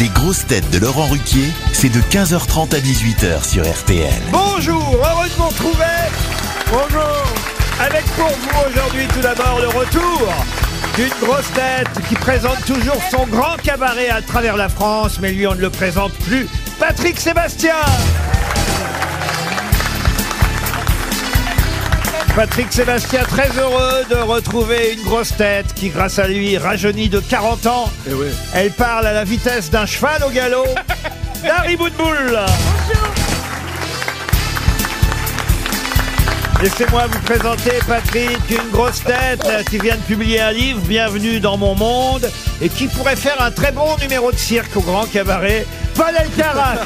Les grosses têtes de Laurent Ruquier, c'est de 15h30 à 18h sur RTL. Bonjour, heureux de vous retrouver. Bonjour. Avec pour vous aujourd'hui tout d'abord le retour d'une grosse tête qui présente toujours son grand cabaret à travers la France, mais lui on ne le présente plus, Patrick Sébastien. Patrick Sébastien, très heureux de retrouver une grosse tête qui, grâce à lui, rajeunit de 40 ans. Elle parle à la vitesse d'un cheval au galop. Dari Boudboul Laissez-moi vous présenter Patrick, une grosse tête euh, qui vient de publier un livre, Bienvenue dans mon monde, et qui pourrait faire un très bon numéro de cirque au Grand Cabaret, Paul Elkarat.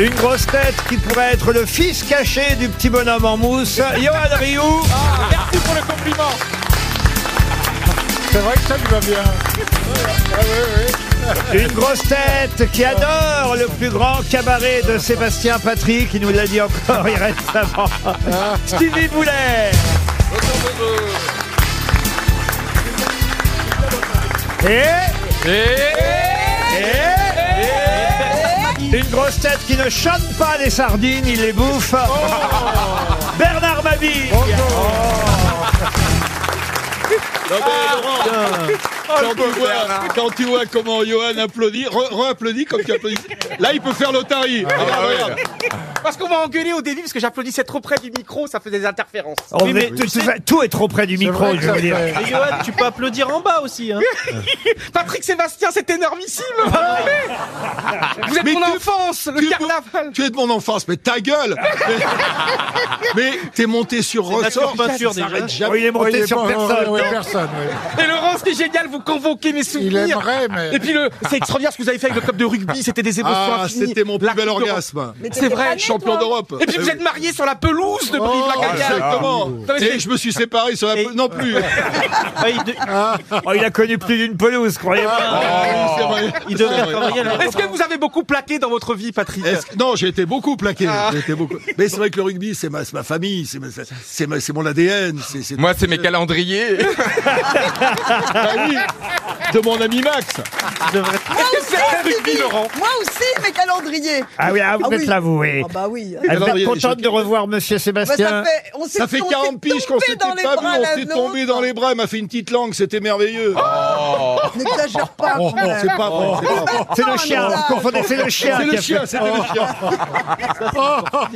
Une grosse tête qui pourrait être le fils caché du petit bonhomme en mousse, Johan Rioux. Ah, Merci pour le compliment. C'est vrai que ça lui va bien. Ah Une grosse tête qui adore le plus grand cabaret de Sébastien Patrick, il nous l'a dit encore il reste avant. Ah. Stevie Boulet. Et, et une grosse tête qui ne chante pas les sardines, il les bouffe. Oh. Bernard Mabille. Non, Ah. mais Laurent, quand, tu vois, quand tu vois comment Johan applaudit, re- re-applaudit comme tu applaudis. Là, il peut faire Ah, l'otarie. Ah, Ah Parce qu'on m'a engueulé au début parce que j'applaudissais trop près du micro, ça faisait des interférences. Oui, mais tout, tout est trop près du micro, je veux dire. Et Johan, tu peux applaudir en bas aussi. Hein. Patrick Sébastien, c'est énormissime Vous êtes Mais mon tu- enfance, tu le es carnaval Tu es de mon enfance, mais ta gueule Mais, mais t'es monté sur nature ressort. peinture, Oh, ça s'arrête déjà. jamais. Oh, Oui, il est monté Oui, sur bon, personne. oui, oui, personne, oui. Et Laurent, ce qui est génial, vous convoquez mes Il souvenirs aimerait, mais. Et puis le, c'est extraordinaire ce que vous avez fait avec le club de rugby, c'était des émotions Ah, infinies. c'était mon plus La bel Coupe d'Europe. orgasme. C'est vrai. Champion d'Europe. Et puis vous êtes mariés sur la pelouse de Oh, Brive-la-Gaillarde. exactement. mais c'est- Et je me suis séparé sur la. Et- Non plus. Ah, il, de- Oh, il a connu plus d'une pelouse, croyez-moi. Ah, c'est vrai. il C'est devrait vrai. travailler là. Est-ce que vous avez beaucoup plaqué dans votre vie, Patrick Ah. Est-ce que- Non, j'ai été beaucoup plaqué. J'ai été beaucoup- Mais c'est vrai que le rugby, c'est ma, c'est ma famille, c'est ma- c'est ma- c'est mon ADN. c'est- c'est- Moi, c'est mes calendriers. Ah oui, de mon ami Max. Ah, Moi que aussi, c'est un rugby, Stevie Laurent Moi aussi, mes calendriers Ah oui, ah, vous Ah êtes oui. là, vous, oui. Ah bah oui Elle va être Calendrier des contente de revoir Monsieur Bah, Sébastien. ça fait, on s'est- Ça fait on s'est 40 piges qu'on tombé s'était dans les pas vu, bras on l'un s'est de tombé l'autre. dans les bras, elle m'a fait une petite langue, c'était merveilleux. Oh. Oh, N'exagère pas quand même. c'est pas vrai, c'est pas vrai. C'est le Oh, chien, mais vous ça- confondez, c'est le chien. C'est qui le a chien, fait- Oh. c'était le chien.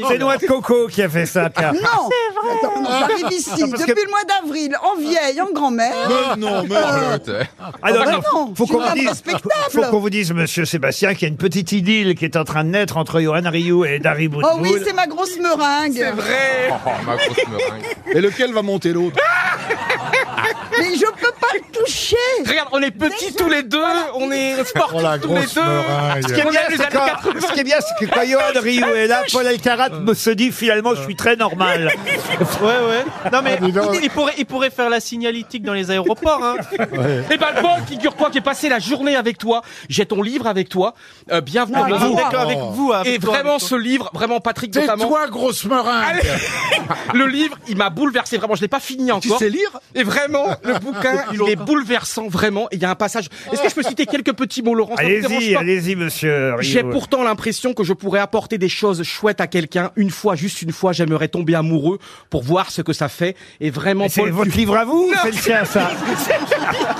C'est Noix de Coco qui a fait ça, tiens. Non Attends, J'arrive ici, parce depuis que- le mois d'avril, en vieille, en grand-mère. Mais non, mais non. Alors, bah Ah, non, non, faut qu'on Euh. je suis vous dise, irrespectable. faut qu'on vous dise, Monsieur Sébastien, qu'il y a une petite idylle qui est en train de naître entre Johan Rioux et Dari Boudboul. Oh oui, c'est ma grosse meringue. C'est vrai Oh, Et lequel va monter l'autre Mais je peux pas le toucher. Regarde, on est petits tous les deux, on est Oh sportifs la tous les grosse deux. Ce qui meringue. est On bien, aime les c'est années quand- 80. ce qui est bien, c'est que quand Johan Rioux est là, Paul Alcarat me se dit finalement, je suis très normal. Ouais, ouais. Non, mais dis donc. il, il pourrait, il pourrait faire la signalétique dans les aéroports. Hein. Et ben le bon figure-toi qui est passé la journée avec toi, j'ai ton livre avec toi, euh, bienvenue avec vous. D'accord, avec vous. hein, avec Et toi, vraiment avec toi. ce livre, vraiment Patrick notamment, Tais-toi, grosse meringue. le livre, il m'a bouleversé vraiment, je l'ai pas fini Tu encore. sais lire Et vraiment, le bouquin, il est bouleversant, vraiment. Et Il y a un passage. Est-ce que je peux citer quelques petits mots, Laurent ça vous dérange Allez-y, pas allez-y, Monsieur Rioux. J'ai pourtant l'impression que je pourrais apporter des choses chouettes à quelqu'un. Une fois, juste une fois, j'aimerais tomber amoureux pour voir ce que ça fait. Et vraiment, Et C'est Paul, votre tu- livre à vous ou c'est le sien, ça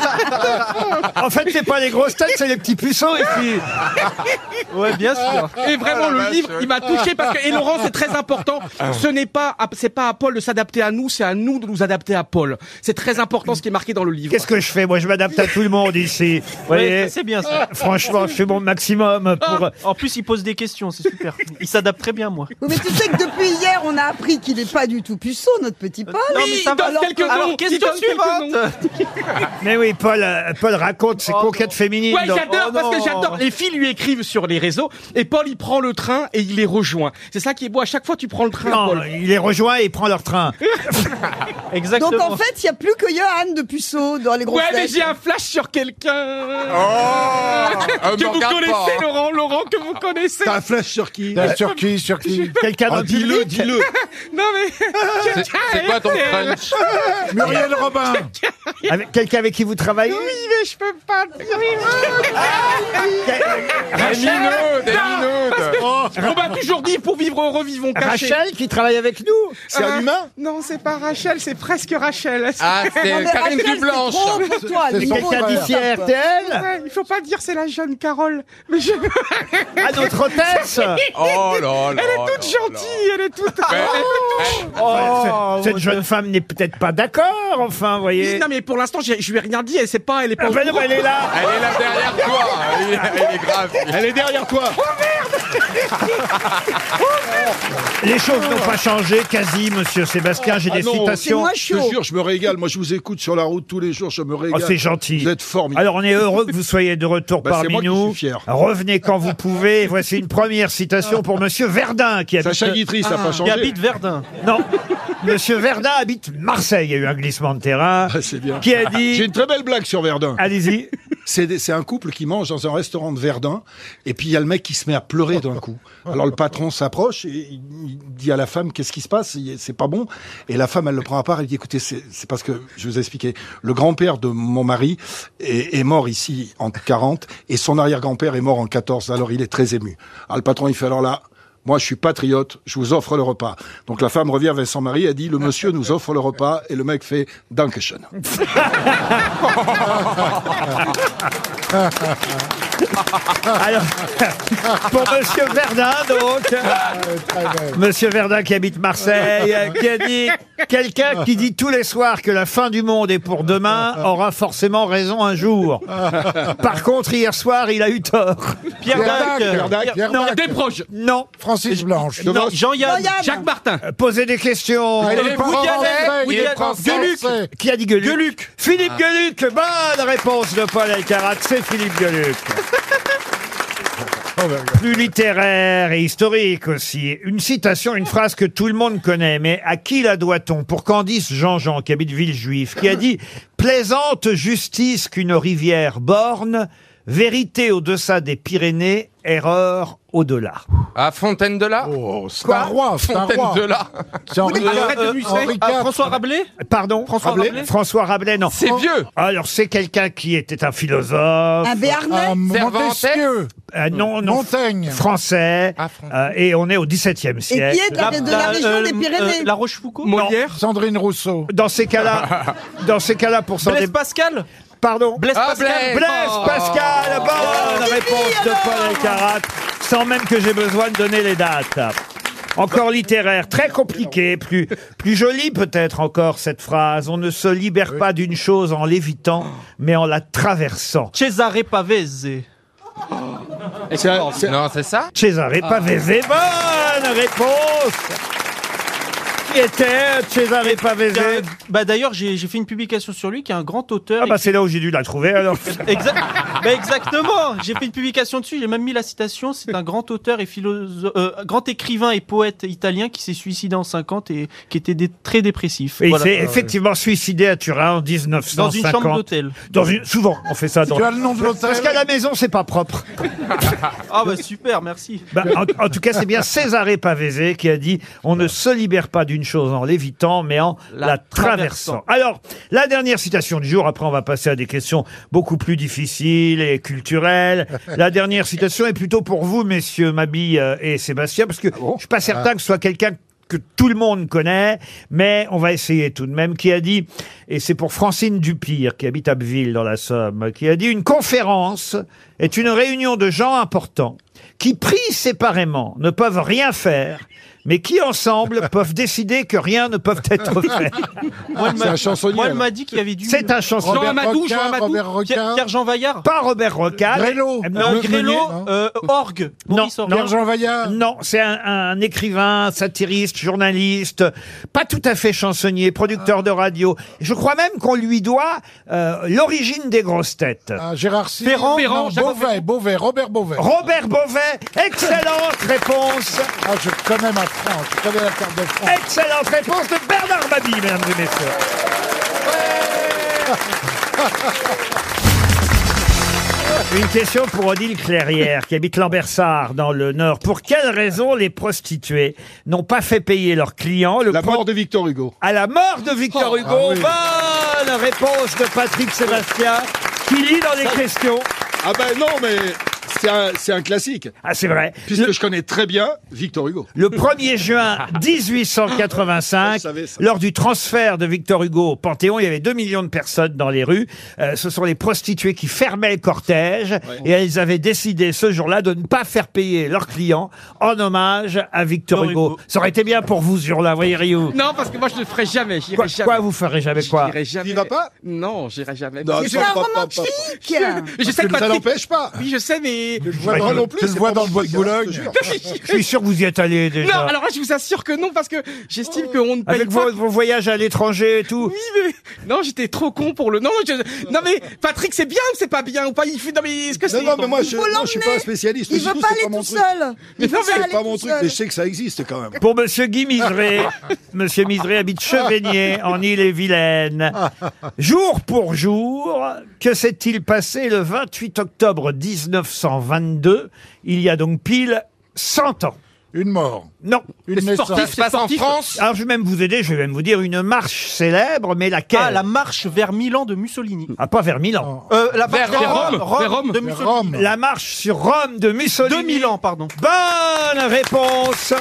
En fait, c'est pas les grosses têtes, c'est les petits puceaux ici. Ouais, bien sûr. Ah, Et vraiment, le livre, il m'a touché parce que, et Laurent, c'est très important. Ce n'est pas, à- c'est pas à Paul de s'adapter à nous, c'est à nous de nous adapter à Paul. C'est très important ce qui est marqué dans le livre. Qu'est-ce que je fais Moi, je m'adapte à tout le monde ici. Vous voyez Ouais, c'est bien ça. Franchement, je fais mon maximum pour. euh, En plus, il pose des questions, c'est super. Il s'adapte très bien, moi. Oui, mais tu sais que depuis hier, on a appris qu'il est pas du tout puceau, notre petit Paul. Non, Oui, mais ça il donne va. quelques Alors, noms, il question donne quelques Oh suivante. Mais oui, Paul, euh, Paul raconte ses conquêtes féminines. Ouais, dans- j'adore Oh parce que non. j'adore. Les filles lui écrivent sur les réseaux et Paul il prend le train et il les rejoint. C'est ça qui est beau. À chaque fois, tu prends le train, Non, Paul. il les rejoint et il prend leur train. Exactement. Donc en fait, il y a plus que Johan de puceau dans les grosses Ouais, mais têtes. j'ai un flash sur Oh, quelqu'un euh, que vous connaissez, Laurent, Laurent, que vous connaissez. T'as un flash sur qui Là, Sur qui Sur qui Quelqu'un Ah, dans Dis-le, public. dis-le. Non mais C'est quoi ton crunch Muriel Robin. Avec quelqu'un avec qui vous travaillez mais je peux pas Ah, Rachel- Oh. On m'a toujours dit pour vivre heureux, vivons cachés. Rachel qui travaille avec nous C'est un humain Non, c'est pas Rachel, c'est presque Rachel. Ah, c'est Karine Dublanche. pour toi, C'est mais son bon, frère. Quelqu'un d'ici à RTL Ouais, il faut pas dire c'est la jeune Carole, mais je... À Ah, notre Oh hôtesse là là. elle est là toute là. gentille, elle est toute. Oh, Cette jeune femme n'est peut-être pas d'accord, enfin, voyez. Non mais pour l'instant, j'ai- je lui ai rien dit. Elle sait pas, elle est pas. Ah au ben non, courant. elle est là Elle est là derrière toi. Elle est, elle est grave. Elle est derrière toi. Ah, Les choses n'ont pas changé, quasi, monsieur Sébastien. J'ai Ah des non, C'est citations. moi Je te chaud. jure, je me régale. Moi, je vous écoute sur la route tous les jours. Je me Oh, régale. c'est gentil. Vous êtes formidable. Alors, on est heureux que vous soyez de retour Bah, c'est parmi moi qui nous. suis fier. Revenez quand vous pouvez. Voici une première citation pour monsieur Verdun qui habite. Ah. Sacha Guitry, ça n'a pas Il changé. habite Verdun. Non. Monsieur Verdun habite Marseille. Il y a eu un glissement de terrain. Ah, c'est bien. Qui a J'ai dit. une très belle blague sur Verdun. Allez-y. C'est des- c'est un couple qui mange dans un restaurant de Verdun, et puis il y a le mec qui se met à pleurer d'un coup. Alors le patron s'approche et il il dit à la femme qu'est-ce qui se passe, Il- c'est pas bon. Et la femme elle le prend à part, elle dit écoutez c'est c'est parce que je vous ai expliqué, le grand-père de mon mari est, est mort ici en 40 et son arrière-grand-père est mort en 14, alors il est très ému. Alors le patron il fait alors là. Moi, je suis patriote, je vous offre le repas. Donc la femme revient avec son mari, elle dit, le monsieur nous offre le repas, et le mec fait, Dankeschön. Alors, pour Monsieur Verdun, donc. euh, Monsieur Verdun qui habite Marseille, euh, qui a dit quelqu'un qui dit tous les soirs que la fin du monde est pour demain aura forcément raison un jour. Par contre, hier soir, il a eu tort. Pierre Dac. Pierre Dac, Pierre Non, Dac, Des proches. Non. Euh, Francis Blanche. Non, Jean-Yann. Yann, Jacques Martin. Posez des questions. Il est français, il est français. Qui a dit Gueluc Philippe Gueluc. Bonne réponse de Paul Alcarat. C'est Philippe Gueluc. Plus littéraire et historique aussi. Une citation, une phrase que tout le monde connaît, mais à qui la doit-on Pour Candice Jean-Jean, qui habite Villejuif, qui a dit « Plaisante justice qu'une rivière borne, vérité au-deçà des Pyrénées, erreur au-delà Ah, À Fontaine de la Oh, c'est un roi, c'est un Fontaine roi. de la. C'est Henri Euh, IV. euh, Henri ah, IV. François Rabelais. ». Pardon François Rabelais François Rabelais, non. C'est vieux. Alors, c'est quelqu'un qui était un philosophe, Un Ah, Béarnais Montesquieu. euh, non, non, Montaigne. français, Ah, français. euh, et on est au XVIIe Et qui siècle. est de la, de la région euh, des Pyrénées. euh, La Rochefoucauld. Molière. Sandrine Rousseau. Dans ces cas-là, dans ces cas-là, pour s'en Blaise dé- Pascal. Pardon Blaise Ah, Pascal. Blaise. Blaise Oh. Pascal, bonne réponse de Paul Elkarat, sans même que j'ai besoin de donner les dates. Encore littéraire, très compliqué, plus, plus joli peut-être encore cette phrase. On ne se libère pas d'une chose en l'évitant, mais en la traversant. Cesare Pavese. C'est un- c'est- Non, c'est ça Cesare Pavese, bonne réponse Qui était Cesare Euh, Pavese Bah d'ailleurs, j'ai j'ai fait une publication sur lui qui est un grand auteur. Ah bah c'est là où j'ai dû la trouver alors. Exact- bah, exactement. J'ai fait une publication dessus. J'ai même mis la citation. C'est un grand auteur et philosophe, euh, grand écrivain et poète italien qui s'est suicidé en 50 et qui était dé- très dépressif. Et il Voilà. s'est effectivement suicidé à Turin en 1950. Dans une chambre d'hôtel. Dans une- Souvent, on fait ça. Dans... Tu as le nom de Parce qu'à l'hôtel la maison, c'est pas propre. Ah bah super, merci. Bah, en, en tout cas, c'est bien Césaré Pavese qui a dit « On ne se libère pas d'une chose en l'évitant, mais en la, La traversant. traversant. » Alors, la dernière citation du jour, après on va passer à des questions beaucoup plus difficiles et culturelles. La dernière citation est plutôt pour vous, messieurs Mabille euh, et Sébastien, parce que je suis pas certain que ce soit quelqu'un que tout le monde connaît, mais on va essayer tout de même, qui a dit, et c'est pour Francine Dupire, qui habite Abbeville dans la Somme, qui a dit, une conférence est une réunion de gens importants qui, pris séparément, ne peuvent rien faire, mais qui, ensemble, peuvent décider que rien ne peut être fait. Moi, elle c'est m'a- un chansonnier. moi, elle là. m'a dit qu'il y avait du C'est un chansonnier. Jean Amadou, Jean Amadou. Robert Pierre, Roquin, Pierre Jean Vaillard, Pas Robert Rocal. Grélo. Euh, euh, Non, Meunier, Grélo, non euh, Orgue, Non, Maurice Orgue. non. Pierre Jean Vaillat. Non, c'est un, un écrivain, satiriste, journaliste, pas tout à fait chansonnier, producteur de radio. Je crois même qu'on lui doit euh, l'origine des grosses têtes. Ah, Gérard Cyr. Ferrand, Ferrand, non, Jacques Beauvais, Beauvais, Robert Beauvais. Robert Beauvais, excellente réponse, Ah, je connais ma France, je connais la carte de France. excellente réponse de Bernard Mabille, mesdames et messieurs. Une question pour Odile Clairière, qui habite Lambersart, dans le Nord. Pour quelles raisons les prostituées n'ont pas fait payer leurs clients le La pro- mort de Victor Hugo. à la mort de Victor Hugo. ah oui. Bonne Bonne réponse de Patrick Sébastien, qui lit dans les questions. Ah ben non, mais c'est un, c'est un classique. Ah, c'est vrai. Puisque je connais très bien Victor Hugo. Le 1er juin 1885, Je savais ça. lors du transfert de Victor Hugo au Panthéon, il y avait 2 millions de personnes dans les rues. Euh, ce sont les prostituées qui fermaient le cortège et elles avaient décidé ce jour-là de ne pas faire payer leurs clients en hommage à Victor Victor Hugo. Hugo. Ça aurait été bien pour vous ce jour-là, voyez Rio. Non, parce que moi, je ne ferai jamais. J'irai Quoi, jamais. quoi, vous ferez jamais quoi J'irai jamais. y vas pas Non, j'irai jamais. Non, Mais pop, c'est un pop, pop, pop. romantique Mais je sais que Ça Patrick. n'empêche pas. Oui, je sais, mais. Je vois Bah, pas tu- non plus. tu le c'est vois pas dans le bois de romantique, hein, Boulogne. je te jure. Je suis sûr que vous y êtes allé Non, déjà. alors là, je vous assure que non, parce que j'estime qu'on ne paye Avec pas. vos, vos voyages à l'étranger et tout. Oui, mais- Non, j'étais trop con pour le. Non, je- non mais Patrick, c'est bien ou c'est pas bien ou pas Il fait. Non, mais est-ce que c'est. Non, non, mais moi, je, faut non, je suis pas un l'emmener. spécialiste. Il mais veut surtout, pas c'est aller mon tout truc. seul. Mais Il non, veut mais pas C'est aller pas mon tout truc, mais seul. je sais que ça existe quand même. Pour Monsieur Guy Miseret, Monsieur Miseret habite Chevenier, en Île-et-Vilaine. Jour pour jour, que s'est-il passé le 28 octobre 1922 Il y a donc pile 100 ans. Une mort. Non. Une naissance. Ça se passe en France Alors je vais même vous aider, je vais même vous dire une marche célèbre, mais laquelle Ah, la marche vers Milan de Mussolini. Ah, pas vers Oh. Milan. Euh, la marche Vers vers Rome. Rome, Vers Rome. de Mais Mussolini. Rome. La marche sur Rome de Mussolini. 2000 ans, pardon. Bonne réponse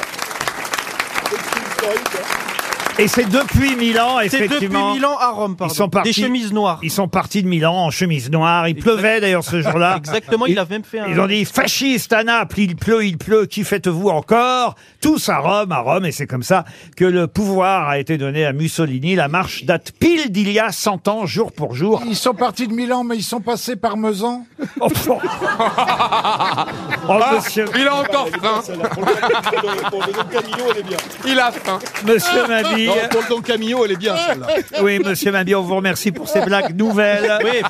Et c'est depuis Milan, C'est depuis effectivement. Milan à Rome, pardon. sont Des partis- chemises noires. Ils sont partis de Milan en chemise noire. Il pleuvait d'ailleurs ce jour-là. Exactement, il a même fait un. Ils ont dit fasciste à Naples, il pleut, il pleut, qui faites-vous encore Tous à Rome, à Rome, et c'est comme ça que le pouvoir a été donné à Mussolini. La marche date pile d'il y a 100 ans, jour pour jour. Ils sont partis de Milan, mais ils sont passés par Mezan. Oh, pff. Oh, monsieur, Ah, Il a encore faim. Il a faim. monsieur Mabille, Non, pour le Don Camillo, elle est bien celle-là. oui, monsieur Mabille, on vous remercie pour ces blagues nouvelles. Oui,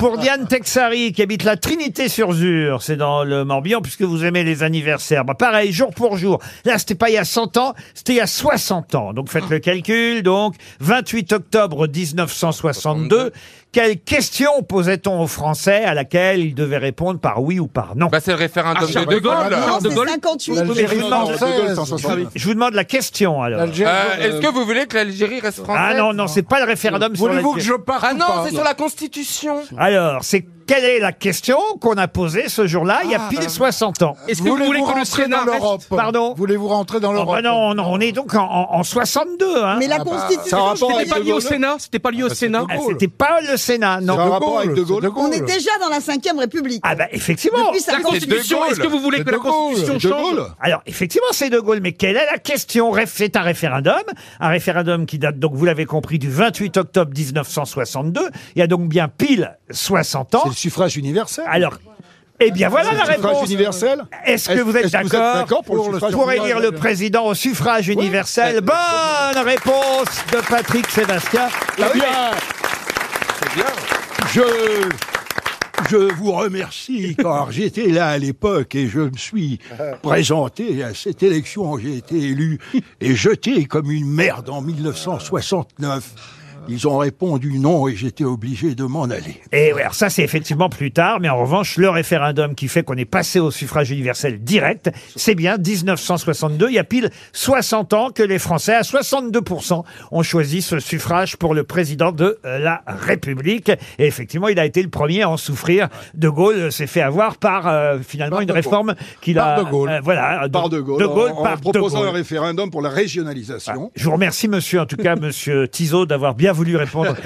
Pour Diane Texari, qui habite la Trinité-sur-Zur, c'est dans le Morbihan, puisque vous aimez les anniversaires. Bah, pareil, jour pour jour. Là, c'était pas il y a 100 ans, c'était il y a 60 ans. Donc, faites le calcul. Donc, 28 octobre 1962. Quelle question posait-on aux Français à laquelle ils devaient répondre par oui ou par non? Bah, c'est le référendum Ah, Charles de De Gaulle. Non, de Gaulle. c'est 58. L'Algérie vous demande- française. Je vous demande la question, alors. Euh, L'Algérie. Est-ce que vous voulez que l'Algérie reste française Ah non, non, c'est pas le référendum sur Voulez-vous que la- je parte Ah ou non, pas c'est sur la Constitution. Alors, c'est quelle est la question qu'on a posée ce jour-là, il y a pile 60 ans? Est-ce que vous voulez Ah, euh, Voulez-vous que le rentrer dans Sénat reste- l'Europe Pardon Voulez-vous rentrer dans Oh, l'Europe bah non, non, on est donc en, en- en 62, hein. Mais Ah la Constitution, rapport C'était bah, avec pas De lié au Gaulle. hein. bah, Sénat. C'était pas lié au Sénat. Ah, C'était pas le Sénat, C'est non. un rapport avec De Gaulle. c'est on est déjà dans la 5ème République. Ah bah effectivement. Depuis sa La Constitution. Gaulle. Est-ce que vous voulez C'est que la De Gaulle. Constitution De change Gaulle Alors effectivement c'est De Gaulle, mais quelle est la question Réf- C'est un référendum, un référendum qui date donc, vous l'avez compris, du 28 octobre 1962, il y a donc bien pile 60 C'est ans. le suffrage universel. Alors, eh bien voilà la le suffrage réponse. universel. Est-ce que vous êtes est-ce que vous êtes d'accord d'accord pour le suffrage pour élire universel le président au suffrage universel Bonne réponse de Patrick Sébastien. Eh bien, Je, je vous remercie car j'étais là à l'époque et je me suis présenté à cette élection. J'ai été élu et jeté comme une merde en 1969. Ils ont répondu non et j'étais obligé de m'en aller. Et ouais, alors ça, c'est effectivement plus tard, mais en revanche, le référendum qui fait qu'on est passé au suffrage universel direct, c'est bien 1962. Il y a pile 60 ans que les Français, à 62%, ont choisi ce suffrage pour le président de euh, la République. Et effectivement, il a été le premier à en souffrir. De Gaulle s'est fait avoir par, euh, finalement, une réforme qu'il a... euh, Par De Gaulle. voilà. Par De Gaulle, en, en par De Ah, proposant Gaulle. un référendum pour la régionalisation. Je vous remercie, monsieur, en tout cas, monsieur Tizot, d'avoir bien voulu répondre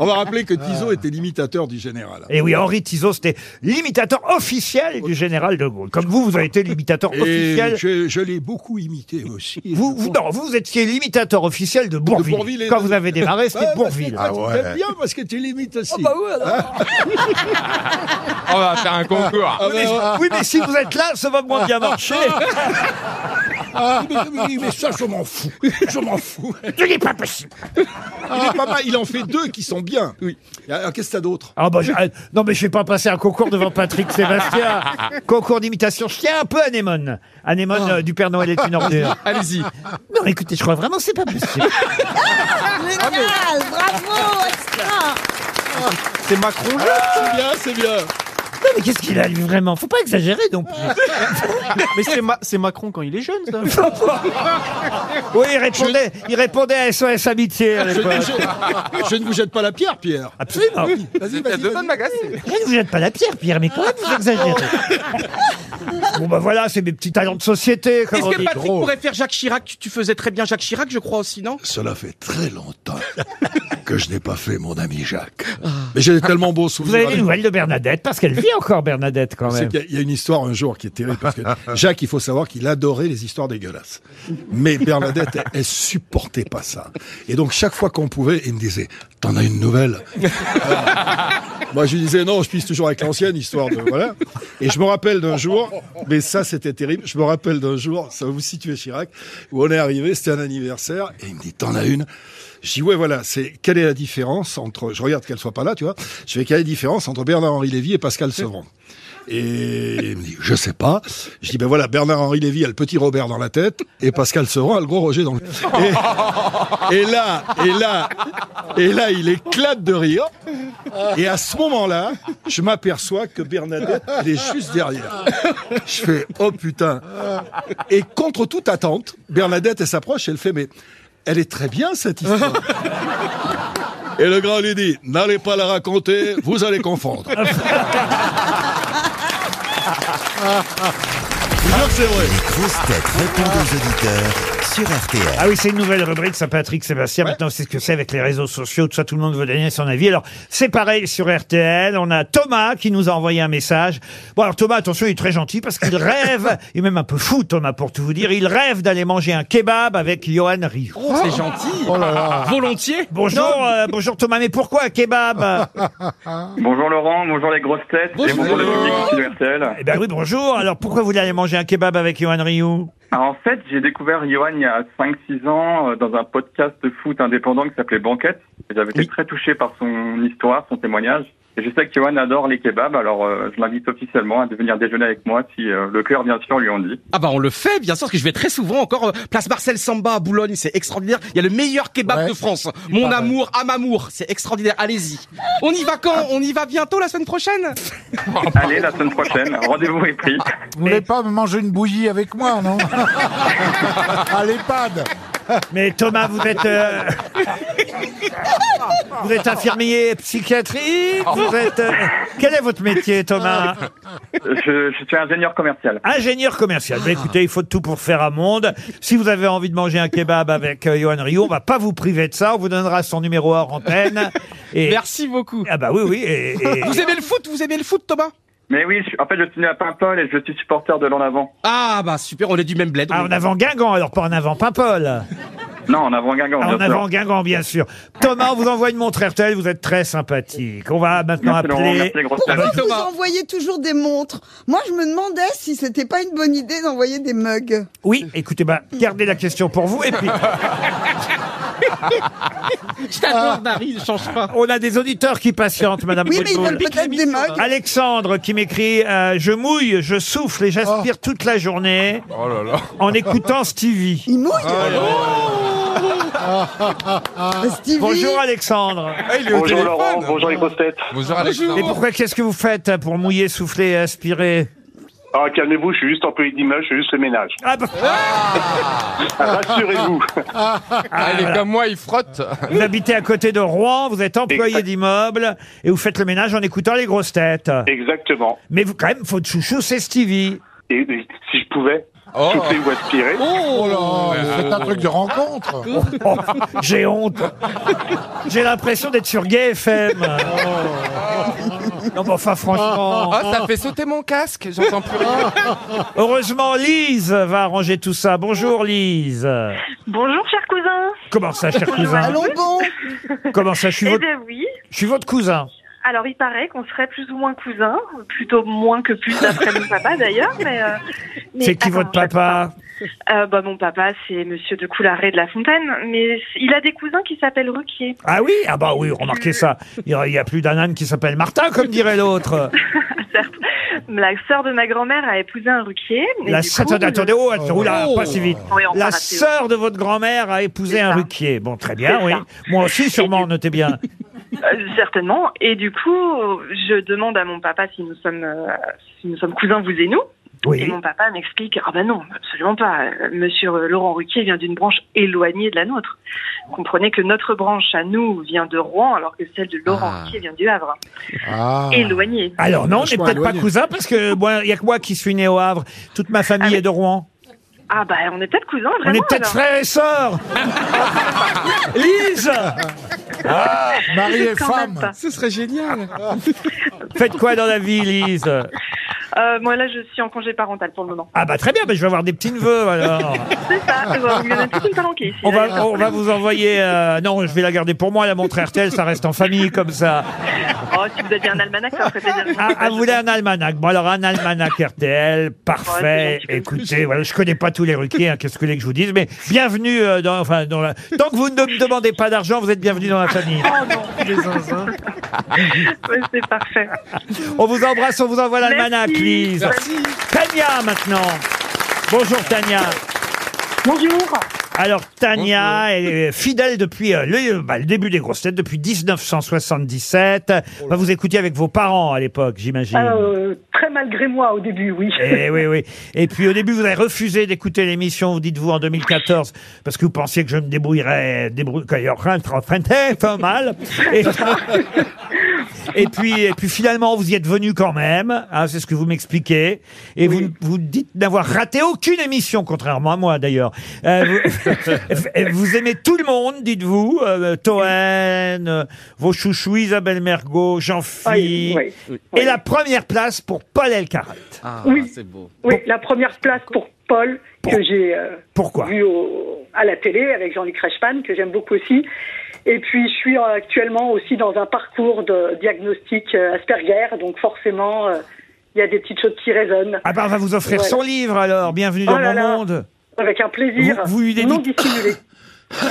On va rappeler que Tizot était l'imitateur du général. Et Eh oui, Henri Tizot, c'était l'imitateur officiel du général de Gaulle. Comme vous, vous avez été l'imitateur Et officiel. je, je l'ai beaucoup imité aussi. Vous, vous, non, vous étiez l'imitateur officiel de Bourville. Bourville Ah, bah, et- Quand vous avez démarré, Ouais, c'était parce que Bourville. Ah toi, tu t'aimes bien parce que tu l'imites aussi. On va faire un concours. Ah, Mais- bah, oui, mais si vous êtes là, ça va moins bien marcher. Ah. Ah. Mais, mais- mais ça, je m'en fous. Je m'en fous. Ce n'est pas possible. Il est pas mal. Il en fait deux qui sont bien. Oui. Alors, qu'est-ce que t'as d'autre Ah bah, je- ah, non, mais je vais pas passer un concours devant Patrick Sébastien. concours d'imitation. Je tiens un peu Anémone. Anémone Ah. euh, du Père Noël est une ordure. Allez-y. Non, écoutez, je crois vraiment que c'est pas possible. Génial, bravo, extra. c'est Macron. C'est bien, c'est bien. Non, mais qu'est-ce qu'il a lui vraiment Faut pas exagérer donc. Mais c'est Ma- c'est Macron quand il est jeune, ça. Oui, il répondait, il répondait à SOS Amitié à l'époque. Je ne vous jette pas la pierre, Pierre. Ah Absolument. Vas-y, C'était vas-y. de bonnes magazines. Rien que vous jette pas la pierre, Pierre, mais quand même vous exagérez. Bon, bah voilà, c'est mes petits talents de société, comme Est-ce on que dit. Patrick pourrait faire Jacques Chirac Tu- Tu faisais très bien Jacques Chirac, je crois aussi, non Cela fait très longtemps que je n'ai pas fait mon ami Jacques. Ah, Mais j'ai des tellement beaux Vous souvenirs. avez des nouvelles de Bernadette parce qu'elle vit encore Bernadette quand C'est même. qu'il y a- il y a une histoire un jour qui est terrible parce que Jacques, il faut savoir qu'il adorait les histoires dégueulasses. Mais Bernadette, elle, elle supportait pas ça. Et donc chaque fois qu'on pouvait, il me disait "T'en as une nouvelle Alors, Moi, je lui disais "Non, je pisse toujours avec l'ancienne histoire de voilà." Et je me rappelle d'un jour, mais ça c'était terrible. Je me rappelle d'un jour, ça va vous situer Chirac, où on est arrivé, c'était un anniversaire, et il me dit "T'en as une." Je dis ouais voilà c'est quelle est la différence entre je regarde qu'elle soit pas là tu vois je fais quelle est la différence entre Bernard Henri Lévy et Pascal Sevran et il me dit, je sais pas. Je dis, ben voilà, Bernard-Henri Lévy a le petit Robert dans la tête et Pascal Sevran a le gros Roger dans le... Et, et là, et là, et là, il éclate de rire. Et à ce moment-là, je m'aperçois que Bernadette, elle est juste derrière. Je fais, oh putain. Et contre toute attente, Bernadette, elle s'approche, elle fait, mais elle est très bien cette histoire. Et le grand lui dit, n'allez pas la raconter, vous allez confondre. Oh, Je vous jure que c'est vrai. Les grosses têtes répondent aux auditeurs sur RTL. Ah oui, c'est une nouvelle rubrique, ça, Patrick Sébastien. Maintenant, c'est ce que c'est avec les réseaux sociaux. Tout ça, tout le monde veut donner son avis. Alors, c'est pareil sur RTL. On a Thomas qui nous a envoyé un message. Bon, alors Thomas, attention, il est très gentil parce qu'il rêve, il est même un peu fou, Thomas, pour tout vous dire. Il rêve d'aller manger un kebab avec Johan Rioux. Oh, C'est gentil. Volontiers. Bonjour, euh, bonjour Thomas, mais pourquoi un kebab Bonjour Laurent, bonjour les grosses têtes et bonjour le public de RTL. Eh ben oui, bonjour. Alors, pourquoi vous voulez aller manger un kebab avec Johan Rioux Alors, en fait, j'ai découvert Johan il y a 5-6 ans euh, dans un podcast de foot indépendant qui s'appelait Banquette. Et J'avais été très touché par son histoire, son témoignage. Et je sais que Johan adore les kebabs, alors euh, je l'invite officiellement à devenir déjeuner avec moi si euh, le cœur, bien sûr, lui en dit. Ah bah on le fait, bien sûr, parce que je vais très souvent encore euh, place Marcel Samba à Boulogne, c'est extraordinaire. Il y a le meilleur kebab Ouais. de France. Mon amour, à m'amour, c'est extraordinaire. Allez-y. On y va Ah. quand On y va bientôt la semaine prochaine Allez, la semaine prochaine, rendez-vous est pris. Vous voulez pas manger une bouillie avec moi, non À l'EHPAD. Mais Thomas, vous êtes... euh, vous êtes infirmier psychiatrique Oh. Vous êtes... euh, Quel est votre métier, Ah, Thomas Je, je suis ingénieur commercial. Ingénieur commercial. Bah, Ah. écoutez, il faut de tout pour faire un monde. Si vous avez envie de manger un kebab avec euh, Johan Rioux, on va pas vous priver de ça. On vous donnera son numéro hors antenne. Et... Merci beaucoup. Ah bah oui, oui. et- et- Vous aimez le foot Vous aimez le foot, Thomas Mais oui, je- en fait, je suis né à Paimpol et je suis supporter de l'en avant. Ah bah super, on est du même bled. Ah, en avant Guingamp, alors pas en avant Paimpol. Non, en avant Guingamp, Ah, bien en avant sûr. Guingamp, bien sûr. Thomas, on vous envoie une montre RTL, vous êtes très sympathique. On va maintenant Merci Laurent, appeler... merci les grosses têtes. Pourquoi vous Thomas. envoyez toujours des montres Moi, je me demandais si c'était pas une bonne idée d'envoyer des mugs. Oui, écoutez, bah, gardez la question pour vous. Et puis, Je t'adore, Dari, ne change pas. on a des auditeurs qui patientent, Madame Oui, mais ils Boutboul. veulent peut-être des mugs. Alexandre qui m'écrit euh, Je mouille, je souffle et j'aspire Oh. toute la journée Oh là là. en écoutant Stevie. Ah. Ils mouillent oh, Bah, Stevie, Bonjour Alexandre. Ah, Bonjour Laurent, bonjour les grosses têtes. Bonjour Alexandre. Et pourquoi qu'est-ce que vous faites pour mouiller, souffler et aspirer Ah, calmez-vous, je suis juste en pays d'image, je suis juste le ménage. Ah bah, Rassurez-vous. Ah, il est comme moi, il frotte. Vous habitez à côté de Rouen, vous êtes employé Exact. d'immeuble et vous faites le ménage en écoutant les grosses têtes. Exactement. Mais vous, quand même, votre chouchou, c'est Stevie. Et, et si je pouvais Oh. souffler ou aspirer, Oh là, c'est un truc de rencontre. Oh, j'ai honte. J'ai l'impression d'être sur Gay FM. Oh. Non, mais enfin, franchement. Oh, ça fait sauter mon casque, j'entends plus rien. Heureusement, Lise va arranger tout ça. Bonjour, Lise. Bonjour, cher cousin. Comment ça, cher cousin allons bon Comment ça, je suis Eh votre, bien, oui. je suis votre cousin. Alors, il paraît qu'on serait plus ou moins cousins, plutôt moins que plus d'après mon papa d'ailleurs. Mais, euh, mais- C'est qui attends, votre papa euh, bah, Mon papa, c'est monsieur de Coularet de la Fontaine, mais c- il a des cousins qui s'appellent Ruquier. Ah oui Ah bah oui, remarquez ça. Il y a- il y a plus d'un âne qui s'appelle Martin, comme dirait l'autre. La sœur de ma grand-mère a épousé un Ruquier. et La du sœur... coup, Attendez, attendez, oh, attendez, oula, pas si vite. Oui, on La parle assez haut. sœur de votre grand-mère a épousé C'est un ça. ruquier. Bon, très bien, C'est oui. ça. Moi aussi, sûrement, notez bien. Euh, certainement. Et du coup, je demande à mon papa si nous sommes, euh, si nous sommes cousins, vous et nous. Oui. Et mon papa m'explique, ah ben non, absolument pas. Monsieur euh, Laurent Ruquier vient d'une branche éloignée de la nôtre. Comprenez que notre branche à nous vient de Rouen, alors que celle de Laurent Ah. Ruquier vient du Havre. Éloignée. Alors non, on n'est peut-être pas cousins parce que moi, il y a que moi qui suis né au Havre. Toute ma famille est de Rouen. Ah bah on est peut-être cousins, On vraiment. est peut-être alors. frères et sœurs. Lise. Ah, mari et Quand même femme. pas. Ce serait génial. Faites quoi dans la vie, Lise Euh, moi là, je suis en congé parental pour le moment. Ah bah très bien, bah, je vais avoir des petits neveux alors. C'est ça, vous en avez toute une palanquée ici. On là, y a pas va, de on va problème. vous envoyer. euh, non, je vais la garder pour moi, la montre RTL, ça reste en famille comme ça. Oh, si vous aviez un almanach, ça me ferait plaisir. Ah, ah, vous voulez un almanach Bon, alors un almanach RTL, Ouais, parfait. Écoutez, voilà, je connais pas tous les ruquiers, hein, qu'est-ce que vous voulez que je vous dise, mais bienvenue euh, dans, enfin, dans la... Tant que vous ne me demandez pas d'argent, vous êtes bienvenue dans la famille. Ouais, Oh, c'est parfait. On vous embrasse, on vous envoie l'almanach, Merci. Lise. Merci. Tania maintenant. Bonjour Tania. Bonjour. Alors Tania est fidèle depuis euh, le, bah, le début des grosses têtes, depuis 1977. Bah, vous écoutiez avec vos parents à l'époque, j'imagine. Ah, Euh, très malgré moi au début, oui. Eh oui, oui. Et puis au début, vous avez refusé d'écouter l'émission, vous dites-vous, en 2014, parce que vous pensiez que je me débrouillerais, débrouillerais pas mal. Et, et puis, et puis finalement, vous y êtes venu quand même, hein, c'est ce que vous m'expliquez. Et vous, vous dites n'avoir raté aucune émission, contrairement à moi d'ailleurs. Euh, vous, vous aimez tout le monde, dites-vous, euh, Toen, euh, vos chouchous, Isabelle Mergot, Jean-Philippe. Oui, Ah oui. Et la première place pour Paul Elkarat. Oui. Oui, la première place pour Paul, que j'ai euh, vu au- à la télé avec Jean-Luc Reichmann, que j'aime beaucoup aussi. Et puis, je suis euh, actuellement aussi dans un parcours de diagnostic euh, Asperger, donc forcément, euh, il y a des petites choses qui résonnent. Ah bah on va vous offrir Voilà. son livre alors. Bienvenue dans Oh là mon là. monde. Avec un plaisir Vous- vous lui dédic- non dissimulé.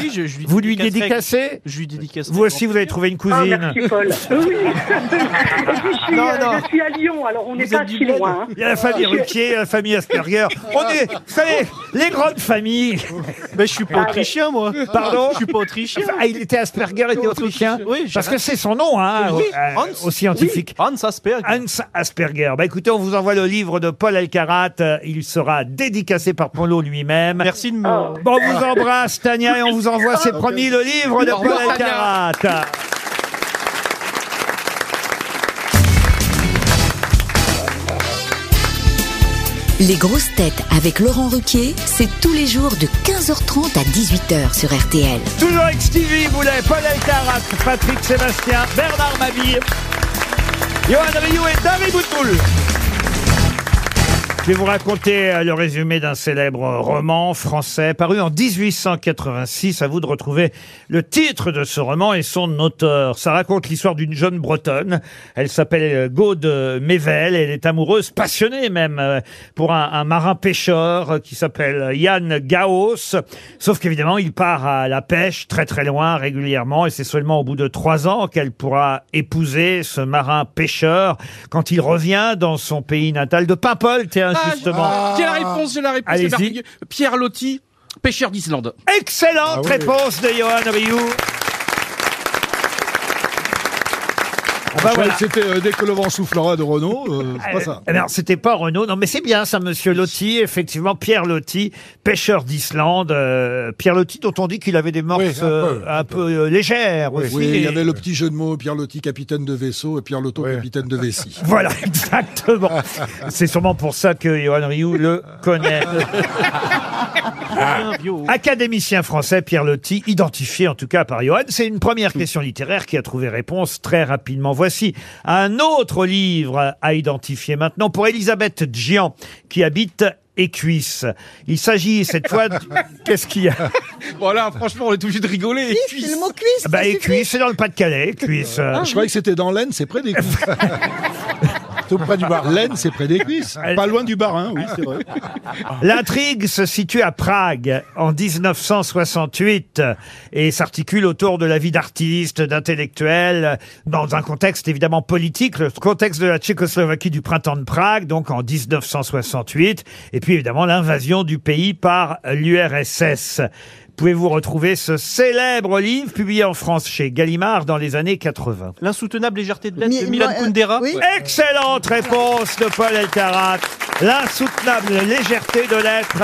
Oui, je, je lui Vous lui dédicacerai- dédicacez Je lui dédicacerai. Vous aussi vous avez trouvé une Ah, cousine. merci Paul. Oui. Et puis, je suis, Non, euh, non. je suis à Lyon, alors on n'est pas si loin. hein. Il y a la famille Ah, Je- Ruquier, la famille Asperger. On est, vous savez, les grandes familles. Mais je suis pas autrichien, moi. Pardon Je suis pas autrichien. Ah, il était Asperger, il était autrichien. Oui, je- Parce que c'est son nom, hein, Oui, au, euh, Hans. au scientifique. Hans Asperger. Hans Asperger. Bah écoutez, on vous envoie le livre de Paul Elkarat. Euh, Il sera dédicacé par Polo lui-même. Merci de me. Bon, on vous embrasse, Tania, et on vous envoie, Ah, c'est promis, le livre de Au revoir, Paul Tania. Elkarat. Les grosses têtes avec Laurent Ruquier, c'est tous les jours de 15h30 à 18h sur RTL. Toujours avec Stevie Boulet, Paul Elkarat, Patrick Sébastien, Bernard Mabille, Johan Rioux et David Boutoul. Je vais vous raconter euh, le résumé d'un célèbre roman français paru en 1886. À vous de retrouver le titre de ce roman et son auteur. Ça raconte l'histoire d'une jeune bretonne. Elle s'appelle euh, Gaude Mével. Elle est amoureuse, passionnée même, euh, pour un, un marin pêcheur euh, qui s'appelle Yann Gaos. Sauf qu'évidemment, il part à la pêche très très loin régulièrement et c'est seulement au bout de trois ans qu'elle pourra épouser ce marin pêcheur quand il revient dans son pays natal de Paimpol, tiens, Ah, justement. J'ai la réponse, j'ai la réponse. c'est Allez-y. merveilleux. Pierre Lotti, pêcheur d'Islande. Excellente Ah oui. réponse de Johan Rioux. Je bah croyais voilà. que C'était euh, dès que le vent soufflera de Renault, euh, c'est pas ça. Eh ben, c'était pas Renault, non, mais c'est bien ça, Monsieur Lotti, effectivement, Pierre Lotti, pêcheur d'Islande, euh, Pierre Lotti dont on dit qu'il avait des morses Oui, un peu, euh, un, peu, euh, légères Oui, aussi. il y Et- avait le petit jeu de mots, Pierre Lotti, capitaine de vaisseau, et Pierre Lotto, capitaine de vessie. Voilà, exactement. C'est sûrement pour ça que Johan Rioux le connaît. Ah. Académicien français, Pierre Lotti, identifié en tout cas par Johan. C'est une première question littéraire qui a trouvé réponse très rapidement. Voici un autre livre à identifier maintenant pour Elisabeth Gian, qui habite Écuisse. Il s'agit cette fois... d- Qu'est-ce qu'il y a Voilà, franchement, on est obligé de rigoler. C'est le mot cuisse. Bah, Écuisse, c'est dans le Pas-de-Calais, Écuisse. euh. Je croyais que c'était dans l'Aisne, c'est près des cuisses. Tout près du bar. L'Aisne, c'est près des cuisses. Pas loin du bar, hein, oui, c'est vrai. L'intrigue se situe à Prague en 1968 et s'articule autour de la vie d'artistes, d'intellectuels, dans un contexte évidemment politique, le contexte de la Tchécoslovaquie du printemps de Prague, donc en 1968, et puis évidemment l'invasion du pays par l'URSS. pouvez-vous retrouver ce célèbre livre publié en France chez Gallimard dans les années 80 L'insoutenable légèreté de l'être de Milan euh, Kundera. Excellente réponse de Paul Elkarat. L'insoutenable légèreté de l'être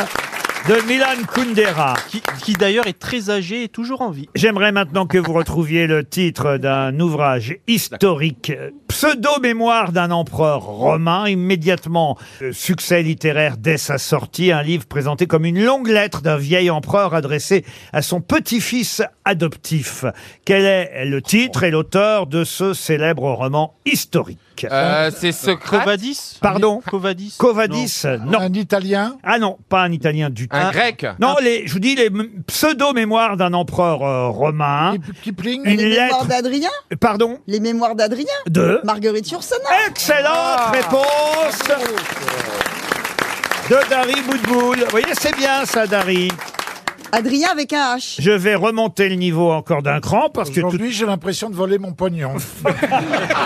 de Milan Kundera. Qui, qui d'ailleurs est très âgé et toujours en vie. J'aimerais maintenant que vous retrouviez le titre d'un ouvrage historique, euh, pseudo-mémoire d'un empereur romain, immédiatement euh, succès littéraire dès sa sortie, un livre présenté comme une longue lettre d'un vieil empereur adressée à son petit-fils adoptif. Quel est le titre et l'auteur de ce célèbre roman historique Euh, c'est Socrate Covadis Pardon Covadis Covadis, non. Un italien Ah non, pas un italien du tout. Un grec Ah. Non, les, je vous dis les m- pseudo-mémoires d'un empereur euh, romain. Une les mémoires lettre. d'Adrien Pardon Les mémoires d'Adrien De Marguerite Yourcenar. Excellente réponse de Dari Boudboul. Vous voyez, c'est bien ça, Dari. Adrien avec un H. Je vais remonter le niveau encore d'un cran parce que tout- Aujourd'hui, j'ai l'impression de voler mon pognon.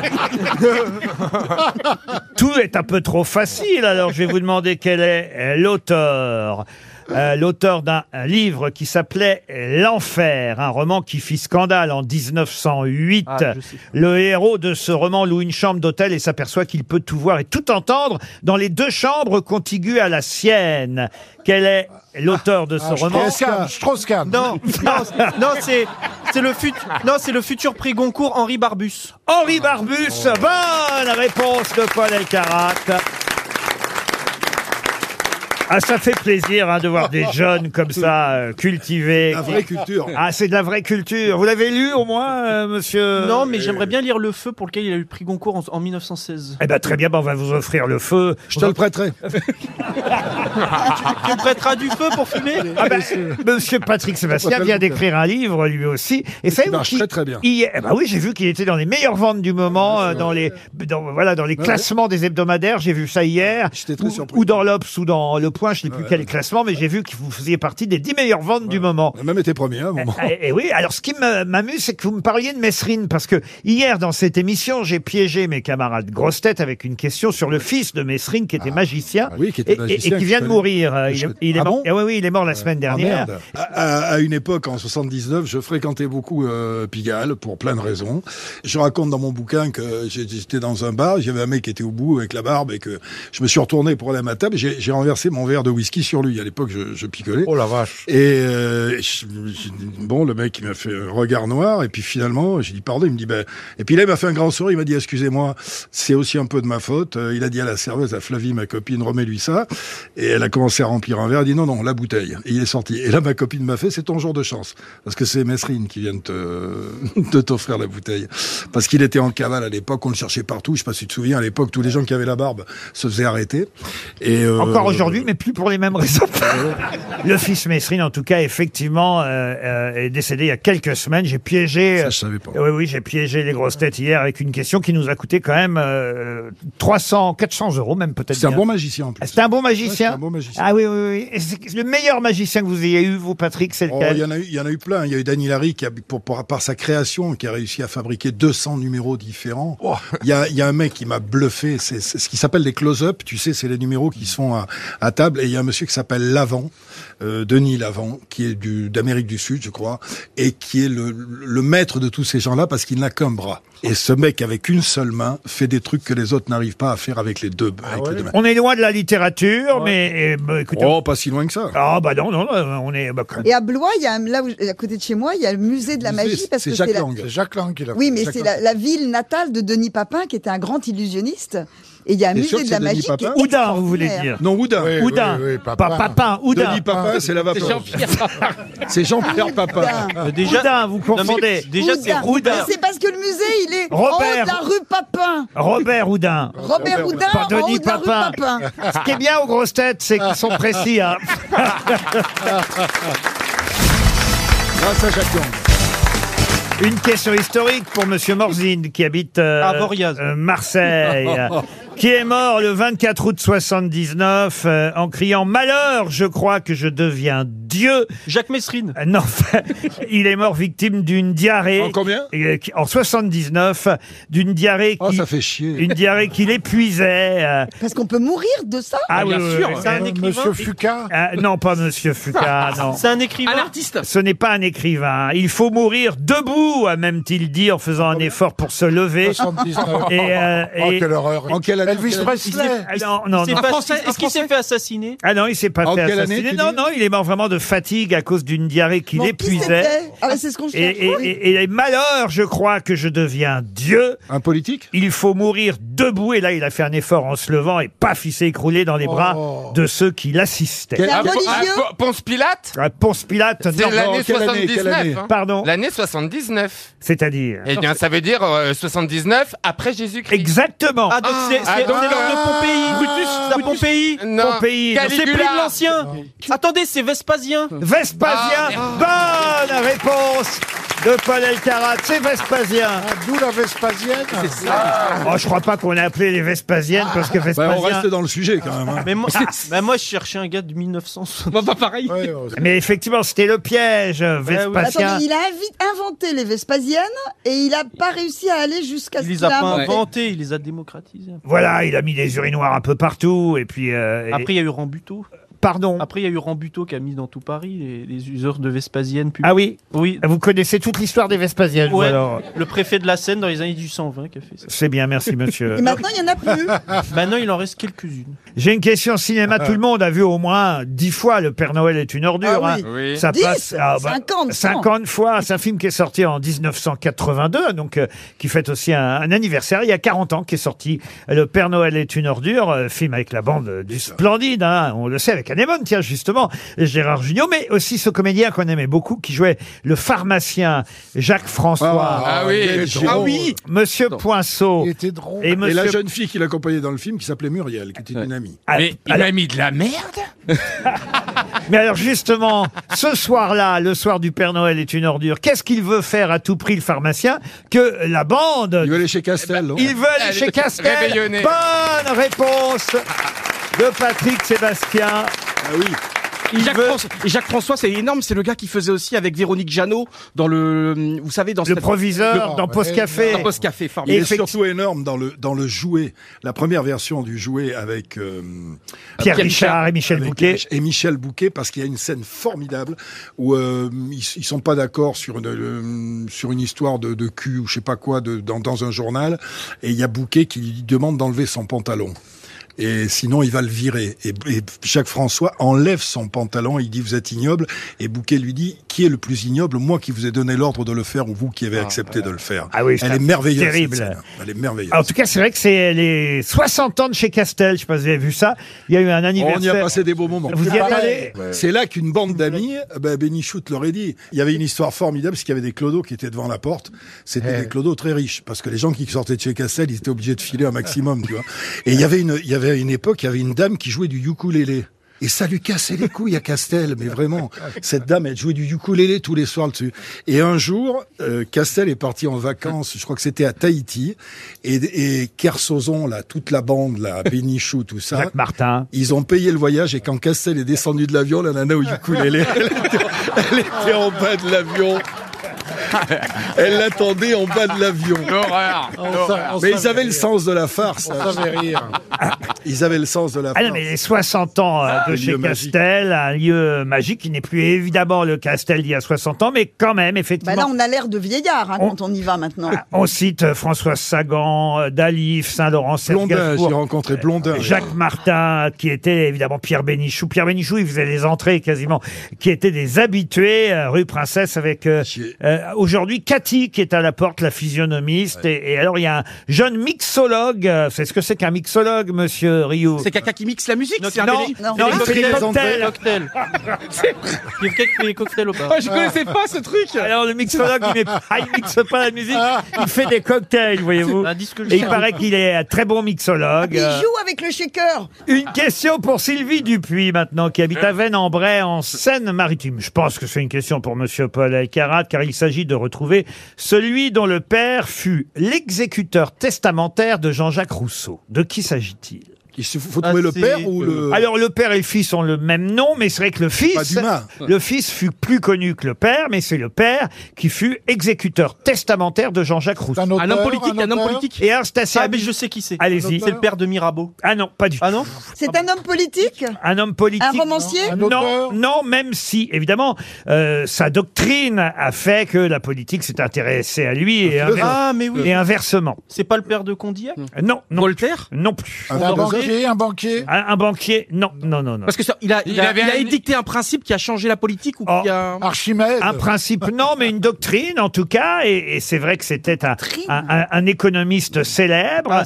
tout est un peu trop facile. Alors, je vais vous demander quel est euh, l'auteur. Euh, l'auteur d'un livre qui s'appelait euh, L'Enfer, un roman qui fit scandale en 1908. Ah, je sais. Le héros de ce roman loue une chambre d'hôtel et s'aperçoit qu'il peut tout voir et tout entendre dans les deux chambres contiguës à la sienne. Quel est l'auteur de ce Ah, roman Strauss-Kahn, Strauss-Kahn. Non, non, c'est- non, c'est c'est le fut- non, c'est le futur prix Goncourt Henri Barbus. Henri Barbus, bonne réponse de Paul Elkarat. Ah, ça fait plaisir hein, de voir des jeunes comme ça euh, cultivés. La vraie culture. Ah, c'est de la vraie culture. Vous l'avez lu au moins, euh, monsieur Non, mais j'aimerais bien lire Le Feu pour lequel il a eu le prix Goncourt en, en 1916. Eh ben très bien, ben, on va vous offrir le feu. Je te le prêterai. Tu me prêteras du feu pour fumer Ah ben, Monsieur Patrick Sébastien vient d'écrire un livre lui aussi. Et ça marche très, très bien. eh ben oui, j'ai vu qu'il était dans les meilleures ventes du moment, euh, dans les dans, voilà dans les Ouais, classements des hebdomadaires. J'ai vu ça hier. très ou, surpris. ou dans l'Obs ou dans Le Point, je ne sais plus quel classement, mais j'ai vu que vous faisiez partie des 10 meilleures ventes du moment. On a même été premier à un moment. Et, oui, alors ce qui me- m'amuse, c'est que vous me parliez de Messrine, parce que hier, dans cette émission, j'ai piégé mes camarades grosses têtes avec une question sur le fils de Messrine, qui était magicien, Ah, oui, qui et- était et- et, magicien, qui je vient de connais. mourir. Euh, Il, il est Ah mort. bon Eh oui, oui, il est mort la semaine Ah, dernière. merde. À, à- à une époque, en 79, je fréquentais beaucoup euh, Pigalle pour plein de raisons. Je raconte dans mon bouquin que j'ai- j'étais dans un bar, j'avais un mec qui était au bout avec la barbe et que je me suis retourné pour aller à ma table. J'ai j'ai renversé mon verre de whisky sur lui. À l'époque, je, je picolais. Oh la vache. Et euh, je- je- bon, le mec, il m'a fait un regard noir. Et puis finalement, j'ai dit pardon. Il me dit, ben. Et puis là, il m'a fait un grand sourire. Il m'a dit, excusez-moi, c'est aussi un peu de ma faute. Euh, Il a dit à la serveuse, à Flavie, ma copine, remets-lui ça. Et elle a commencé à remplir un verre. Elle dit, non, non, la bouteille. Et il est sorti. Et là, ma copine m'a fait, c'est ton jour de chance. Parce que c'est Mesrine qui vient de te- de t'offrir la bouteille. Parce qu'il était en cavale à l'époque. On le cherchait partout. Je sais pas si tu te souviens, à l'époque, tous les gens qui avaient la barbe se faisaient arrêter. Et euh, Encore aujourd'hui, mais plus pour les mêmes raisons. le fils Messrine, en tout cas, effectivement, euh, euh, est décédé il y a quelques semaines. J'ai piégé. euh, Ça, je savais pas. Oui, oui, j'ai piégé les grosses têtes hier avec une question qui nous a coûté quand même euh, 300, 400 euros, même peut-être. C'est un bien. Ah, bon magicien en plus. C'est un bon Ouais, magicien. c'est un bon magicien. Ah oui, oui, oui. Et c'est le meilleur magicien que vous ayez eu, vous, Patrick, c'est Oh, Il y, lequel en a eu- il y en a eu plein. Il y a eu Dany Larry qui, a, pour, pour- par sa création, qui a réussi à fabriquer 200 numéros différents. Il y a, il y a un mec qui m'a bluffé. C'est c'est ce qui s'appelle les close-up. Tu sais, c'est les numéros qui se font à, à table. Et il y a un monsieur qui s'appelle Lavant, euh, Denis Lavant, qui est du- d'Amérique du, Sud, je crois, et qui est le, le maître de tous ces gens-là parce qu'il n'a qu'un bras. Et ce mec, avec une seule main, fait des trucs que les autres n'arrivent pas à faire avec les deux, avec les deux mains. On est loin de la littérature, mais eh, bah, écoutez. Oh, pas si loin que ça. Ah bah non, non, non, on est... bah, quand- Et à Blois, il y a un- là où, à côté de chez moi, il y a le musée de la Musée, magie parce c'est que Jacques c'est la, Lang. C'est Jacques Lang qui l'a oui, fait. mais Jacques c'est Lang. la, la ville natale de Denis Papin qui était un grand illusionniste. Et il y a un T'es sûr musée que de la c'est Denis magie. qui est Papin Oudin, vous voulez extraordinaire. dire Non, Oudin. Oui, Oudin. Ah, oui, oui, Pas Papin, Oudin. Denis Papin, c'est la vapeur. C'est Jean-Pierre Papin. Euh, Oudin, Ah, vous Non, mais confondez. déjà, c'est Oudin. Roudin. Mais C'est parce que le musée, il est en haut Robert. de la rue Papin. Robert Oudin. Robert Houdin, Pas en haut Denis de la Papin. rue Papin. Ce qui est bien aux grosses têtes, c'est qu'ils sont précis. hein. Grâce à Jacques Lang. Une question historique pour Monsieur Morzine, qui habite euh, À Voriaz. euh, Marseille, qui est mort le 24 août 79 euh, en criant « Malheur, je crois que je deviens Dieu. Jacques Messrine. Non, il est mort victime d'une diarrhée. En combien En 79, d'une diarrhée qui. ça fait chier. Une diarrhée qui l'épuisait. euh, Parce qu'on peut mourir de ça Ah Ah Monsieur Fuca Ah, Non, pas Monsieur Fuca, non. C'est un écrivain. Un artiste Ce n'est pas un écrivain. Il faut mourir debout, a même-t-il dit, en faisant un effort pour se lever. euh, 79. euh, Oh, quelle horreur. En quelle année Elvis Presley. Ah, Non, non, C'est non. pas- Est-ce qu'il s'est fait assassiner Ah non, il s'est pas En fait quelle année, assassiner. tu non, dis non, il est mort vraiment de fatigue à cause d'une diarrhée qui Non, qui l'épuisait. c'était Ah, bah, c'est ce qu'on Et, et, et- et malheur, je crois que je deviens Dieu. Un politique Il faut mourir debout. Et là, il a fait un effort en se levant et paf, il s'est écroulé dans les bras de ceux qui l'assistaient. Quel- Ah, ah, P- Ponce Pilate Ah, Ponce Pilate, non. C'est l'année Non, quelle année, quelle 79. année hein. Pardon L'année 79. C'est-à-dire Eh bien, ça veut dire euh, 79 après Jésus-Christ. Exactement. Ah, donc c'est Ah, c'est- donc, c'est l'ordre de Pompéi. Brutus, c'est à Pompéi. Non. Pompéi, non. C'est Pline Caligula. l'Ancien. Ah, Attendez, c'est Vespasien. Vespasien, bonne réponse de Paul Elkarat, c'est Vespasien. D'où la Vespasienne Oh, je crois pas qu'on a appelé les Vespasiennes parce que Vespasien. dans le sujet quand même. Mais moi, bah, moi, je cherchais un gars de 1960. Bah, pareil. Mais effectivement, c'était le piège, Ben Ah Vespasien. Attendez, il a invi- inventé les Vespasiennes et il n'a pas réussi à aller jusqu'à ce Il qu'il les a a pas inventé. inventés, il les a démocratisés. Voilà, il a mis des urinoirs un peu partout et puis. Après, il y a eu Rambuteau. Pardon Après, il y a eu Rambuteau qui a mis dans tout Paris les, les useurs de Vespasienne. Ah oui Oui. Vous connaissez toute l'histoire des Vespasiennes, vous, Ouais, alors. euh, le préfet de la Seine dans les années du 120 qui a fait ça. C'est bien, merci monsieur. il n'y en a plus. maintenant, il en reste quelques-unes. J'ai une question cinéma. Tout le monde a vu au moins dix fois Le Père Noël est une ordure. Ah hein. oui. Oui. Ça Dix, passe cinquante, cent. 50 fois. C'est un film qui est sorti en 1982, donc euh, qui fête aussi un, un anniversaire. Il y a 40 ans qui est sorti Le Père Noël est une ordure, euh, film avec la bande euh, du Splendide. hein. on le sait avec Anémone, tiens justement, Gérard Jugnot, mais aussi ce comédien qu'on aimait beaucoup qui jouait le pharmacien Jacques François. Ah, ah oui, il était drôle. Monsieur Poinceau. Et, monsieur- la jeune fille qui l'accompagnait dans le film, qui s'appelait Muriel, qui était une amie. Mais il m'a mis de la merde Mais alors justement, ce soir-là, le soir du Père Noël est une ordure, qu'est-ce qu'il veut faire à tout prix le pharmacien Que la bande... Il veut aller chez Castel. il veut aller Allez, chez Castel. réveillonnez. Bonne réponse de Patrick Sébastien. Ah oui. Jacques, François, Jacques François, c'est énorme, c'est le gars qui faisait aussi avec Véronique Jeannot dans le, vous savez, dans le proviseur, dans Post Café. Dans Post Café, Il formidable. est surtout énorme dans le, dans le jouet. La première version du jouet avec euh, Pierre Richard et Michel Bouquet. Et Michel Bouquet, parce qu'il y a une scène formidable où euh, ils, ils sont pas d'accord sur une, euh, sur une histoire de, de cul ou je sais pas quoi de, dans, dans un journal. Et il y a Bouquet qui lui demande d'enlever son pantalon. Et sinon, il va le virer. Et, et Jacques François enlève son pantalon. Il dit Vous êtes ignoble. Et Bouquet lui dit Qui est le plus ignoble Moi qui vous ai donné l'ordre de le faire ou vous qui avez accepté de le faire Ah oui, Elle ça, est merveilleuse. cette terrible. scène. Elle est merveilleuse. En tout cas, c'est vrai que c'est les 60 ans de chez Castel. Je sais pas si vous avez vu ça. Il y a eu un On y a anniversaire. passé des beaux moments. Vous y êtes allé Ouais. C'est là qu'une bande d'amis, eh ben Benny Schutt l'aurait dit. Il y avait une histoire formidable parce qu'il y avait des clodos qui étaient devant la porte. C'était Eh. des clodos très riches parce que les gens qui sortaient de chez Castel, ils étaient obligés de filer un maximum, tu vois. Et il y avait une, il y avait une époque, il y avait une dame qui jouait du ukulélé. Et ça lui cassait les couilles à Castel, mais vraiment. Cette dame, elle jouait du ukulélé tous les soirs dessus. Et un jour, euh, Castel est parti en vacances, je crois que c'était à Tahiti, et, et Kersozon, là, toute la bande, là, Bénichou, tout ça. Jacques Martin. Ils ont payé le voyage, et quand Castel est descendu de l'avion, la nana au ukulélé, elle était, elle était en bas de l'avion. Elle l'attendait en bas de l'avion. L'horreur. L'horreur. Mais ils avaient le sens de la farce. On savait rire. Ils avaient le sens de la Ah farce. non, mais les 60 ans euh, Ah, de un chez lieu magique. Castel, un lieu magique qui n'est plus évidemment le Castel d'il y a 60 ans, mais quand même, effectivement. Bah là, on a l'air de vieillard hein, quand on y va maintenant. On cite euh, François Sagan, euh, Dalif, Saint-Laurent, Serge Blondin, Gainsbourg, j'ai rencontré Blondin. euh, Jacques Martin, qui était évidemment Pierre Bénichou. Pierre Bénichou, il faisait les entrées quasiment, qui étaient des habitués, euh, rue Princesse, avec euh, euh, aujourd'hui Cathy, qui est à la porte, la physionomiste. Et, et alors, il y a un jeune mixologue. euh, C'est ce que c'est qu'un mixologue, monsieur Rio C'est quelqu'un qui mixe la musique Non, c'est un non, télé- non, télé- non, télé- c'est les cocktail. Cocktail. Il y a quelqu'un qui fait des cocktails au bar. Ah, je connaissais pas ce truc. Alors le mixologue, il, met- ah, il mixe pas la musique, il fait des cocktails, voyez-vous. Un disque Et il dur. paraît qu'il est un très bon mixologue. Ah, Il Euh, joue avec le shaker. Une question pour Sylvie Dupuis maintenant, qui Euh. habite à Vennes-en-Bray, en Seine-Maritime. Je pense que c'est une question pour Monsieur Paul Alcarat, car il s'agit de retrouver celui dont le père fut l'exécuteur testamentaire de Jean-Jacques Rousseau. De qui s'agit-il Il se- faut Ah, trouver le père ou euh, le. Alors le père et le fils ont le même nom, mais c'est vrai que le fils, d'humain. le fils fut plus connu que le père, mais c'est le père qui fut exécuteur testamentaire de Jean-Jacques Rousseau. Un homme politique, un, homme politique. Et alors, c'est assez. Ah, mais je sais qui c'est. Allez-y. C'est le père de Mirabeau. Ah non, pas du tout. Ah non C'est un homme politique Un homme politique. Un romancier Non, non, non, même si, évidemment, euh, sa doctrine a fait que la politique s'est intéressée à lui et, philosophe. Ah, mais oui. et inversement. C'est pas le père de Condillac Euh, Euh, Non, non. Voltaire Non plus. Un Un philosophe banquier, un banquier Un, banquier Non, non, non. non. Parce que ça, il a, il, Il a, avait il a un- édicté un principe qui a changé la politique ou qui a... Archimède. Oh. Un principe, non, mais une doctrine en tout cas. Et, et c'est vrai que c'était un, un- un- un économiste célèbre, Ah,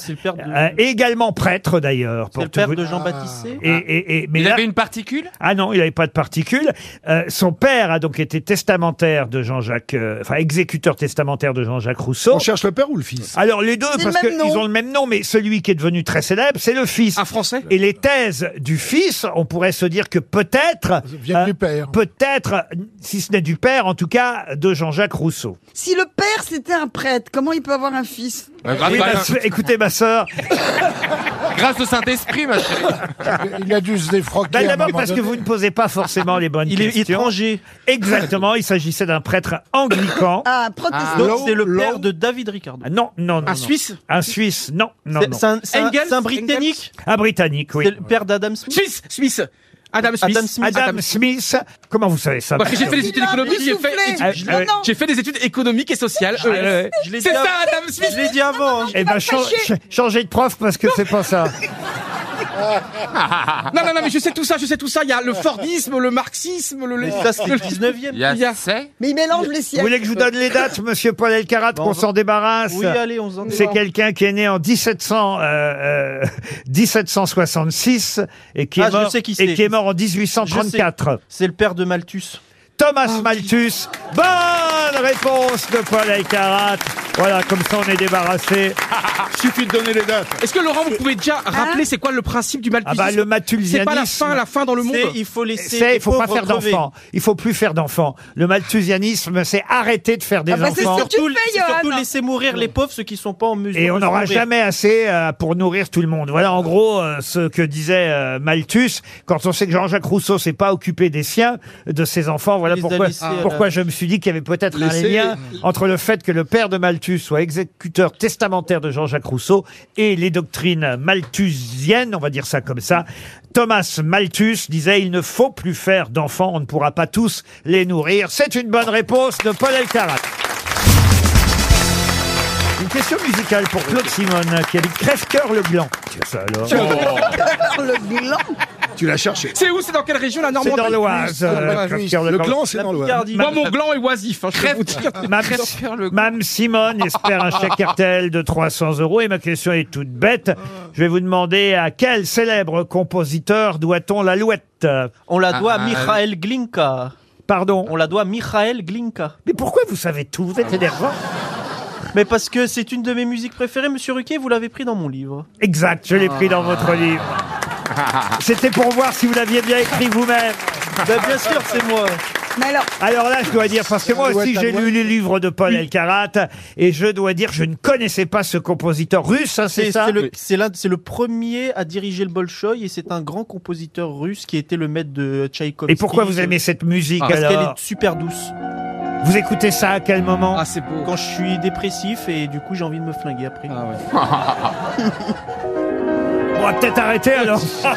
euh, également prêtre d'ailleurs. pour le tout père vous- de Jean Baptiste Et, Ah. et- et- mais Il là- avait une particule Ah non, il n'avait pas de particules. Euh, son père a donc été testamentaire de Jean-Jacques, euh, enfin exécuteur testamentaire de Jean-Jacques Rousseau. On cherche le père ou le fils Alors les deux, C'est le parce même qu'ils nom. ont le même nom, mais celui qui est devenu très célèbre, c'est le fils. Un français. Et les thèses du fils, on pourrait se dire que peut-être... euh, Peut-être, si ce n'est du père, en tout cas, de Jean-Jacques Rousseau. Si le père c'était un prêtre, comment il peut avoir un fils Oui, ma so- écoutez, ma sœur, Grâce au Saint-Esprit, ma chérie. Il a dû se défroquer. à un Bah, D'abord moment parce que donné. vous ne posez pas forcément les bonnes Il est questions. étranger. Exactement, il s'agissait d'un prêtre anglican. Ah, Donc c'est le père de David Ricardo. Ah, Non, non, non. Un non. Suisse Un Suisse, non, non, C'est- non. c'est un- c'est un- Engels c'est un Britannique Un Britannique, oui. C'est le père d'Adam Smith. Suisse, Suisse. Adam Smith. Adam Smith. Adam Smith. Comment vous savez ça Parce que j'ai fait des Marie études économiques, j'ai fait, Ah, j'ai- ah, ouais. j'ai fait des études économiques et sociales. Ah, ouais. Je l'ai C'est dit ça, avant. Adam Smith. Je l'ai dit avant. hein. Eh ben, chan- ch- changez de prof parce que c'est pas ça. Non, non, non, mais je sais tout ça, je sais tout ça. Il y a le fordisme, le marxisme, le... Mais Ah. ça, c'était le 19e. Il y a- Mais il mélange les Vous siècles. voulez que je vous donne les dates, monsieur Paul Elkarat, qu'on s'en débarrasse Oui, allez, on s'en C'est débarrasse. quelqu'un qui est né en 1700, euh, euh, 1766 et qui, Ah, est je mort, sais qui et c'est. qui est mort en Je sais. 1834. C'est le père de Malthus. Thomas Ah, Malthus. Bonne réponse de Paul Elkarat. Voilà, comme ça on est débarrassé. Suffit de donner les dates. Est-ce que Laurent, vous pouvez déjà rappeler c'est quoi le principe du malthusisme Ah bah, le malthusianisme. C'est pas la fin, la fin dans le monde. C'est- il faut laisser C'est, les il faut pas pauvres faire crever. d'enfants. Il faut plus faire d'enfants. Le malthusianisme, c'est arrêter de Ah, Ah, faire des bah, bah, enfants. Surtout, c'est surtout laisser mourir les pauvres, ceux qui sont pas en mesure. Et on de n'aura sauver. jamais assez euh, pour nourrir tout le monde. Voilà en gros euh, ce que disait euh, Malthus. Quand on sait que Jean-Jacques Rousseau s'est pas occupé des siens, de ses enfants, voilà Les a pourquoi, laissés à la- pourquoi je me suis dit qu'il y avait peut-être un Laissés- lien entre le fait que le père de Malthus soit exécuteur testamentaire de Jean-Jacques Rousseau et les doctrines malthusiennes, on va dire ça comme ça. Thomas Malthus disait il ne faut plus faire d'enfants, on ne pourra pas tous les nourrir. C'est une bonne réponse de Paul Elkarat. Une question musicale pour Claude Simone qui habite Crève-Cœur-le-Blanc. Tiens, ça alors. le blanc. Tu l'as cherché. C'est où C'est dans quelle région La Normandie C'est dans l'Oise. euh, Crève-Cœur-le-Blanc. Moi, mon gland est oisif. hein, je peux vous dire. Mme Simone espère un chèque cartel de 300 euros et ma question est toute bête. Je vais vous demander à quel célèbre compositeur doit-on l'alouette On la doit à Michael Glinka. Ah, Pardon On la doit à Michael Glinka. Mais pourquoi vous savez tout Vous êtes énervant. Mais parce que c'est une de mes musiques préférées, monsieur Ruquier, vous l'avez pris dans mon livre. Exact, ah, je l'ai pris dans votre livre. C'était pour voir si vous l'aviez bien écrit vous-même. Bah, bien sûr, c'est moi. Mais alors, Alors là, je dois dire, parce que moi aussi, j'ai lu les livres de Paul Elkarat, et je dois dire, je ne connaissais pas ce compositeur russe, hein, c'est ça le, c'est l'un- c'est le premier à diriger le Bolchoï et c'est un grand compositeur russe qui était le maître de Tchaïkovski. Et pourquoi vous aimez cette musique, Parce qu'elle alors est super douce. Vous écoutez ça à quel moment Ah, c'est beau. Ah, Quand je suis dépressif et du coup j'ai envie de me flinguer après. On va peut-être arrêter alors. Ah,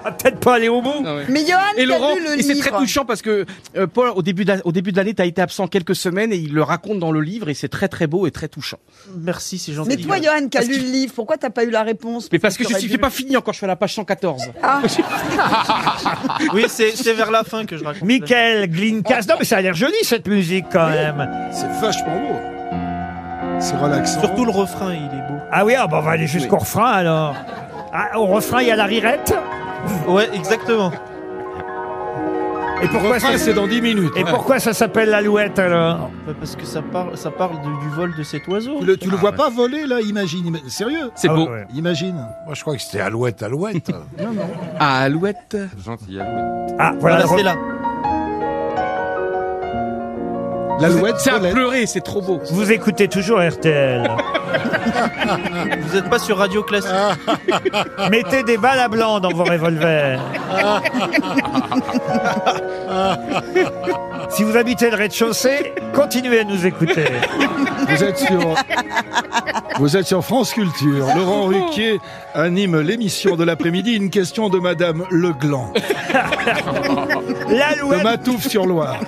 On va peut-être pas aller au bout. Mais Johan, et t'as Laurent, lu le et c'est livre très touchant parce que euh, Paul, au début de la- au début de l'année, t'as été absent quelques semaines et il le raconte dans le livre et c'est très très beau et très touchant. Merci, c'est gentil. Mais toi, Johan, qui as lu le livre, pourquoi t'as pas eu la réponse Mais parce que je T'aurais suis dû- j'ai pas fini encore, je suis à la page 114. Ah. oui, c'est c'est vers la fin que je raconte. Michael Glinkas. Non, mais ça a l'air joli cette musique quand même. C'est vachement beau. C'est relaxant. Surtout le refrain, il est beau. Ah oui, ah bah, on va aller jusqu'au refrain alors. Ah, au refrain, il y a la rirette. Ouais, exactement. Et pourquoi refrain, ça- c'est dans 10 minutes. Et pourquoi ça s'appelle l'alouette alors Bah, Parce que ça parle, ça parle du, du vol de cet oiseau. Ah, Tu le, tu le vois pas voler là, imagine. ima- Sérieux C'est Ah beau. ouais. Imagine. Moi, je crois que c'était Alouette, Alouette. Non, non. Alouette. Gentil, alouette. Ah, Voilà, voilà. c'est là. L'alouette. C'est à pleurer, c'est trop beau. Vous écoutez toujours RTL. Vous n'êtes pas sur Radio Classique. Mettez des balles à blanc dans vos revolvers. Si vous habitez le rez-de-chaussée, continuez à nous écouter. Vous êtes sur- Vous êtes sur France Culture. Laurent Ruquier anime l'émission de l'après-midi. Une question de Madame Legland. L'alouette. De Matouf sur Loire.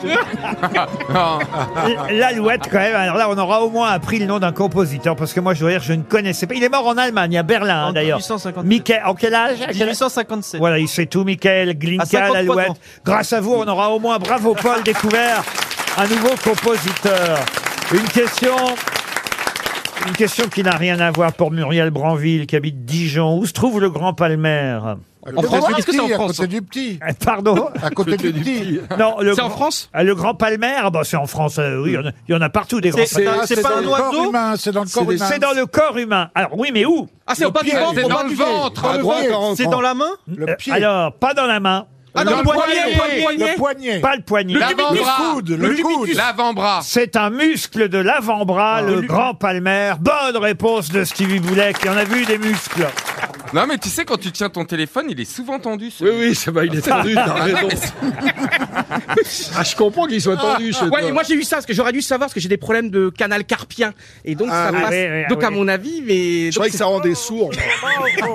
Ah, L- L'alouette, quand même. Alors là, on aura au moins appris le nom d'un compositeur, parce que moi, je dois dire, je ne connaissais pas. Il est mort en Allemagne, à Berlin, hein, d'ailleurs. 1857. Michael, en quel âge 1857. Voilà, il sait tout, Michael À Glinka, 53 l'alouette. ans. Grâce à vous, on aura au moins, bravo Paul, découvert un nouveau compositeur. Une question... Une question qui n'a rien à voir pour Muriel Branville, qui habite Dijon. Où se trouve le Grand Palmer En France Est-ce que c'est en France C'est du petit. Ah, Pardon À côté du petit. Non, le C'est en grand- ah, Le Grand Palmer, ah bah c'est en France, euh, oui, il y en a- il y, en a partout des grands C'est- palmers. c'est- c'est pas dans un le corps oiseau humain, C'est dans le corps C'est des- humain. C'est dans le corps humain. Alors oui, mais où Ah, c'est au Le bas du pied, ventre, c'est au dans bas le du ventre. ventre. Dans le ventre. C'est dans la main Euh, pied. Alors, pas dans la main. Ah, dans le poignet, le poignet. le poignet. Pas le poignet. Le L'avant-bras. coude, le Le coude. cubitus. L'avant-bras. C'est un muscle de l'avant-bras, le grand palmer. Bonne réponse de Stevie Boulet, qui en a vu des muscles. Non, mais tu sais, quand tu tiens ton téléphone, il est souvent tendu. ah, Oui, oui, ça va, il est tendu, t'as raison. Ah, je comprends qu'il soit tendu chez Ah. ouais, toi. mais moi j'ai eu ça, parce que j'aurais dû savoir, parce que j'ai des problèmes de canal carpien. Et donc Ah, ça oui. passe. Ah, oui, oui, donc ah, à oui. mon avis, mais. Je croyais que ça rendait sourd.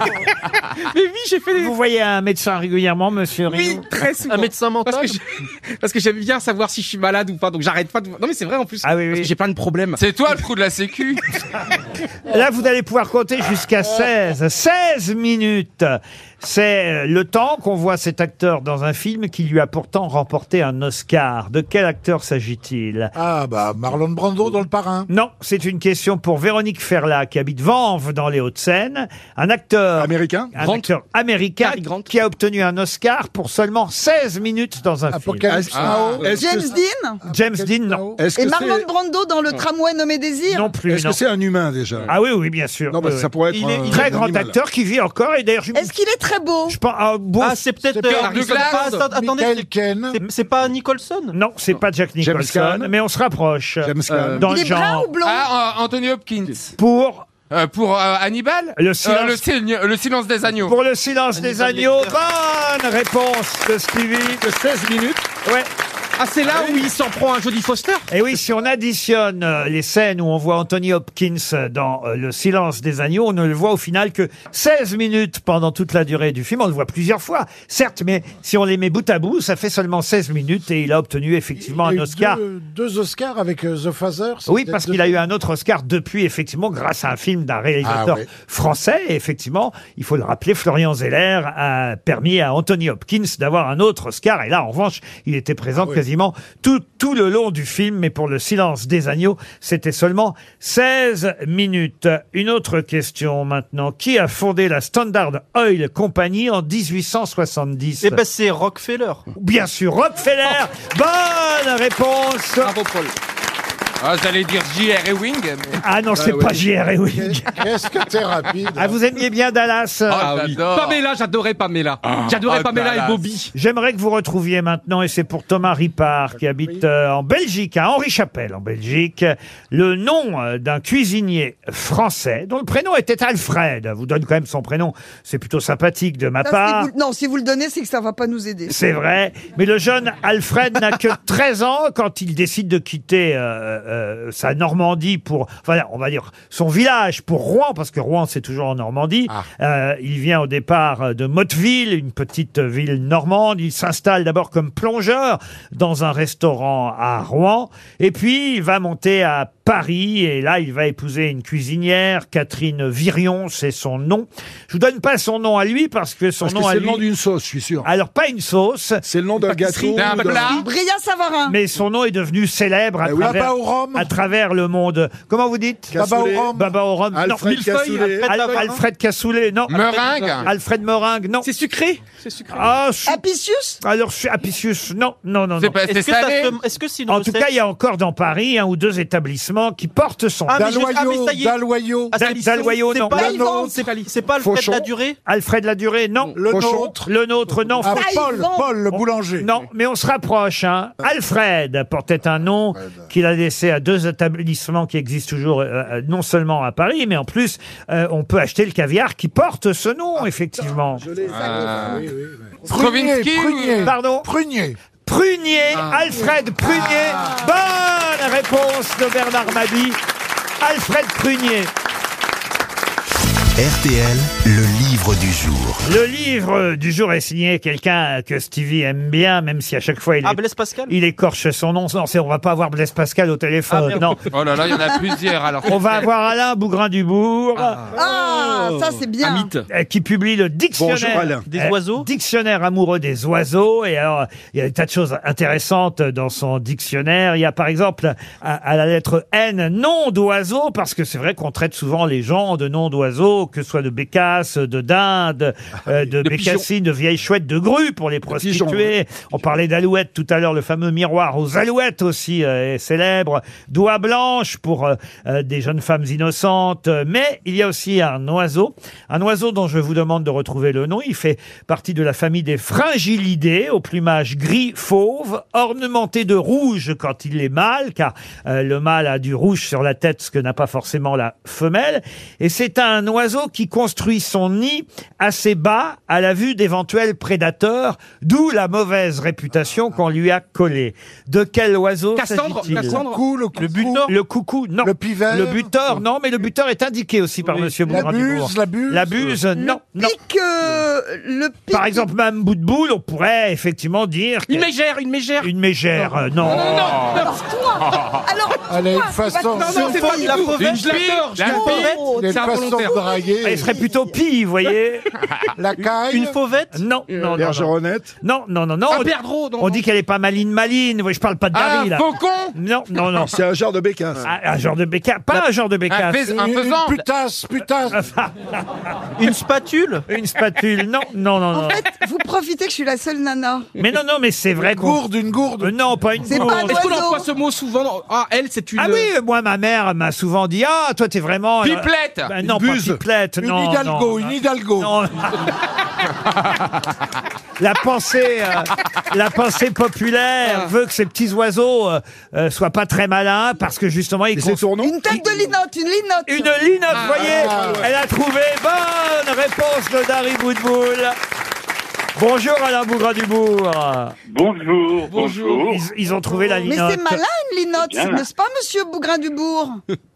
Mais oui, j'ai fait des. Vous voyez un médecin régulièrement, monsieur Oui, Rioux très souvent. Un médecin mental Parce que j'ai- Parce que j'aime bien savoir si je suis malade ou pas, donc j'arrête pas de. Non, mais c'est vrai en plus. Ah Parce que j'ai plein de problèmes. C'est toi le trou de la sécu Là, vous allez pouvoir compter jusqu'à 16. 16 minutes C'est euh, le temps qu'on voit cet acteur dans un film qui lui a pourtant remporté un Oscar. De quel acteur s'agit-il Ah bah Marlon Brando dans le parrain. Non, c'est une question pour Véronique Ferla, qui habite Vanves dans les Hauts-de-Seine. Un acteur américain, un Grant. acteur américain qui a obtenu un Oscar pour seulement 16 minutes dans un Apocalypse film. Ah. Now. Est-ce que James c'est- Dean James Dean, non. Et Marlon Brando dans le tramway nommé Désir Non plus. Est-ce que c'est un humain déjà Ah oui, oui, bien sûr. Non, parce que Oui, ça oui. pourrait être Il est- un- il est très un grand animal. acteur qui vit encore. Et d'ailleurs, je Est-ce qu'il est très beau je pense. Ah, bon, Ah, c'est peut-être. euh, Harrison Ford. Attends, Attendez, c'est- c'est- c'est pas Nicholson Non, c'est pas Jack James Nicholson, Caan. mais on se rapproche. euh, dans le genre. Ah, euh, Anthony Hopkins. Pour Pour euh, Hannibal Le Euh, silence- le signe- le silence des agneaux. Pour le silence des Ah, agneaux, bonne réponse de Stevie. De 16 minutes. Ouais. Ah, c'est là où il s'en prend un Jodie Foster Et Eh oui, si on additionne euh, les scènes où on voit Anthony Hopkins euh, dans euh, Le silence des agneaux, on ne le voit au final que 16 minutes pendant toute la durée du film. On le voit plusieurs fois, certes, mais si on les met bout à bout, ça fait seulement 16 minutes et il a obtenu effectivement Il y a un eu Oscar. Deux, deux Oscars avec euh, The Father. c'est Oui, peut-être parce deux- qu'il a eu un autre Oscar depuis, effectivement, grâce à un film d'un réalisateur Ah ouais. français. Et effectivement, il faut le rappeler, Florian Zeller a permis à Anthony Hopkins d'avoir un autre Oscar. Et là, en revanche, il était Ah, présent quasiment tout, tout le long du film. Mais pour Le silence des agneaux, c'était seulement 16 minutes. Une autre question maintenant. Qui a fondé la Standard Oil Company en 1870 Eh ben, c'est Rockefeller. Oh. Bien sûr, Rockefeller. Bonne réponse. Bravo, Paul. Ah, j'allais dire J.R. Ewing. mais- Ah non, c'est Ah, pas ouais. J.R. Ewing. Qu'est-ce que t'es rapide. Ah, vous aimiez bien Oh, Dallas Ah, oui. Pamela, j'adorais Pamela. j'adorais Ah, Pamela Dallas. et Bobby. J'aimerais que vous retrouviez maintenant, et c'est pour Thomas Ripard, qui habite euh, en Belgique, à Henri-Chapelle, en Belgique, le nom euh, d'un cuisinier français dont le prénom était Alfred. Je Vous donne quand même son prénom, c'est plutôt sympathique de ma Ça, si part. vous- Non, si vous le donnez, c'est que ça va pas nous aider. C'est vrai. Mais le jeune Alfred n'a que 13 ans quand il décide de quitter euh, euh, sa Normandie pour, enfin, on va dire son village pour Rouen, parce que Rouen c'est toujours en Normandie. Euh, il vient au départ euh, de Motteville, une petite ville normande. Il s'installe d'abord comme plongeur dans un restaurant à Rouen. Et puis il va monter à Paris et là il va épouser une cuisinière, Catherine Virion, c'est son nom. Je vous donne pas son nom à lui parce que son Parce que nom à c'est le lui. nom d'une sauce, je suis sûr. Alors pas une sauce. C'est le nom d'un gâteau. ou d'un- Bria Savarin. Mais son nom est devenu célèbre à, Eh oui. travers, Baba au rhum. à travers le monde. Comment vous dites Baba au Cassoulet. rhum. Baba au rhum. Alfred Millefeuille, Cassoulet. Al- Alfred Alfred Cassoulet, non. Meringue. Alfred Meringue, non. C'est sucré C'est sucré. Ah, su- Apicius Alors, su- Apicius, non, non, non. C'est non. pas- c'est Est-ce que ça salé se- est-ce que c'est une En tout recette cas, il y a encore dans Paris un ou deux établissements évidemment, qui porte son Ah, mais je- ah, mais ça y est. Ah, ça y est, Dalloyo, c'est non. pas Ivan, c'est pas- c'est pas Alfred Fauchon. Ladurée Alfred Ladurée, non. Le Fauchon. nôtre. Le nôtre, non. Ah, Fauchon. Paul, Paul, le boulanger. Non, mais on se rapproche. Hein. Alfred portait un nom qu'il a laissé à deux établissements qui existent toujours, euh, euh, non seulement à Paris, mais en plus, euh, on peut acheter le caviar qui porte ce nom, effectivement. Ah. Stravinsky ou- Pardon Prunier. Ah. Prunier, Alfred Prunier. Bonne réponse de Bernard Mabie. Alfred Prunier. RTL, le livre du jour. Le livre du jour est signé quelqu'un que Stevie aime bien, même si à chaque fois il, Ah, est- Blaise Pascal Ah, il écorche son nom. Non, c'est- on va pas avoir Blaise Pascal au téléphone. non. Oh là là, il y en a plusieurs. Alors, On va avoir Alain Bougrain-Dubourg. Ah, ça Oh. c'est bien. Euh, Qui publie le dictionnaire Bonjour, Alain. Des euh, oiseaux Dictionnaire amoureux des oiseaux. Et alors, il y a des tas de choses intéressantes dans son dictionnaire. Il y a par exemple à, à la lettre N, nom d'oiseau, parce que c'est vrai qu'on traite souvent les gens de nom d'oiseaux, que ce soit de bécasse, de dinde, Ah euh, de, bécassine, de vieille chouette, de grue pour les pigeons, prostituées. On parlait d'alouette tout à l'heure, le fameux miroir aux alouettes aussi euh, est célèbre. Doigt blanche pour euh, euh, des jeunes femmes innocentes. Mais il y a aussi un oiseau, un oiseau dont je vous demande de retrouver le nom. Il fait partie de la famille des fringillidés, au plumage gris fauve, ornementé de rouge quand il est mâle, car euh, le mâle a du rouge sur la tête, ce que n'a pas forcément la femelle. Et c'est un oiseau qui construit son nid assez bas à la vue d'éventuels prédateurs, d'où la mauvaise réputation qu'on lui a collée. De quel oiseau Cassandre, s'agit-il Cassandre. Le coucou, le coucou. le butor, le coucou, non. Le pivet, le buteur, non, mais le buteur est indiqué aussi par Monsieur La Bougrain-Dubourg. buse, la buse. la buse, Le non, non. euh, Par exemple, Mme bout de boule, on pourrait effectivement dire Une qu'elle- mégère, une mégère. une mégère, euh, non. Non, non, non, non. Alors, Elle a une façon. Non, non, c'est pas de la fauvette, je l'adore, je l'adore. Une C'est façon involontaire. de draguer. Elle serait plutôt pie, vous voyez. La caille. Une fauvette Non, non, non. Bergeronnette Non, non, non, non. Ah, On- Perdreau, non, On non. dit qu'elle est pas maline, maline. Oui, Je parle pas de Dari, là. faucon Non, non, non. C'est un genre de bécasse. Ah, un genre de bécasse. Pas un genre de bécasse. putasse, putasse. Une spatule Une spatule, non, non, non, non. En fait, vous profitez que je suis la seule nana. Mais non, non, mais c'est vrai qu'on... Euh, gourde, une gourde. non, pas une C'est gourde. pas un Est-ce qu'on oiseau. emploie ce mot souvent Ah, elle, c'est une. Ah oui, euh, moi, ma mère m'a souvent dit Ah, toi, t'es vraiment. euh, Pipelette bah, Une Non, pas buse. pipelette, Une non. hidalgo, non. Oh, une hidalgo. Non. La pensée, euh, la pensée Ah. populaire veut que ces petits oiseaux euh, euh, soient pas très malins parce que justement ils construisent Une tête de linotte, une Ah, linotte. une ligne. vous voyez, elle a trouvé bonne réponse de Dari Boudboul. Bonjour Alain Bougrain-Dubourg. Bonjour, bonjour. Ils, ils ont trouvé la Mais ligne. c'est malin une linotte, Bien. n'est-ce pas, monsieur Bougrain-Dubourg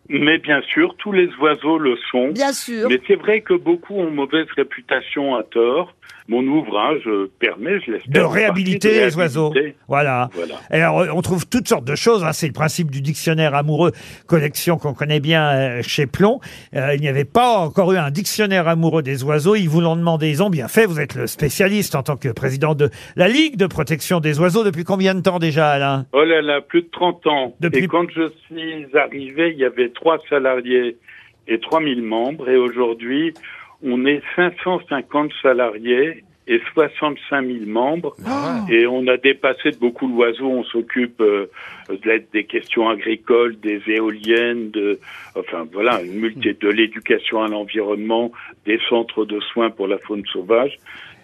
Mais bien sûr, tous les oiseaux le sont. Bien sûr. Mais c'est vrai que beaucoup ont mauvaise réputation à tort. Mon ouvrage euh, permet, je l'espère, de en partie réhabiliter de les oiseaux. réhabiliter. Voilà. Voilà. Et alors, euh, on trouve toutes sortes de choses. hein. C'est le principe du dictionnaire amoureux, collection qu'on connaît bien euh, chez Plomb. Euh, il n'y avait pas encore eu un dictionnaire amoureux des oiseaux. Ils vous l'ont demandé. Ils ont bien fait. Vous êtes le spécialiste en tant que président de la Ligue de protection des oiseaux. Depuis combien de temps déjà, Alain Oh là là, plus de 30 ans. Depuis- Et quand je suis arrivé, il y avait trois salariés et 3000 membres. Et aujourd'hui, on est 550 salariés et 65 000 membres. Et on a dépassé de beaucoup l'oiseau. On s'occupe euh, de l'aide des questions agricoles, des éoliennes, de, enfin voilà, une multi- de l'éducation à l'environnement, des centres de soins pour la faune sauvage.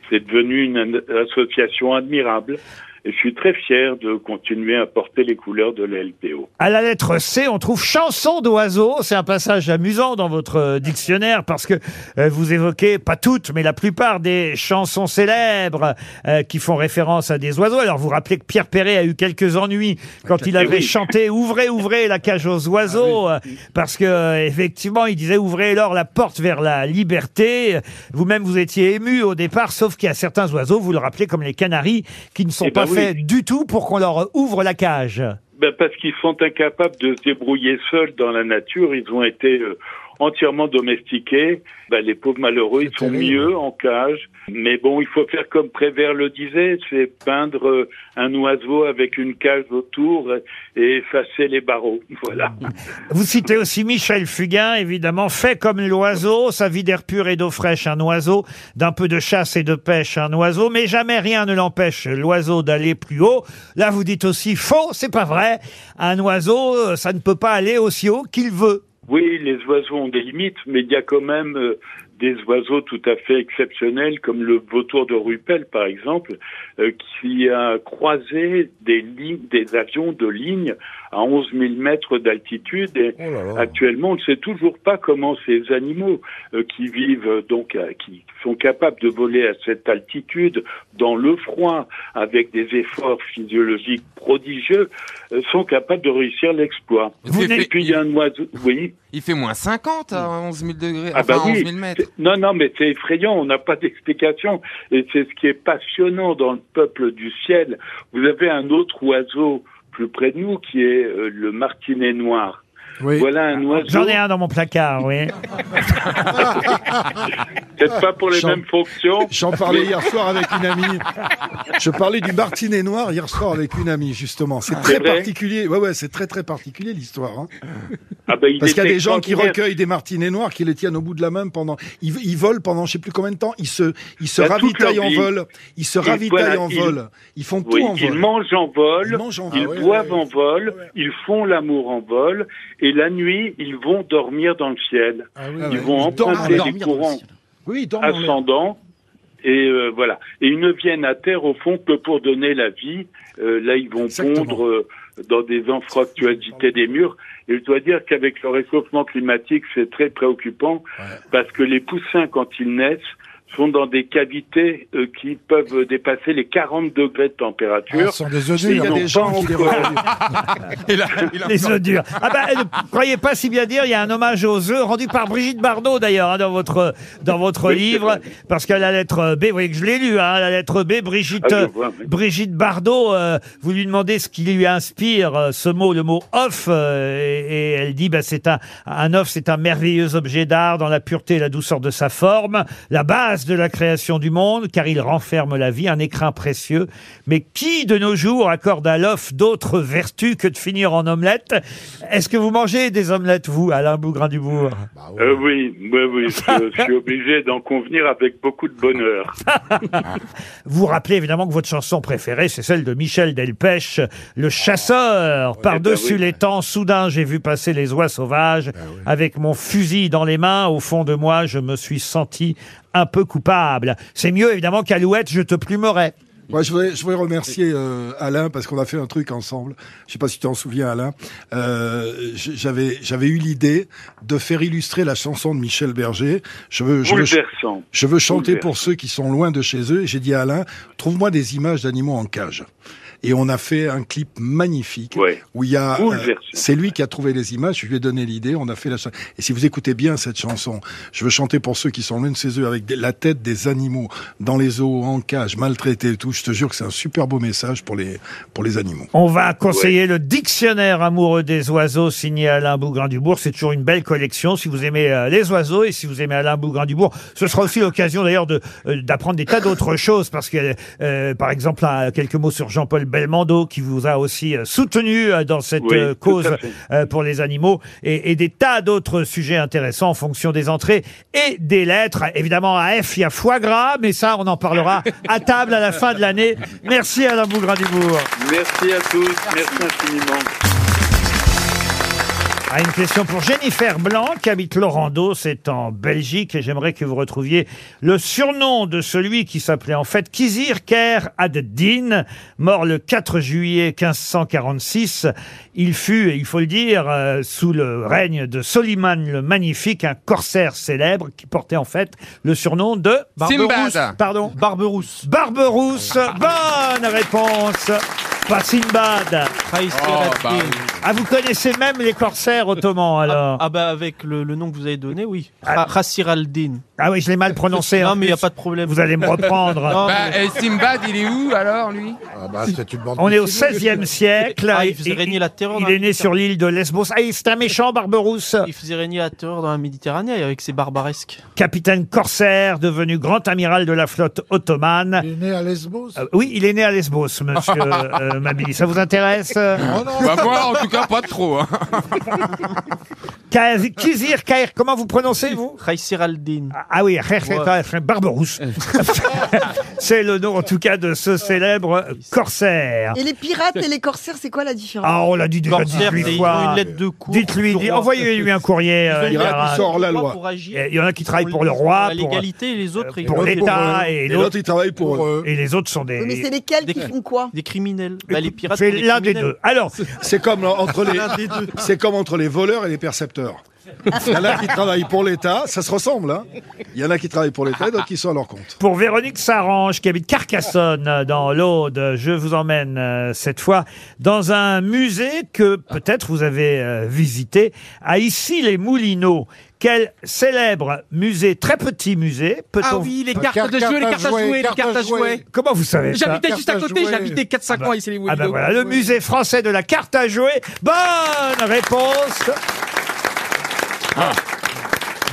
C'est devenu une an- association admirable. Et je suis très fier de continuer à porter les couleurs de la LPO. À la lettre C, on trouve chanson d'oiseau. C'est un passage amusant dans votre euh, dictionnaire parce que euh, vous évoquez, pas toutes, mais la plupart des chansons célèbres euh, qui font référence à des oiseaux. Alors vous rappelez que Pierre Perret a eu quelques ennuis quand il Eh avait oui. Ah, chanté Ouvrez, ouvrez la cage aux oiseaux euh, parce que euh, effectivement il disait Ouvrez alors la porte vers la liberté. Vous-même vous étiez ému au départ, sauf qu'il y a certains oiseaux, vous le rappelez, comme les canaris, qui ne sont Eh ben pas oui. faits du tout pour qu'on leur ouvre la cage. Ben, parce qu'ils sont incapables de se débrouiller seuls dans la nature. Ils ont été euh, entièrement domestiqués, ben, les pauvres malheureux, ils sont mieux en cage. Mais bon, il faut faire comme Prévert le disait, c'est peindre euh, un oiseau avec une cage autour et effacer les barreaux. Voilà. Vous citez aussi Michel Fugain, évidemment, fait comme l'oiseau, sa vie d'air pur et d'eau fraîche, un oiseau, d'un peu de chasse et de pêche, un oiseau, mais jamais rien ne l'empêche, l'oiseau, d'aller plus haut. Là, vous dites aussi faux, c'est pas vrai. Un oiseau, euh, ça ne peut pas aller aussi haut qu'il veut. Oui, les oiseaux ont des limites, mais il y a quand même euh, des oiseaux tout à fait exceptionnels, comme le vautour de Ruppel, par exemple, euh, qui a croisé des, lignes, des avions de ligne à 11 000 mètres d'altitude. Et actuellement, on ne sait toujours pas comment ces animaux euh, qui vivent, euh, donc, à- qui sont capables de voler à cette altitude, dans le froid, avec des efforts physiologiques prodigieux, euh, sont capables de réussir l'exploit. Et puis, il y a un oiseau... Oui Il fait moins 50 à 11 000 degrés, Ah Euh, enfin bah 11 oui. 000 mètres. C'est- Non, non, mais c'est effrayant, on n'a pas d'explication. Et c'est ce qui est passionnant dans le peuple du ciel. Vous avez un autre oiseau plus près de nous qui est euh, le martinet noir. Voilà Ah, un oiseau. J'en ai un dans mon placard, oui. Peut-être pas pour les J'en- mêmes fonctions. J'en parlais hier soir avec une amie. Je parlais du martinet noir hier soir avec une amie, justement. C'est C'est très vrai particulier. Ouais, ouais, c'est très, très particulier, l'histoire. hein. Ah bah, il Parce est qu'il y a des gens qui extraordinaire. recueillent des martinets noirs, qui les tiennent au bout de la main pendant. Ils, ils volent pendant je sais plus combien de temps. Ils se, ils se Bah, toute ravitaillent leur en vie. vol. Ils se Et ravitaillent voilà, en ils- vol. Ils font Oui, tout en Ils vol. mangent en vol, ils, en vol, ouais, boivent en vol, ils font l'amour en vol, et la nuit, ils vont dormir dans le ciel. ils oui, ah vont ouais, ils dorment- emprunter ah, les dormir dans le courants Oui, ils dorment en l'air. ascendants, et euh, voilà. Et ils ne viennent à terre, au fond, que pour donner la vie. Euh, là, ils vont pondre euh, dans des anfractuosités des murs. Et je dois dire qu'avec le réchauffement climatique, c'est très préoccupant, parce que les poussins, quand ils naissent, sont dans des cavités euh, qui peuvent dépasser les 40 degrés de température. Ah, ce sont des Et odeurs. Il y a ils n'ont des gens pas qui les encore- Euh, Les œufs durs. Ah bah, euh, ne croyez pas si bien dire, il y a un hommage aux œufs rendu par Brigitte Bardot d'ailleurs hein, dans votre dans votre Oui, c'est livre vrai. parce que la lettre B, vous voyez que je l'ai lu, hein, la lettre B, Brigitte Ah, je vois, euh, Brigitte Bardot, euh, vous lui demandez ce qui lui inspire euh, ce mot, le mot off, euh, et, et elle dit bah c'est un un off, c'est un merveilleux objet d'art dans la pureté et la douceur de sa forme, la base de la création du monde car il renferme la vie, un écrin précieux. Mais qui de nos jours accorde à l'off d'autres vertus que de finir en omelette Est-ce que vous mangez des omelettes vous, Alain Bougrain-Dubourg Ah, Euh, oui, oui, oui, je, je suis obligé d'en convenir avec beaucoup de bonheur. Vous rappelez évidemment que votre chanson préférée, c'est celle de Michel Delpech, Le Chasseur. Par-dessus eh ben oui. Ben les temps, soudain, j'ai vu passer les oies sauvages. Avec mon fusil dans les mains, au fond de moi, je me suis senti un peu coupable. C'est mieux évidemment qu'Alouette, je te plumerai. Moi, je voudrais, je voudrais remercier euh, Alain parce qu'on a fait un truc ensemble. Je sais pas si tu t'en souviens, Alain. Euh, j- j'avais, j'avais eu l'idée de faire illustrer la chanson de Michel Berger. Je veux, je veux, Bouleversant. je veux chanter Bouleversant. pour ceux qui sont loin de chez eux. Et j'ai dit à Alain, trouve-moi des images d'animaux en cage. Et on a fait un clip magnifique où il y a. euh, Bouleversant. c'est lui qui a trouvé les images. Je lui ai donné l'idée. On a fait la. cha- Et si vous écoutez bien cette chanson, je veux chanter pour ceux qui sont loin de chez eux avec des- la tête des animaux dans les eaux, en cage, maltraités et tout. Je te jure que c'est un super beau message pour les pour les animaux. On va conseiller le dictionnaire amoureux des oiseaux signé Alain Bougrain-Dubourg. C'est toujours une belle collection si vous aimez euh, les oiseaux et si vous aimez Alain Bougrain-Dubourg. Ce sera aussi l'occasion d'ailleurs de, euh, d'apprendre des tas d'autres choses parce que, euh, par exemple, un- quelques mots sur Jean-Paul Belmondo qui vous a aussi euh, soutenu euh, dans cette Oui, euh, tout à cause fait. euh, pour les animaux et, et des tas d'autres sujets intéressants en fonction des entrées et des lettres. Évidemment, à F, il y a foie gras, mais ça, on en parlera à table à la fin de l'année. Merci Alain Bougrain-Dubourg. Merci à tous, merci infiniment. Ah, une question pour Jennifer Blanc, qui habite Lorando, c'est en Belgique, et j'aimerais que vous retrouviez le surnom de celui qui s'appelait en fait Kizir Ker ad-Din, mort le 4 juillet 1546. Il fut, et il faut le dire, euh, sous le règne de Soliman le Magnifique, un corsaire célèbre qui portait en fait le surnom de Simbad. Barberousse. Pardon Barberousse. Barberousse, bonne réponse par Simbad. Oh, bah oui. Ah, vous connaissez même les corsaires ottomans, alors Ah bah avec le, le nom que vous avez donné, oui. Ra- Rassir al-Din. Ah oui, je l'ai mal prononcé. Non, en mais il n'y a plus. pas de problème. Vous allez me reprendre. Non, Bah, mais- et Simbad, il est où alors lui Ah bah, On est au XVIe siècle. Ah, il faisait régner la terreur Il dans la est né sur l'île de Lesbos. Ah, c'est un méchant, Barberousse. Il faisait régner la terreur dans la Méditerranée avec ses barbaresques. Capitaine corsaire, devenu grand amiral de la flotte ottomane. Il est né à Lesbos Euh, oui, il est né à Lesbos, monsieur euh, Mabili. Ça vous intéresse euh Oh, Bah moi en tout cas pas trop. hein. Kaz- Kizir Kair, comment vous prononcez, vous Raissir al-Din. Ah oui, Khair- Khair- Khair- Khair- Barberousse. C'est le nom, en tout cas, de ce célèbre corsaire. Et les pirates et les corsaires, c'est quoi la différence Ah, on l'a dit déjà Corsaire, 18 ils fois. ont une lettre de cour. Dites-lui, du dites- roi. envoyez-lui un courrier. Ils ont euh, une lettre libéral. du roi pour agir. Et Il y en a qui travaillent pour le roi, la pour- euh, l'égalité, et les autres ils- pour l'État, et l'autre il travaille pour eux. Et les autres sont des. Oui, Mais c'est lesquels qui font quoi Des criminels. Bah, les pirates. c'est sont l'un des criminels. deux. Alors, C'est comme entre les, L'un des deux. c'est comme entre les voleurs et les percepteurs. Il y en a qui travaillent pour l'État, ça se ressemble. hein. Il y en a qui travaillent pour l'État, d'autres qui sont à leur compte. Pour Véronique Sarange, qui habite Carcassonne, euh, dans l'Aude, je vous emmène euh, cette fois dans un musée que peut-être vous avez euh, visité, à Issy-les-Moulineaux. Quel célèbre musée, très petit musée, peut-on... Ah oui, les cartes de jeu, les cartes à jouer, les cartes à jouer. Comment vous savez ça J'habitais juste à Cartes côté, jouer. j'habitais 4-5 Ah ans bah- à issy les Ah bah voilà, le musée français de la carte à jouer. Bonne réponse Ah.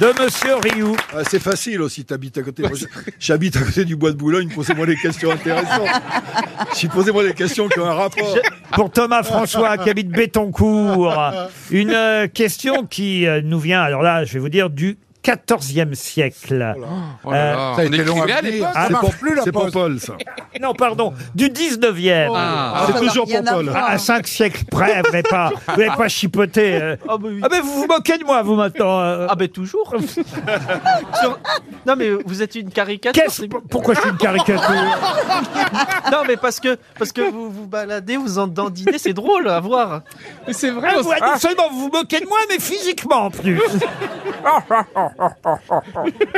de Monsieur Rioux. Ah, c'est facile aussi, t'habites à côté. Moi, J'habite à côté du bois de Boulogne, posez-moi des questions intéressantes. Si posez-moi des questions qui ont un rapport. Pour Thomas François qui habite Bétoncourt, une euh, question qui euh, nous vient, alors là, je vais vous dire, du 14e siècle. Oh là là, Euh, on écrivait à l'époque. hein. Ah, C'est marche pour- plus, la c'est pour poste. Paul, ça. Non, pardon, du 19e. Ah. C'est toujours pour Paul. Ah, À 5 siècles près, vous n'avez pas, vous n'avez pas chipoté. euh. Ah bah oui. Ah, mais vous vous moquez de moi, vous, maintenant. euh. Ah ben toujours. Sur- Non mais vous êtes une caricature. Qu'est-ce- Pourquoi je suis une caricature Non mais parce que parce que vous vous baladez, vous en dandinez, c'est drôle à voir. Mais c'est vrai. Ah, vous- Non seulement vous vous moquez de moi, mais physiquement en plus.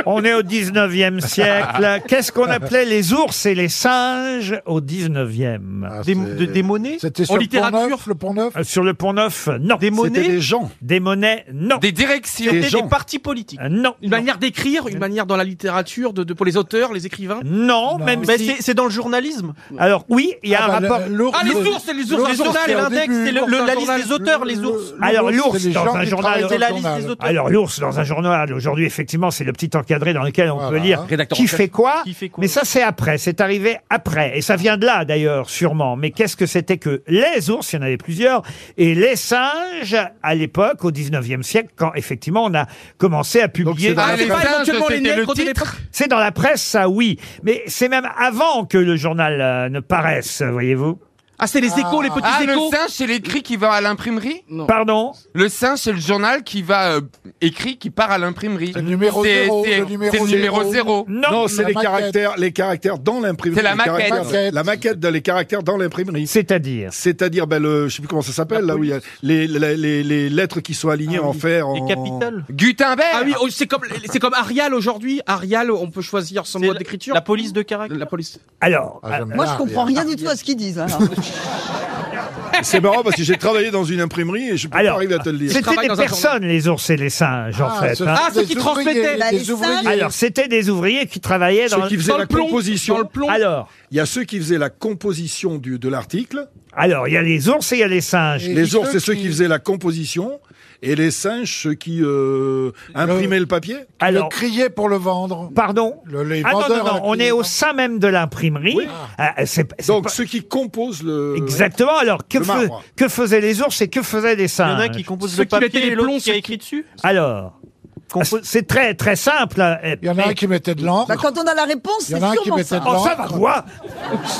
On est au 19e siècle. Qu'est-ce qu'on appelait les ours et les singes au 19e Des, de, des monnaies C'était sur en le Pont littérature. Neuf, le Pont Neuf Euh, Sur le pont Neuf, non. Des C'était monnaies, des gens. Des monnaies, non. Des directions. Des des, gens. partis politiques. Euh, Non. Une manière d'écrire, une manière dans la littérature, de, de- pour les auteurs, les écrivains. Non, même Mais si... c'est- c'est dans le journalisme. Alors oui, il y a Ah, un bah, le- rapport... l'ours- Ah, les l'ours- ours, c'est les ours, les l'ours, journaux, c'était au l'index, début, c'est le- l'ours, le- un la liste journal. des auteurs, Le- les le- ours. le- Ah, Alors, l'ours, c'est les dans gens un qui journal, travaillent C'est la dans le liste des journal. auteurs. Alors l'ours dans un journal aujourd'hui effectivement c'est le petit encadré dans lequel on Voilà. peut lire Rédacteur en qui chef. fait quoi Qui fait quoi. mais ça c'est après c'est arrivé après et ça vient de là d'ailleurs sûrement mais qu'est-ce que c'était que les ours il y en avait plusieurs et les singes à l'époque au 19e siècle quand effectivement on a commencé à publier c'est dans Ah, les C'est pas singes, éventuellement les c'était le nègres de titre. l'époque c'est dans la presse ça oui mais c'est même avant que le journal euh, ne paraisse voyez-vous Ah, c'est les échos, les petits Ah, le échos. singe, c'est l'écrit qui va à l'imprimerie pardon Le singe, c'est le journal qui va euh, écrit, qui part à l'imprimerie. C'est le numéro C'est- zéro, c'est- le numéro c'est le numéro zéro. zéro. non, Non, c'est la les maquette. caractères, les caractères dans l'imprimerie. C'est la Les maquette. caractères- La maquette, de- les caractères dans l'imprimerie. c'est-à-dire C'est-à-dire, ben, le, je sais plus comment ça s'appelle, là où il y a les, les, les- les lettres qui sont alignées Ah oui. en fer. Les en- capitales. Gutenberg Ah oui, oh, c'est comme, c'est comme Arial aujourd'hui. Arial, on peut choisir son C'est mode la- d'écriture. La police de caractère. La police. alors Ah, j'aime Moi, bien, je comprends bien. rien du tout à ce qu'ils disent. hein. C'est marrant parce que j'ai travaillé dans une imprimerie et je peux Alors, pas arriver à te le dire. c'était travaille des dans un personnes les ours et les singes en fait ce hein. sont Ah, ceux des qui ouvriers, Bah, transmettaient. Là, les des ouvriers. singes. Alors, c'était des ouvriers qui travaillaient dans... Ceux qui faisaient dans la le plomb, composition. dans le Ah, plomb. Alors, Il y a ceux qui faisaient la composition du, de l'article. alors, il y a les ours et il y a les singes. Et Les ours, ceux c'est ceux qui- qui faisaient la composition. Et les singes, ceux qui euh, imprimaient le papier. Alors, Le crier pour le vendre. pardon Le- les Ah non, non, vendeurs hein. non, à la on clé, est au non. sein même de l'imprimerie. Oui. Ah, c'est- c'est Donc pas- ceux qui composent le. Exactement. Alors, que, Le fais- marbre. que faisaient les ours et que faisaient les Il y en singes a un qui compose Ceux le qui mettaient papier les et l'autre plombs, qui a ceux écrit dessus. Alors, c'est très, très simple. hein, et- Il y en a un qui mettait de l'encre. Bah, quand on a la réponse, Il y c'est en a un qui sûrement mettait ça. de Oh, ça va, l'encre. quoi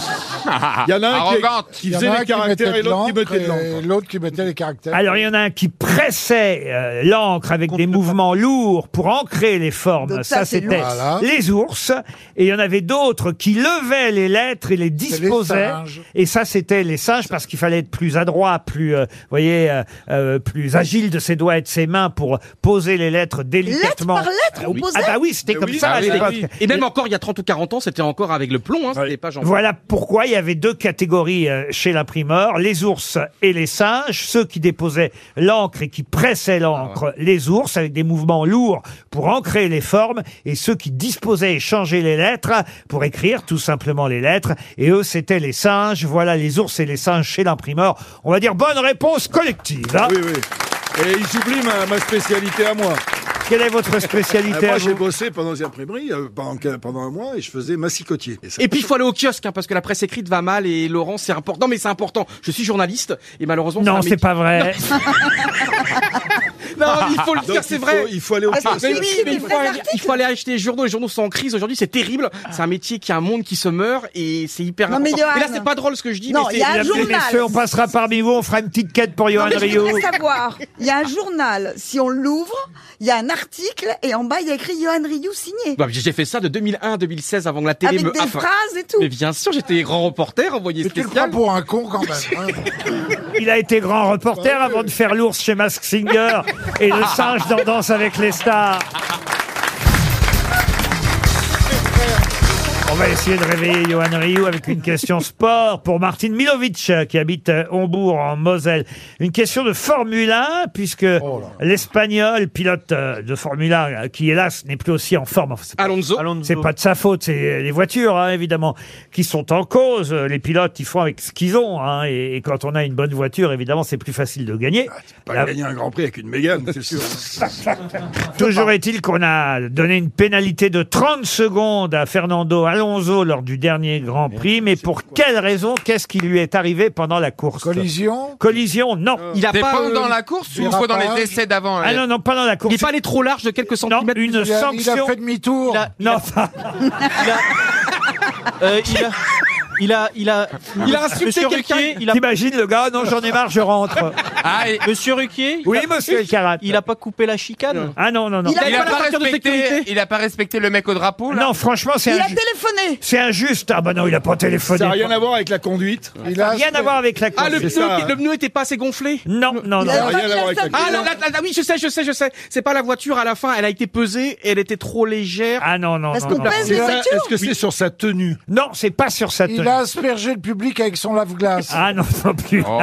Il y en a un qui- Arrogante. qui, Il y en a faisait un les qui caractères mettait et l'autre qui mettait de et l'encre. L'autre qui mettait les caractères. Alors, il y en a un qui pressait euh, l'encre avec des mouvements lourds pour ancrer les formes. Donc ça, ça, c'est c'était lourd. Voilà. les ours. Et il y en avait d'autres qui levaient les lettres et les disposaient. singes. et ça, c'était les singes parce qu'il fallait être plus adroit, plus, euh, vous voyez, euh, euh, plus agile de ses doigts et de ses mains pour poser les lettres, délicatement. Lettre par lettre, Ah oui. opposée Ah bah oui, c'était comme Oui, ça ah à oui, l'époque. oui. Et même encore il y a 30 ou 40 ans, c'était encore avec le plomb, hein, c'était pas genre. Voilà pourquoi il y avait deux catégories euh, chez l'imprimeur, les ours et les singes, ceux qui déposaient l'encre et qui pressaient l'encre, Ah les ours avec des mouvements lourds pour ancrer les formes, et ceux qui disposaient et changeaient les lettres pour écrire tout simplement les lettres, et eux c'était les singes, voilà les ours et les singes chez l'imprimeur. On va dire bonne réponse collective. hein. Oui, oui. Et il sublime ma, ma spécialité à moi. Quelle est votre spécialité Ah, Moi, à j'ai vous bossé pendant les imprimeries euh, pendant, que- pendant un mois et je faisais massicotier. ça- Et puis il faut aller au kiosque hein, parce que la presse écrite va mal et Laurent c'est important. Non, mais c'est important. Je suis journaliste et malheureusement. Non, un c'est métier- pas vrai. Non, il faut le Donc, dire, c'est il faut- vrai. il faut aller au Parce que- kiosque. mais oui, mais Oui, il, faut mais aller, les il faut aller acheter les journaux. Les journaux sont en crise aujourd'hui, c'est terrible. C'est un métier qui a un monde qui se meurt et c'est hyper Non, mais important. Johan. là, c'est pas drôle ce que je dis. Non, mais il y a c'est- un Mesdames et journal. messieurs, on passera parmi vous, on fera une petite quête pour Johan Non, mais je Rio. voudrais savoir, il y a un journal, si on l'ouvre, il y a un article et en bas il y a écrit Johan Rioux signé. Bah, j'ai fait ça de 2001 à 2016 avant que la télé Avec me des happe. phrases et tout. Mais bien sûr, j'étais grand reporter, envoyé spécial. pour un con quand même. hein. Il a été grand reporter avant de faire l'ours chez Mask Singer et le singe dans Danse avec les stars. On va essayer de réveiller Johan Rioux avec une question sport pour Martine Milovic euh, qui habite euh, Hombourg en Moselle. Une question de Formule 1 puisque l'Espagnol pilote euh, de Formule 1 euh, qui hélas n'est plus aussi en forme. Enfin, c'est pas- Alonso. C'est pas de sa faute, c'est les voitures hein, évidemment qui sont en cause. Euh, Les pilotes ils font avec ce qu'ils ont hein, et, et quand on a une bonne voiture évidemment c'est plus facile de gagner. Pas La- gagner un Grand Prix avec une Mégane, c'est sûr. Toujours est-il qu'on a donné une pénalité de 30 secondes à Fernando Alonso lors du dernier Grand Prix, mais pour quelle raison Qu'est-ce qui lui est arrivé pendant la course Collision Collision, non. Il a pas, Dépend euh, dans la course ou dérapage. dans les essais d'avant euh, Ah non, non, pas dans la course. Il est pas allé trop large de quelques centimètres. une Il a- il a sanction. fait demi-tour. Non, Euh, il a. Il a, il a, Il a insulté Monsieur quelqu'un. Ruquier, il a- T'imagines le gars, non, j'en ai marre, je rentre. Ah, et Monsieur Ruquier Oui, monsieur Elkarat. Il a pas coupé la chicane Ah non, non, non. Il a pas la ceinture de sécurité il a pas respecté le mec au drapeau là Non, franchement, c'est Il a inju- C'est injuste. Ah bah non, il a pas téléphoné. Ça n'a rien à voir avec la conduite. Ça a rien à voir avec la course. Ah, le C'est pneu, ça, qui- hein. le pneu était pas assez gonflé Non, non, non. Ah, la- la- la- oui, je sais, je sais, je sais. C'est pas la voiture à la fin, elle a été pesée et elle était trop légère. Ah non, non. Est-ce non, qu'on non. pèse les C'est ça, voitures Est-ce que c'est sur sa tenue Non, c'est pas sur sa Il a aspergé le public avec son lave-glace. Ah non, non plus. Oh.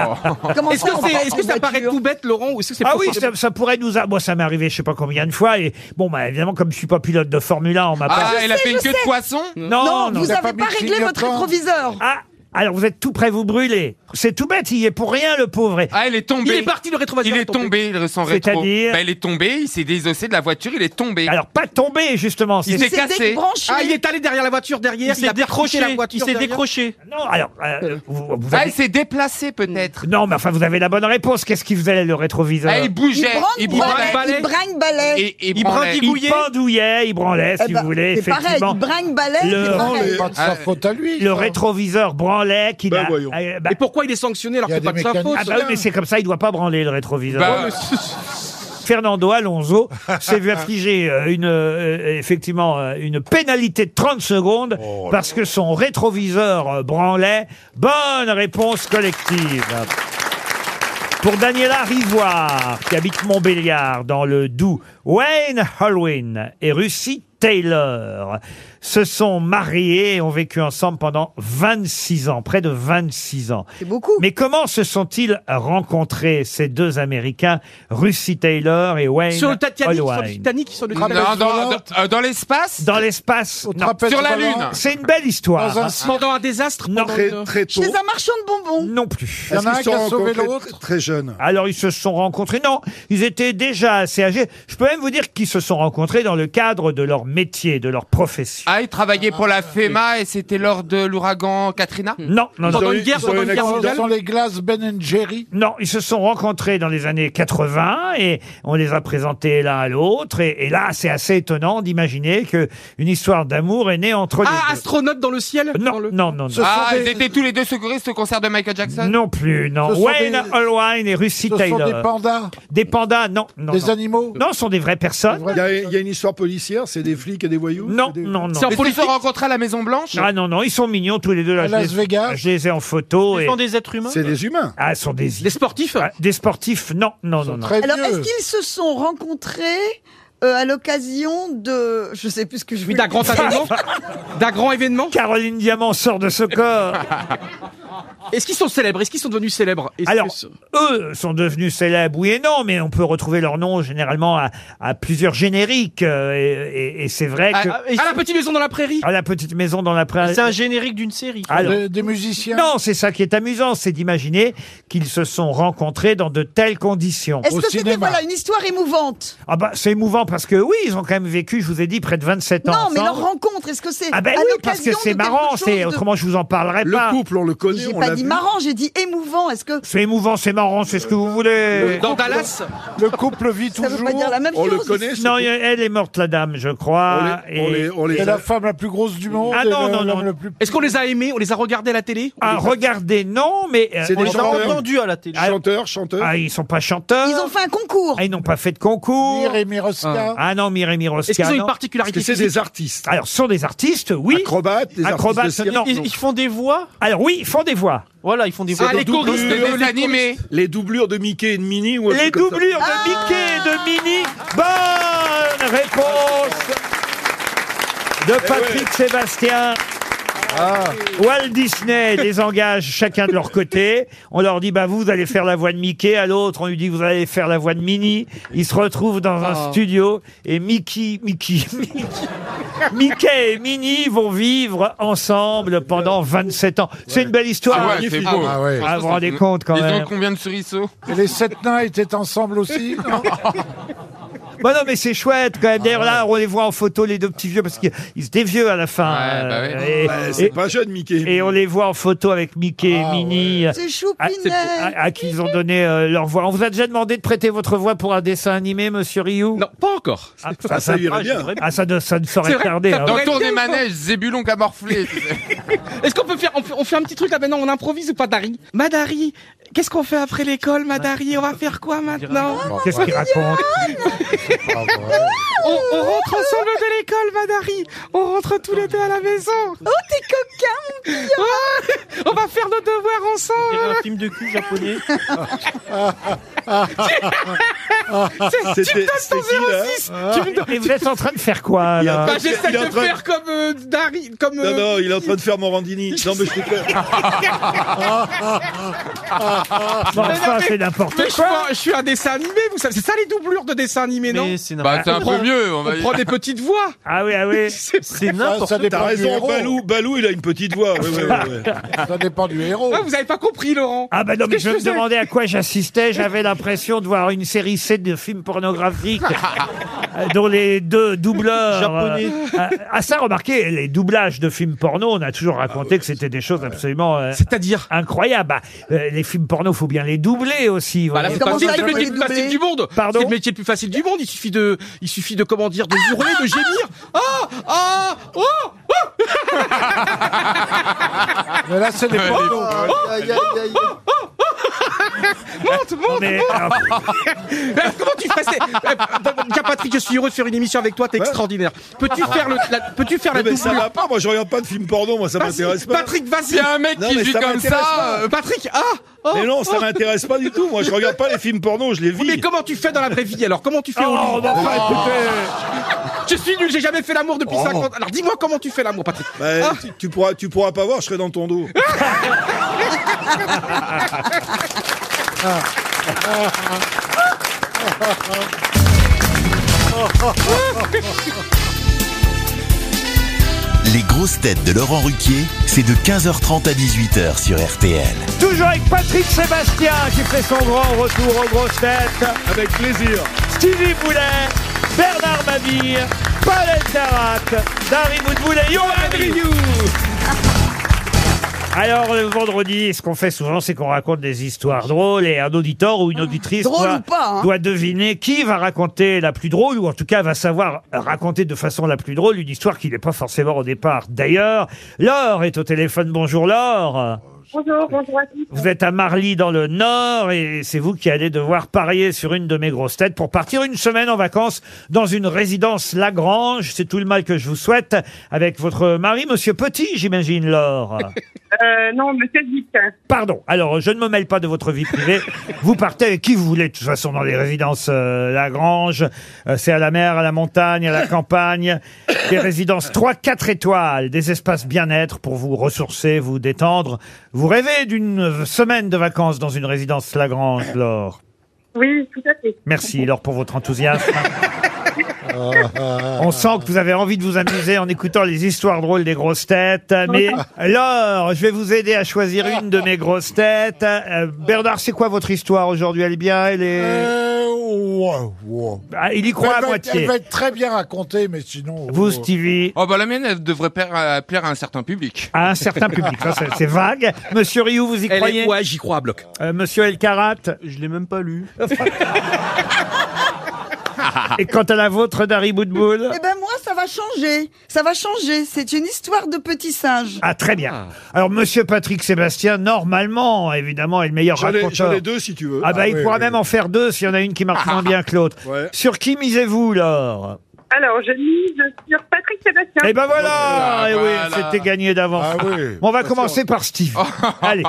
Comment Est-ce ça, que, on c'est- part est-ce en que ça paraît tout bête, Laurent, ou est-ce que c'est Ah oui, profond- ça, ça pourrait nous... a- Moi, ça m'est arrivé je sais pas combien de fois. Et bon, bah, évidemment, comme je suis pas pilote de Formule 1, on m'a Ah, pas... elle a fait une queue de poisson Non, non, vous n'avez pas, réglé votre rétroviseur. Ah, alors vous êtes tout près, vous brûlez. C'est tout bête, il y est pour rien, le pauvre. Ah, elle est tombée. Il est parti, le rétroviseur Il est est tombé. tombé, le sans rétro. C'est-à-dire Bah, Il est tombé, il s'est désossé de la voiture, il est tombé. Alors, pas tombé, justement. Il s'est cassé. Ah, il est allé derrière la voiture, derrière, Il il, s'est a décroché la décroché, voiture. il s'est derrière. décroché. Non, alors, euh, vous, vous Ah, avez- il s'est déplacé peut-être. Non, mais enfin, vous avez la bonne réponse. Qu'est-ce qui faisait le rétroviseur Ah, il bougeait, Il branle il branle balai. Et- et Il branlait. brandiguillait. Il pendouillait, il branlait, si Eh ben, vous voulez, c'est pareil, effectivement. il brinque-ballait, Le- c'est pareil. C'est pas de sa Ah, faute à lui, Le ça. rétroviseur branlait, qu'il Ben a- voyons. euh, bah- Et pourquoi il est sanctionné alors que c'est pas de sa faute Ah bah oui, mais c'est comme ça, il doit pas branler le rétroviseur. Bah, Fernando Alonso s'est vu affliger euh, une, euh, effectivement euh, une pénalité de 30 secondes Oh parce que son rétroviseur euh, branlait. Bonne réponse collective. Pour Daniela Rivoire, qui habite Montbéliard dans le Doubs, Wayne Halloween et Russie Taylor se sont mariés et ont vécu ensemble pendant 26 ans, près de 26 ans. C'est beaucoup. Mais comment se sont-ils rencontrés, ces deux Américains, Russie Taylor et Wayne Euh, Sur le Titanic, sur le Halloween Titanic, sur le Non, Titanic. dans, dans- dans- dans l'espace Dans l'espace. non. trapèze Sur la volant. Lune. C'est une belle histoire. Dans un hein. Pendant un désastre Non. pendant une- Chez un marchand de bonbons. Non plus. Il y en a Est-ce un qu'ils qui a sont sauvé rencontrés l'autre Très, jeune. Alors ils se sont rencontrés. Non, ils étaient déjà assez âgés. Je peux même vous dire qu'ils se sont rencontrés dans le cadre de leur métier, de leur profession. Ah, il travaillait pour la FEMA et c'était lors de l'ouragan Katrina Non, non, non. Ce sont les glaces Ben Jerry. Non, ils se sont rencontrés dans les années 80 et on les a présentés l'un à l'autre. Et, et là, c'est assez étonnant d'imaginer que une histoire d'amour est née entre les Ah, deux. astronaute dans le ciel Non, non, non, non. Ah, ils étaient tous les deux secouristes au concert de Michael Jackson Non plus, non. Ce sont Wayne des- Allwine et ce Russie sont Taylor. des pandas Des pandas, non. non Des animaux Non, ce sont des vraies personnes. Il y, a, il y a une histoire policière, c'est des flics et des voyous Non, non, non. Ils se sont rencontrés à la Maison Blanche Ah non, non, ils sont mignons tous les deux. Là, À je Las les- Je les ai en photo. Ce et- sont des êtres humains C'est des Ah, humains. Ah, ce sont des... Des sportifs Des sportifs, non, non, non. non. Alors, est-ce qu'ils se sont rencontrés euh, à l'occasion de, je sais plus ce que je Oui, d'un grand événement. D'un grand événement. Caroline Diamant sort de ce corps. Est-ce qu'ils sont célèbres Est-ce qu'ils sont devenus célèbres Est-ce Alors, que ce- eux sont devenus célèbres, oui et non, mais on peut retrouver leur nom généralement à, à plusieurs génériques. euh, et et- et c'est vrai À- que... Ah, à- à la petite maison dans la prairie. À la petite maison dans la prairie. C'est un générique d'une série. musiciens Non, c'est ça qui est amusant, c'est d'imaginer qu'ils se sont rencontrés dans de telles conditions. Est-ce que c'était voilà une histoire émouvante Ah bah, c'est émouvant parce que oui, ils ont quand même vécu, je vous ai dit, près de 27 ans Non, mais ensemble. leur rencontre, est-ce que c'est Ah ben à oui, parce que l'occasion c'est de quelque marrant, chose c'est de- autrement je vous en parlerai pas. Le couple, on le connaît, J'ai pas dit marrant, j'ai dit émouvant. Est-ce que C'est émouvant, c'est marrant, c'est ce que vous voulez. Dans Dallas Le couple vit Ça veut pas toujours. dire la même On le chose. connaît, ce Non, couple. elle est morte la dame, je crois. On les- on les- on les- C'est la femme la plus grosse du monde Ah et non le- non non. l'homme le plus- Est-ce qu'on les a aimés On les a regardés à la télé Ah, regardez, non, mais euh, C'est des chanteurs. à la télé. Chanteurs, chanteurs. Ah, ils sont pas chanteurs. Ils ont fait un concours. Ah, ils n'ont pas fait de concours. Mireille Rosca. Ah. Ah non, Mireille Rosca. Est-ce qu'ils ont une non. particularité Est-ce que c'est physique des artistes Alors, ce sont des artistes, oui. Acrobates, des artistes de cirque, non. Ils- ils font des voix Alors oui, ils font des voix. Voilà, ils font des Ah, voix. Les doublures de Mickey et de Minnie ou un Les truc comme ça. doublures Ah de Mickey et de Minnie. Bonne réponse de Patrick Sébastien. Walt Disney les engage chacun de leur côté. On leur dit bah vous, vous allez faire la voix de Mickey, à l'autre on lui dit vous allez faire la voix de Minnie. Ils se retrouvent dans un Oh. studio et Mickey, Mickey, Mickey, Mickey et Minnie vont vivre ensemble pendant 27 ans. C'est une belle histoire. Ah ouais, c'est beau. Ah ouais. Ah, vous vous rendez compte quand Ils ont même. combien de ceriseaux Et les sept nains étaient ensemble aussi non Bah non, mais c'est chouette quand même. D'ailleurs, là, on les voit en photo, les deux petits vieux, parce qu'ils ils étaient vieux à la fin. bah ouais. Euh, Bah, c'est pas jeune, Mickey. Et on les voit en photo avec Mickey et Minnie. Ah, C'est À, choupinet. à- à qui ils ont donné euh, leur voix. On vous a déjà demandé de prêter votre voix pour un dessin animé, monsieur Rioux Non, pas encore. Ah, Ah, ça irait bien. Ah, ça, ne- ça ne C'est saurait vrai, tarder. ça hein. Dans Tour des manèges, Zébulon camorflé. tu sais. Est-ce qu'on peut faire, on fait, on fait un petit truc là maintenant, on improvise ou pas, Dari Madari, qu'est-ce qu'on fait après l'école, Madari On va faire quoi maintenant Ah, Qu'est-ce qu'il raconte on, on rentre ensemble de l'école, Madari On rentre tous les deux à la maison Oh, t'es coquin, On va faire nos devoirs Il y ensemble a un film de cul japonais. Tu- Tu me donnes ton 06 Tu me donnes- Ah. Et vous êtes en train de faire quoi Ah, là hein. Bah, j'essaie Il est en de train de- faire comme euh, Dari, comme... euh, Non, non, il est en train de faire Morandini. Non, mais je déconne. Ah, Bon, enfin, ah. c'est n'importe Mais je suis un- je suis un dessin animé, vous savez, c'est ça les doublures de dessin animé, non c'est Bah, c'est un peu mieux. On va On prend des petites voix Ah oui, ah oui. C'est n'importe ça dépend T'as du raison, héros. Balou, Balou, il a une petite voix. Ouais, ouais, ouais, ouais. Ça dépend du héros. Ouais, Ah, vous avez pas compris, Laurent. Ah bah non, Parce mais que je je me faisais- demandais à quoi j'assistais. J'avais l'impression de voir une série C de films pornographiques euh, dont les deux doubleurs... Japonais. euh, euh, ah ça, remarquez, les doublages de films porno, on a toujours raconté que c'était des choses absolument euh, C'est-à-dire incroyables. Bah, euh, les films porno, faut bien les doubler aussi. vous Voilà, voyez. Bah, c'est facile, ça, c'est le il faut métier le les plus facile doubler du monde. Pardon c'est le métier le plus facile du monde. Il suffit de, il suffit de comment dire, de hurler, de gémir. Ah, ah, oh, oh, Mais là, c'est des pornos. Oh. monte, monte, mais, euh, monte. alors, Eh, Comment tu fais c'est- Eh, Tiens, Patrick, je suis heureux de faire une émission avec toi. T'es extraordinaire. Peux-tu faire le, la, peux-tu faire la Non, mais ça doublure va pas, moi je regarde pas de film porno, moi ça Vas-y, m'intéresse pas. Patrick, vas-y. C'est un mec Non, qui mais vit ça comme m'intéresse ça. pas. euh, Patrick, ah, oh, Mais non, ça oh. m'intéresse pas du tout, moi je regarde pas les films porno, je les vis. Mais comment tu fais dans la vraie vie alors Comment tu fais au lit Oh, bah, enfin, écoutez. Je suis nul, j'ai jamais fait l'amour depuis Oh. 50 Alors dis-moi comment tu fais l'amour, Patrick. Bah, Ah. tu, tu pourras, tu pourras pas voir, je serai dans ton dos. Les grosses têtes de Laurent Ruquier, c'est de 15h30 à 18h sur RTL. Toujours avec Patrick Sébastien qui fait son grand retour aux grosses têtes. Avec plaisir. Stevie Boulet, Bernard Mabille, Paulette Darat, Dari Boudboul et Johan Rioux. Alors, le vendredi, ce qu'on fait souvent, c'est qu'on raconte des histoires drôles et un auditeur ou une auditrice drôle doit, ou pas, hein. doit deviner qui va raconter la plus drôle ou en tout cas va savoir raconter de façon la plus drôle une histoire qui n'est pas forcément au départ. D'ailleurs, Laure est au téléphone. Bonjour Laure. Bonjour, bonjour à tous. Vous êtes à Marly dans le Nord et c'est vous qui allez devoir parier sur une de mes grosses têtes pour partir une semaine en vacances dans une résidence Lagrange. C'est tout le mal que je vous souhaite avec votre mari, Monsieur Petit, j'imagine, Laure. Euh, non, monsieur Dick. Pardon. Alors, je ne me mêle pas de votre vie privée. vous partez avec qui vous voulez, de toute façon, dans les résidences euh, Lagrange. Euh, c'est à la mer, à la montagne, à la campagne. Des résidences 3, 4 étoiles, des espaces bien-être pour vous ressourcer, vous détendre. Vous rêvez d'une semaine de vacances dans une résidence Lagrange, Laure Oui, tout à fait. Merci, Laure, pour votre enthousiasme. On sent que vous avez envie de vous amuser en écoutant les histoires drôles des grosses têtes. Mais alors, je vais vous aider à choisir une de mes grosses têtes. Euh, Bernard, c'est quoi votre histoire aujourd'hui Elle est bien Elle est... Ah, il y croit à Elle va être- moitié. Elle va être très bien racontée, mais sinon. euh, Vous, Stevie Oh, bah la mienne, elle devrait plaire à, plaire à un certain public. À un certain public, ça, c'est- c'est vague. Monsieur Rioux, vous y Elle est- croyez ouais, j'y crois à bloc. Monsieur El Karat Je l'ai même pas lu. Et quant à la vôtre, Dari Boudboul Eh ben moi, ça va changer. Ça va changer. C'est une histoire de petit singe. Ah, très bien. Alors, monsieur Patrick Sébastien, normalement, évidemment, est le meilleur J'en ai- raconteur. j'en ai deux, si tu veux. Ah, bah, Ah, il oui, pourra oui, Ah. même en faire deux s'il y en a une qui marche moins bien que l'autre. Ouais. Sur qui misez-vous, Laure Alors, je mise sur Patrick Sébastien. Eh ben voilà, Ah, Eh oui, voilà. c'était gagné d'avance. On va commencer par Steve. Allez.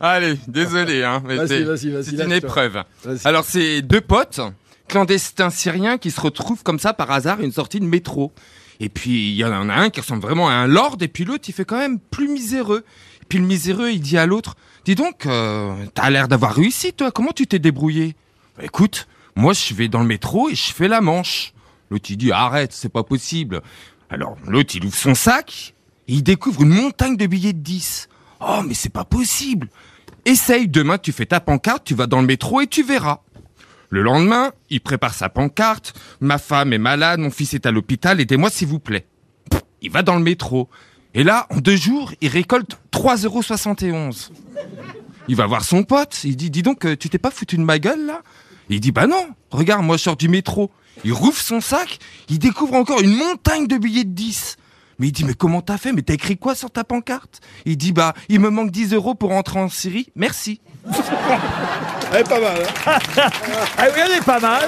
Allez, désolé, hein, mais Vas-y, c'est vas-y, vas-y, c'est une lâche-toi. épreuve. Vas-y. Alors, c'est deux potes clandestins syriens qui se retrouvent comme ça par hasard à une sortie de métro. Et puis, il y en a un qui ressemble vraiment à un lord, et puis l'autre, il fait quand même plus miséreux. Et puis le miséreux, il dit à l'autre, dis donc, euh, t'as l'air d'avoir réussi, toi, comment tu t'es débrouillé Bah, Écoute, moi, je vais dans le métro et je fais la manche. L'autre, il dit, arrête, c'est pas possible. Alors, l'autre, il ouvre son sac, et il découvre une montagne de billets de 10. Oh, mais c'est pas possible. Essaye, demain, tu fais ta pancarte, tu vas dans le métro et tu verras. Le lendemain, il prépare sa pancarte. Ma femme est malade, mon fils est à l'hôpital, aidez-moi s'il vous plaît. Pff, Il va dans le métro. Et là, en deux jours, il récolte 3,71 euros. Il va voir son pote, il dit, dis donc, euh, tu t'es pas foutu de ma gueule là Il dit, bah non, regarde, moi je sors du métro. Il rouvre son sac, il découvre encore une montagne de billets de 10. Mais il dit, mais comment t'as fait Mais t'as écrit quoi sur ta pancarte Il dit, bah, il me manque 10 euros pour entrer en Syrie, merci. Elle est pas mal. ah oui, elle est pas mal.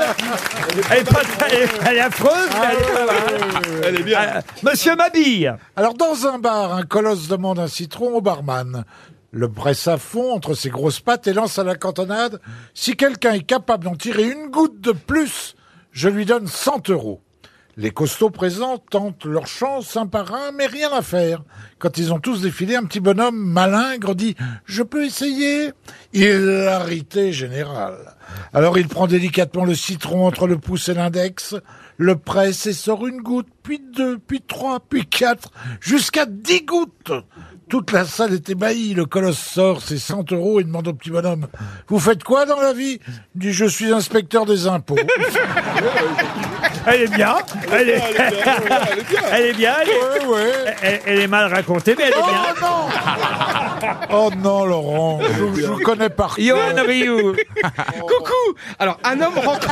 Elle est, pas- elle est- elle est affreuse, mais Ah, elle est pas mal. Ah, Elle est bien. Monsieur Mabille Alors, dans un bar, un colosse demande un citron au barman. Le presse à fond entre ses grosses pattes et lance à la cantonade Si quelqu'un est capable d'en tirer une goutte de plus, je lui donne 100 euros. Les costauds présents tentent leur chance un par un, mais rien à faire. Quand ils ont tous défilé, un petit bonhomme malingre dit « Je peux essayer ?» Hilarité générale. Alors il prend délicatement le citron entre le pouce et l'index, le presse et sort une goutte, puis deux, puis trois, puis quatre, jusqu'à dix gouttes. Toute la salle est ébahie. Le colosse sort ses 100 euros et demande au petit bonhomme « Vous faites quoi dans la vie ?» Il dit « Je suis inspecteur des impôts. » Elle est bien. Oh, Elle est, elle est bien. Elle est, Elle- elle est mal racontée, mais elle est bien. Oh non, Laurent, je, je vous connais par cœur. Johan Rioux. Coucou Alors, un homme rencontre...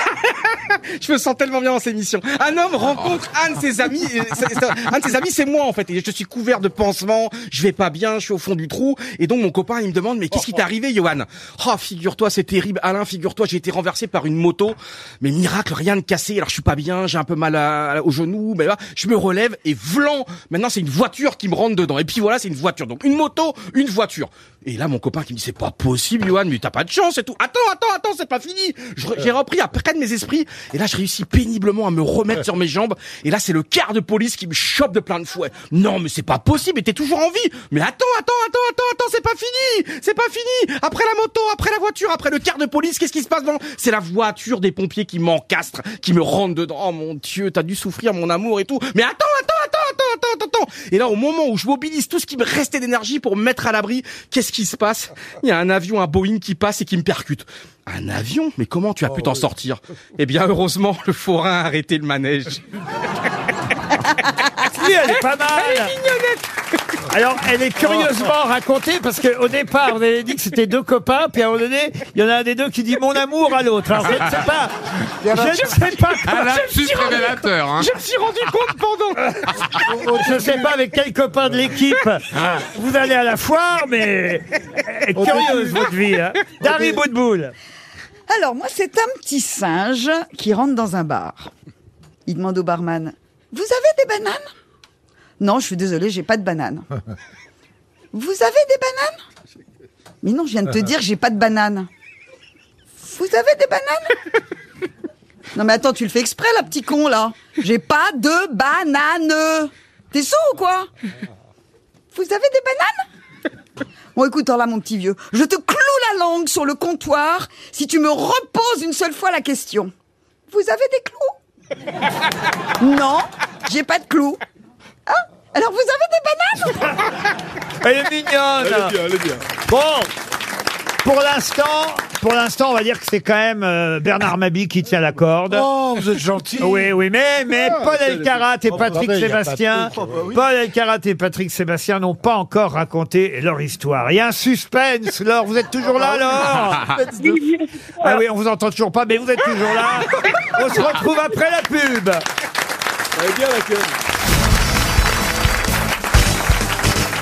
je me sens tellement bien dans cette émission. Un homme rencontre un de ses amis. et c'est- c'est- Un de ses amis, c'est moi, en fait. Et je suis couvert de pansements, je vais pas bien, je suis au fond du trou. Et donc, mon copain, il me demande, mais qu'est-ce qui t'est arrivé, Johan Oh, figure-toi, c'est terrible. Alain, figure-toi, j'ai été renversé par une moto. Mais miracle, rien de cassé. Alors, je suis pas bien, j'ai un peu mal à- à- au genou. Mais là, je me relève et vlan. Maintenant, c'est une voiture qui me rentre dedans. Et puis voilà, c'est une voiture. Donc, une moto, une voiture. Et là, mon copain qui me dit, c'est pas possible, Johan, mais t'as pas de chance et tout. Attends, attends, attends, c'est pas fini. Je re- J'ai repris après de mes esprits. Et là, je réussis péniblement à me remettre sur mes jambes. Et là, c'est le quart de police qui me chope de plein de fouet. Non, mais c'est pas possible, mais t'es toujours en vie. Mais attends, attends, attends, attends, attends, c'est pas fini. C'est pas fini. Après la moto, après la voiture, après le quart de police, qu'est-ce qui se passe dans C'est la voiture des pompiers qui m'encastre, qui me rentre dedans. Oh mon dieu, t'as dû souffrir, mon amour et tout. Mais attends, attends, attends, attends, attends, attends, attends. Et là, au moment où je mobilise tout ce qui me restait d'énergie pour me mettre à l'abri, qu'est-ce qui se passe Il y a un avion, un Boeing qui passe et qui me percute. Un avion Mais comment tu as pu t'en sortir Eh bien, heureusement, le forain a arrêté le manège. Si, elle est pas mal. Alors, elle est curieusement racontée parce qu'au départ, on avait dit que c'était deux copains, puis à un moment donné, il y en a un des deux qui dit mon amour à l'autre. Alors, je ne sais pas. Il y en a- Je ne sais pas. Un Je me lapsus suis rendu- révélateur, hein. Je me suis rendu compte pendant. Je ne sais pas avec quel copain de l'équipe Ah. vous allez à la foire, mais elle est Au curieuse début. votre vie. Hein. Dari Boudboul. Alors moi, c'est un petit singe qui rentre dans un bar. Il demande au barman Vous avez des bananes Non, je suis désolée, j'ai pas de banane. Vous avez des bananes Mais non, je viens de te dire, j'ai pas de banane. Vous avez des bananes Non, mais attends, tu le fais exprès, la petit con, là. J'ai pas de banane. T'es sourd ou quoi Vous avez des bananes Bon, écoute, alors là, mon petit vieux, je te cloue la langue sur le comptoir si tu me reposes une seule fois la question. Vous avez des clous Non, j'ai pas de clous. Hein Alors, vous avez des bananes Elle est mignonne. Elle est bien, elle est bien. Bon. Pour l'instant, pour l'instant, on va dire que c'est quand même euh, Bernard Mabi qui tient la corde. Oh, vous êtes gentil. Oui, oui, mais, mais Ah, Paul c'est- Elkarat et Oh, Patrick attendez, il y a pas de Sébastien, truc, ouais, oui. Paul Elkarat et Patrick Sébastien n'ont pas encore raconté leur histoire. Il y a un suspense, Laure. Vous êtes toujours là, bah Laure Ah oui, on vous entend toujours pas, mais vous êtes toujours là. On se retrouve après la pub. bien la queue.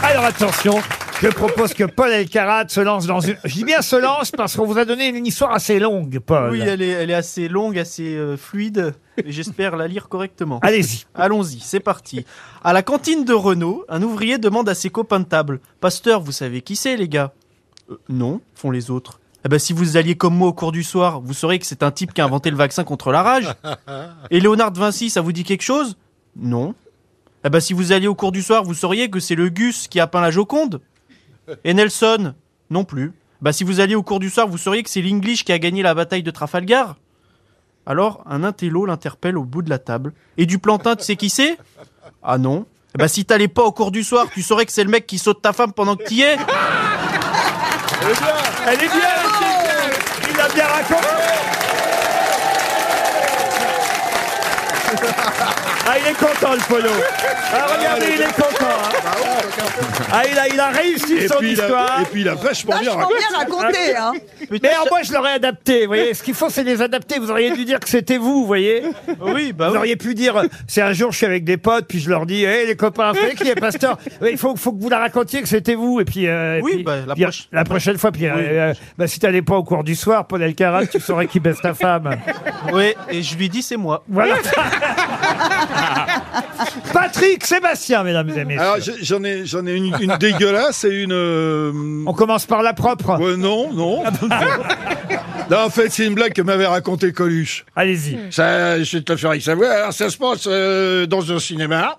Alors attention, je propose que Paul Elkarat se lance dans une. Je dis bien se lance parce qu'on vous a donné une histoire assez longue, Paul. Oui, elle est, elle est assez longue, assez euh, fluide. et J'espère la lire correctement. Allez-y. Allons-y, c'est parti. À la cantine de Renault, un ouvrier demande à ses copains de table Pasteur, vous savez qui c'est, les gars Euh, Non, font les autres. Eh ben, si vous alliez comme moi au cours du soir, vous saurez que c'est un type qui a inventé le vaccin contre la rage. Et Léonard de Vinci, ça vous dit quelque chose Non. Eh ben, si vous alliez au cours du soir, vous sauriez que c'est le Gus qui a peint la Joconde. Et Nelson Non plus. Bah, si vous alliez au cours du soir, vous sauriez que c'est l'English qui a gagné la bataille de Trafalgar. Alors, un intello l'interpelle au bout de la table. Et du plantain, tu sais qui c'est Ah non. Eh Bah, si t'allais pas au cours du soir, tu saurais que c'est le mec qui saute ta femme pendant que t'y es. Elle est bien, la petite. Il l'a bien raconté. Ah, il est content, le polo. Ah, regardez, il est content. Bah hein. Ah, il a, il a réussi Et son puis, il a- histoire. Ah, et puis, il a vachement bien Vachement bien raconté, hein. Mais alors, moi, je l'aurais adapté. Vous voyez, ce qu'il faut, c'est les adapter. Vous auriez dû dire que c'était vous, vous voyez. Oui, bah Vous oui. auriez pu dire, c'est un jour, je suis avec des potes, puis je leur dis, hé, les copains, vous savez qui est pasteur Oui, Il faut, faut que vous la racontiez que c'était vous. Et puis, euh, et Oui, puis- bah, la puis, proche- la prochaine fois, puis, euh, Oui. euh, bah, si t'allais pas au cours du soir, Paul Elkarat, tu saurais qui baisse ta femme. Oui, et je lui dis c'est moi. Voilà. Patrick, Sébastien, mesdames et messieurs. Alors j'ai- j'en ai, j'en ai une, une dégueulasse et une. euh, On commence par la propre. Ah, non, non. non, en fait, c'est une blague que m'avait racontée Coluche. Allez-y. Ça, je vais te le faire savoir. Alors, ça se passe euh, dans un cinéma.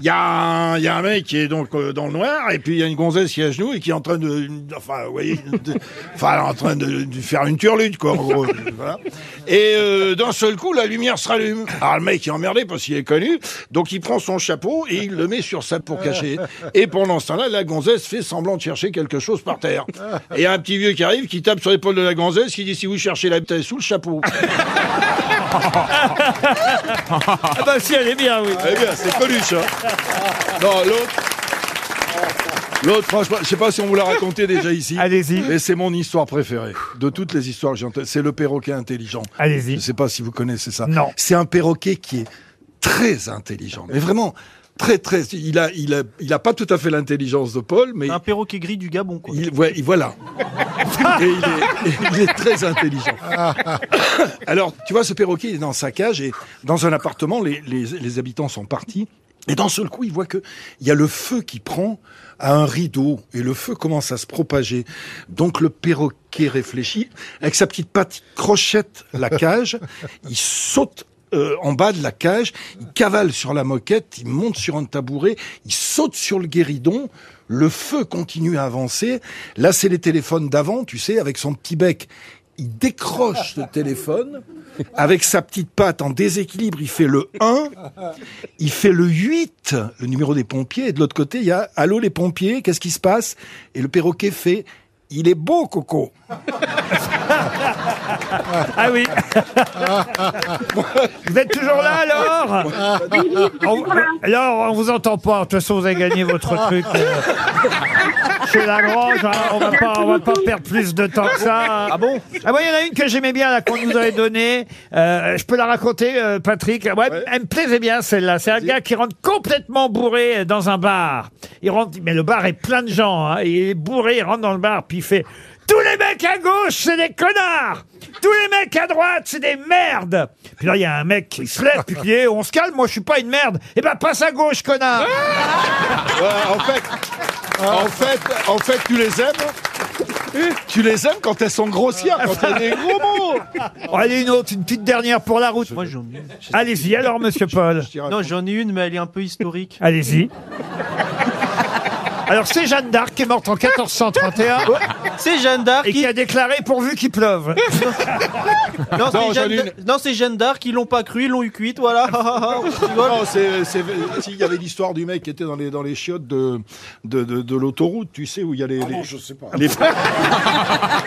Il y, a un- il y a un mec qui est donc euh, dans le noir, et puis il y a une gonzesse qui est à genoux et qui est en train de, enfin, vous voyez, de- enfin, en train de, de faire une turlute, quoi, en gros. Voilà. Et euh, d'un seul coup, la lumière se rallume. Alors, le mec est emmerdé parce qu'il est connu, donc il prend son chapeau et il le met sur sa pour cacher. Et pendant ce temps-là, la gonzesse fait semblant de chercher quelque chose par terre. Ah Et il y a un petit vieux qui arrive, qui tape sur l'épaule de la gonzesse, qui dit si vous cherchez la tête sous le chapeau. Ah bah si, elle est bien, oui. Eh bien, c'est Coluche. hein. Non, l'autre. L'autre, franchement, je sais pas si on vous l'a raconté déjà ici. Allez-y. Mais c'est mon histoire préférée. De toutes les histoires que j'ai entendues, c'est le perroquet intelligent. Allez-y. Je sais pas si vous connaissez ça. Non. C'est un perroquet qui est très intelligent. Mais vraiment, très, très. Il a, il a, il a pas tout à fait l'intelligence de Paul, mais. Un perroquet gris du Gabon, quoi. Il, ouais, il- voilà. Et il est, il est très intelligent. Ah. Alors, tu vois, ce perroquet, il est dans sa cage et dans un appartement, les, les, les habitants sont partis. Et d'un seul coup, il voit que il y a le feu qui prend à un rideau et le feu commence à se propager. Donc le perroquet réfléchit avec sa petite patte il crochette la cage, il saute euh, en bas de la cage, il cavale sur la moquette, il monte sur un tabouret, il saute sur le guéridon, le feu continue à avancer. Là, c'est les téléphones d'avant, tu sais, avec son petit bec. Il décroche le téléphone, avec sa petite patte en déséquilibre, il fait le 1, il fait le 8, le numéro des pompiers, et de l'autre côté, il y a « Allô les pompiers, qu'est-ce qui se passe ?» Et le perroquet fait « Il est beau, Coco !» Ah oui. vous êtes toujours là alors on, Alors on vous entend pas. De toute façon vous avez gagné votre truc. euh, Chez Lagrange, hein. on va pas, on va pas perdre plus de temps que ça. Ah bon Ah bon, il y en a une que j'aimais bien là qu'on nous avait donnée. Euh, je peux la raconter, euh, Patrick. Ouais, Elle me plaisait bien celle-là. C'est un gars qui rentre complètement bourré dans un bar. Il rentre, mais le bar est plein de gens. hein. Il est bourré, il rentre dans le bar puis il fait. Tous les mecs à gauche, c'est des connards Tous les mecs à droite, c'est des merdes. Puis là, il y a un mec qui se lève, puis qui dit, Eh, on se calme, moi je suis pas une merde. Eh ben, passe à gauche, connard. Ouais, en fait, en fait, en fait, tu les aimes. Tu les aimes quand elles sont grossières, quand elles des gros mots. Oh, allez, une autre, une petite dernière pour la route. Allez-y alors, monsieur Paul. Non, j'en ai une, mais elle est un peu historique. Allez-y. Alors, c'est Jeanne d'Arc qui est morte en 1431. C'est Jeanne d'Arc Et qui a déclaré pourvu qu'il pleuve. Non, Non, c'est Jeanne j'en ai d'A- non, c'est Jeanne d'Arc, ils l'ont pas cru, ils l'ont eu cuite, voilà. On rigole. Non, c'est, c'est- s'il y avait l'histoire du mec qui était dans les, dans les chiottes de, de, de, de l'autoroute, tu sais, où il y a les. non, les- je sais pas. les-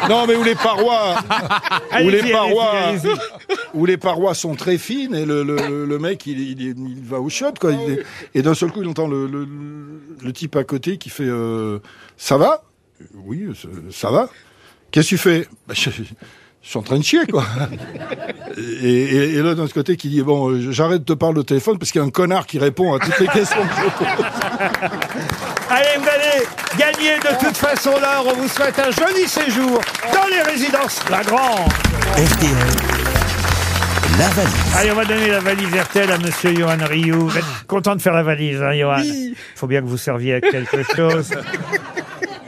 non, mais où les parois. où, Allez-y, les parois allez-y, allez-y. où les parois sont très fines et le, le- le mec, il, il- il va aux chiottes, quoi. Il- et d'un seul coup, il entend le, le- le type à côté qui fait euh, Ça va Oui, ça- ça va. Qu'est-ce que tu fais Bah, je, je suis en train de chier, quoi. Et, et- et là, d'un autre côté, qui dit Bon, euh, j'arrête de te parler au téléphone parce qu'il y a un connard qui répond à toutes les questions. Allez, vous allez gagner de toute façon l'or. On vous souhaite un joli séjour dans les résidences Lagrange. La valise. Allez, on va donner la valise RTL à Monsieur Johan Rioux. Vous êtes content de faire la valise, hein, Johan Oui. faut bien que vous serviez à quelque chose.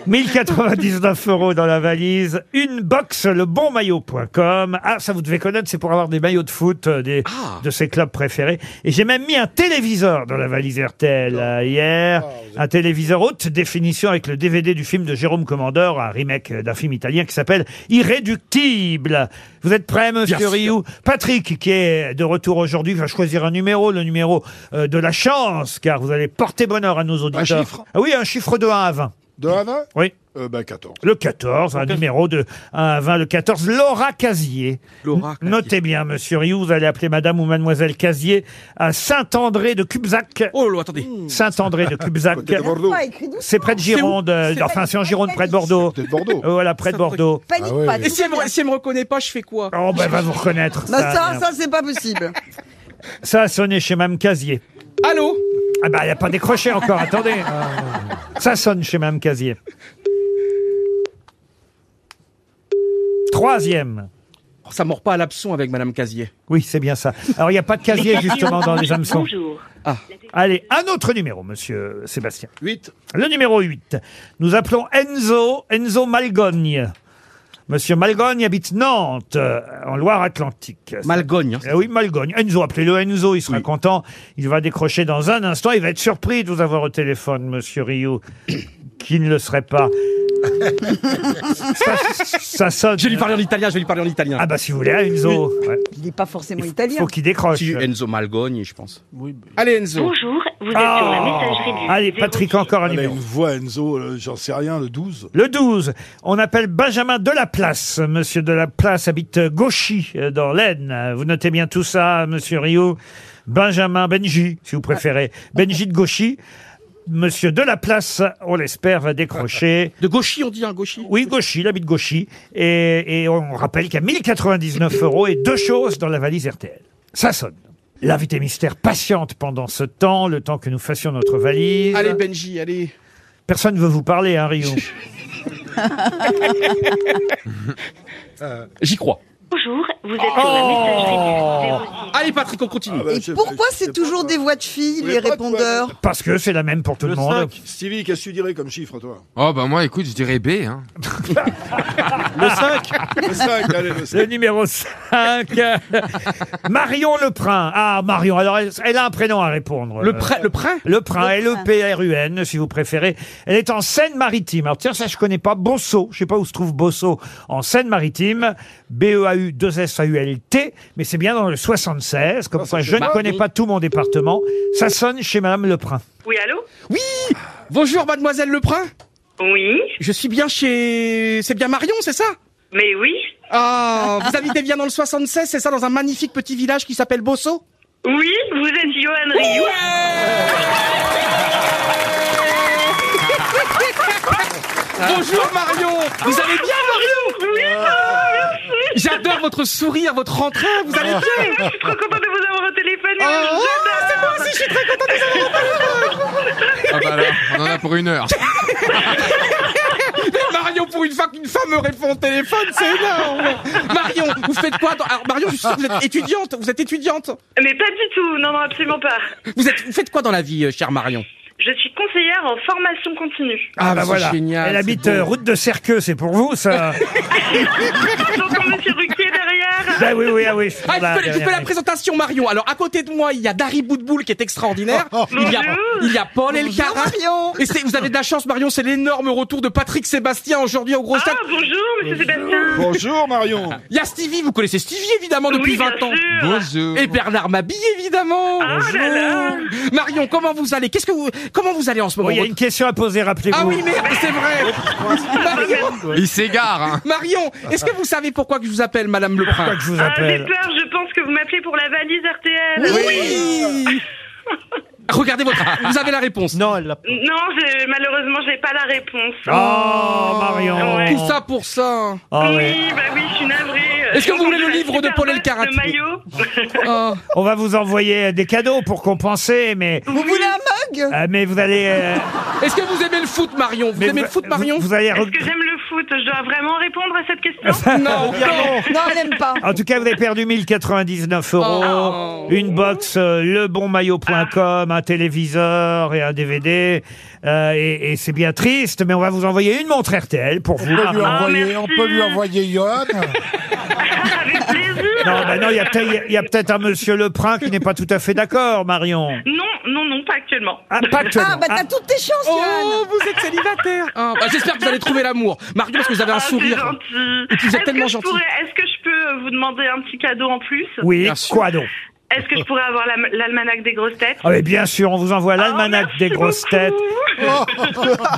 1099 euros dans la valise, une box lebonmaillot.com. Ah, ça vous devez connaître, c'est pour avoir des maillots de foot euh, des, de ses clubs préférés. Et j'ai même mis un téléviseur dans la valise RTL euh, hier. Un téléviseur haute définition avec le DVD du film de Jérôme Commandeur, un remake euh, d'un film italien qui s'appelle Irréductible. Vous êtes prêts, monsieur sûr. Rioux Patrick, qui est de retour aujourd'hui, va choisir un numéro, le numéro euh, de la chance, car vous allez porter bonheur à nos auditeurs. chiffre Ah oui, un chiffre de 1 à 20. De Havana Oui. euh, bah, 14. Le 14, un numéro de 1 à 20, le 14, Laura Casier. Laura Notez bien, monsieur Rioux, vous allez appeler madame ou mademoiselle Casier à Saint-André de Cubzac. Oh, attendez. Saint-André de Cubzac. Côté de Bordeaux. Pas écrit doucement. C'est près de C'est où Gironde, euh, C'est pas enfin, c'est en Gironde, près de Bordeaux. Euh, de Bordeaux. Voilà, près de Bordeaux. Panique Ah ouais. pas, tout Et si va elle, me, si elle me reconnaît pas, je fais quoi Oh, ben, elle va vous reconnaître. Non, ça, merde. ça, c'est pas possible. Ça a sonné chez Mme Casier. Allô Ah bah, il a pas décroché encore, attendez. Ça sonne chez Mme Casier. Troisième. Oh, Ça mord pas à l'abson avec Madame Casier. Oui, c'est bien ça. Alors, il n'y a pas de casier, justement, dans les hameçons. Bonjour. Ah. Allez, un autre numéro, monsieur Sébastien. 8. Le numéro 8. Nous appelons Enzo, Enzo Malgogne. Monsieur Malgogne habite Nantes, euh, en Loire-Atlantique. Malgogne. hein. oui, Malgogne. Enzo, appelez-le Enzo, il sera content. Il va décrocher dans un instant. Il va être surpris de vous avoir au téléphone, monsieur Rio, qui ne le serait pas. ça, ça sonne. Je vais lui parler en italien, je vais lui parler en italien. Ah bah si vous voulez, Enzo. Ouais. Il n'est pas forcément italien. Faut qu'il décroche. Si, Enzo Malgogne, je pense. Allez, Enzo. Bonjour, vous êtes Ah. Allez, Patrick, encore un Elle a numéro. une voix, Enzo, euh, j'en sais rien, le 12. Le 12, on appelle Benjamin Delaplace. Monsieur Delaplace habite euh, Gauchy, euh, dans l'Aisne. Euh, Vous notez bien tout ça, monsieur Rio. Benjamin Benji, si vous préférez. Benji de Gauchy. Monsieur Delaplace, on l'espère, va décrocher. De Gauchy, on dit un Gauchy Oui, Gauchy, il habite Gauchy. Et, et on rappelle qu'il y a 1099 euros et deux choses dans la valise RTL. Ça sonne. L'invité mystère patiente pendant ce temps, le temps que nous fassions notre valise. Allez, Benji, allez. Personne ne veut vous parler, hein, Rio J'y crois. Bonjour, vous êtes Allez, Patrick, on continue. Et pourquoi c'est toujours des voix de filles, les répondeurs Parce que c'est la même pour tout le, monde. Stevie, qu'est-ce que tu dirais comme chiffre, toi Oh, bah moi, écoute, je dirais B. Hein. Le 5 Le 5, allez, le 5. Le numéro 5 Marion Leprun. Ah, Marion, alors elle, elle a un prénom à répondre. Le Prin- le Prin E Leprun, L-E-P-R-U-N, si vous préférez. Elle est en Seine-Maritime. Alors tiens, ça je connais pas. Bosso, je sais pas où se trouve Bosso, en Seine-Maritime. E B-E-A-U-2-S-A-U-L-T, mais c'est bien dans le 76. Comme quoi, je ne Marron. connais pas tout mon département. Ça sonne chez Madame Leprun. Oui, allô Oui Bonjour, mademoiselle Leprun Oui Je suis bien chez... C'est bien Marion, c'est ça Mais oui Ah, vous habitez bien dans le 76, c'est ça, dans un magnifique petit village qui s'appelle Bosso Oui, vous êtes Johan Rioux. Bonjour Ah. Marion Vous allez bien Marion Oui, J'adore votre sourire, votre rentrée, vous Ah. allez bien Je suis trop contente de vous avoir au téléphone. Oh, c'est moi aussi, je suis très contente de vous avoir au téléphone Ah bah là, on en a pour une heure. Mais Marion, Marion, pour une fois qu'une femme me répond au téléphone, c'est énorme. Marion, vous faites quoi dans- Alors, Marion, je suis sûr que vous êtes étudiante. Vous êtes étudiante Mais pas du tout, non, non, absolument pas. Vous, êtes, vous faites quoi dans la vie, euh, chère Marion Je suis conseillère en formation continue. Ah, bah c'est voilà. génial, Elle c'est habite beau. euh, route de Cerqueux, c'est pour vous ça Bah J'entends Monsieur Ruquier derrière. Ben oui, oui, ah oui. je suis Ah, je là, vous fais, je vous fais derrière. la présentation, Marion. Alors, à côté de moi, il y a Dari Boudboul qui est extraordinaire. Oh, Il y a, Bonjour. il y a Paul Bonjour, Elkarat. Marion. Et c'est- vous avez de la chance, Marion. C'est l'énorme retour de Patrick Sébastien aujourd'hui au Gros Stade. Ah, bonjour, Monsieur Sébastien. Bonjour, Marion. Il y a Stevie. Vous connaissez Stevie, évidemment, depuis Oui, bien 20 ans. sûr. Ah, Bonjour. Et Bernard Mabille, évidemment. bonjour. Marion, comment vous allez? Qu'est-ce que vous, comment vous allez en ce moment? Oui, il y a Votre- une question à poser, rappelez-vous. Ah oui, merde, c'est vrai. Marion. Il s'égare, hein. Marion, est-ce que vous savez pourquoi que je vous appelle, Madame Leprin Pourquoi je vous Ah, j'ai peur, je pense que vous m'appelez pour la valise RTL. Oui. Regardez votre. Vous avez la réponse. Non, elle l'a pas. Non, j'ai- malheureusement, j'ai pas la réponse. Oh, Marion. Ouais. Tout ça pour ça. hein. Ah oui, ouais. bah oui, je suis navrée. Euh, Est-ce que vous J'ai voulez le entendu la livre de super Paul Oh. veste Elkarat de maillot On va vous envoyer euh, des cadeaux pour compenser, mais. Vous voulez un mug Ah, mais vous allez. euh, Est-ce que vous aimez le foot, Marion Vous Mais aimez vous- le foot, Marion vous- vous allez Est-ce reg- que j'aime le foot Je dois vraiment répondre à cette question Non, non. Non, elle aime pas. En tout cas, vous avez perdu 1099 euros, Oh. une box euh, lebonmaillot.com, un téléviseur et un DVD. euh, et et c'est bien triste, mais on va vous envoyer une montre RTL pour vous. On peut, lui Marion. Oh, envoyer, on peut lui envoyer Johan. Avec plaisir. Non, bah non, il y a peut-être- il y a peut-être un monsieur Leprin qui n'est pas tout à fait d'accord, Marion. Non, non, non, pas actuellement. Ah, pas actuellement. Ah, bah t'as toutes tes chances, Johan. Oh, vous êtes célibataire. Ah, bah, J'espère que vous allez trouver l'amour, Marion, parce que vous avez un Ah, c'est sourire. gentil. Et puis vous êtes Est-ce tellement que je gentil. pourrais- Est-ce que je peux euh, vous demander un petit cadeau en plus Oui, quoi donc Est-ce que je pourrais avoir la- l'almanach des grosses têtes Ah, mais bien sûr, on vous envoie l'almanach des grosses têtes,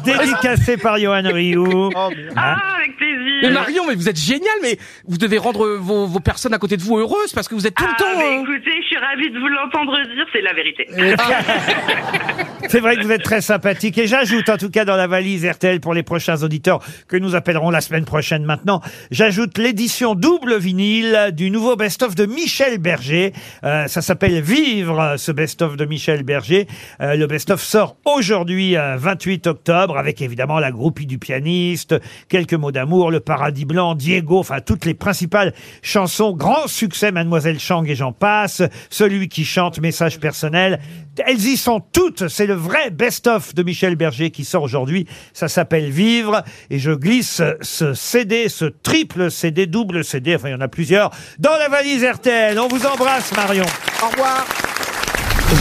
dédicacé par Johan Rioux. Oh, Ah, avec plaisir. Mais Marion, mais vous êtes génial, mais vous devez rendre vos, vos personnes à côté de vous heureuses parce que vous êtes tout Ah, le temps. mais euh, écoutez, je suis ravie de vous l'entendre dire, c'est la vérité. Ah. C'est vrai que vous êtes très sympathique. Et j'ajoute, en tout cas, dans la valise RTL pour les prochains auditeurs que nous appellerons la semaine prochaine maintenant, j'ajoute l'édition double vinyle du nouveau best-of de Michel Berger. Euh, ça s'appelle Vivre, euh, ce best-of de Michel Berger. Euh, le best-of sort aujourd'hui, euh, 28 octobre, avec évidemment la groupie du pianiste, quelques mots d'amour, le paradis blanc, Diego, enfin, toutes les principales chansons. Grand succès, Mademoiselle Chang et j'en passe. Celui qui chante, message personnel. Elles y sont toutes. C'est le vrai best-of de Michel Berger qui sort aujourd'hui. Ça s'appelle Vivre. Et je glisse ce CD, ce triple CD, double CD, enfin il y en a plusieurs, dans la valise RTL. On vous embrasse, Marion. Au revoir.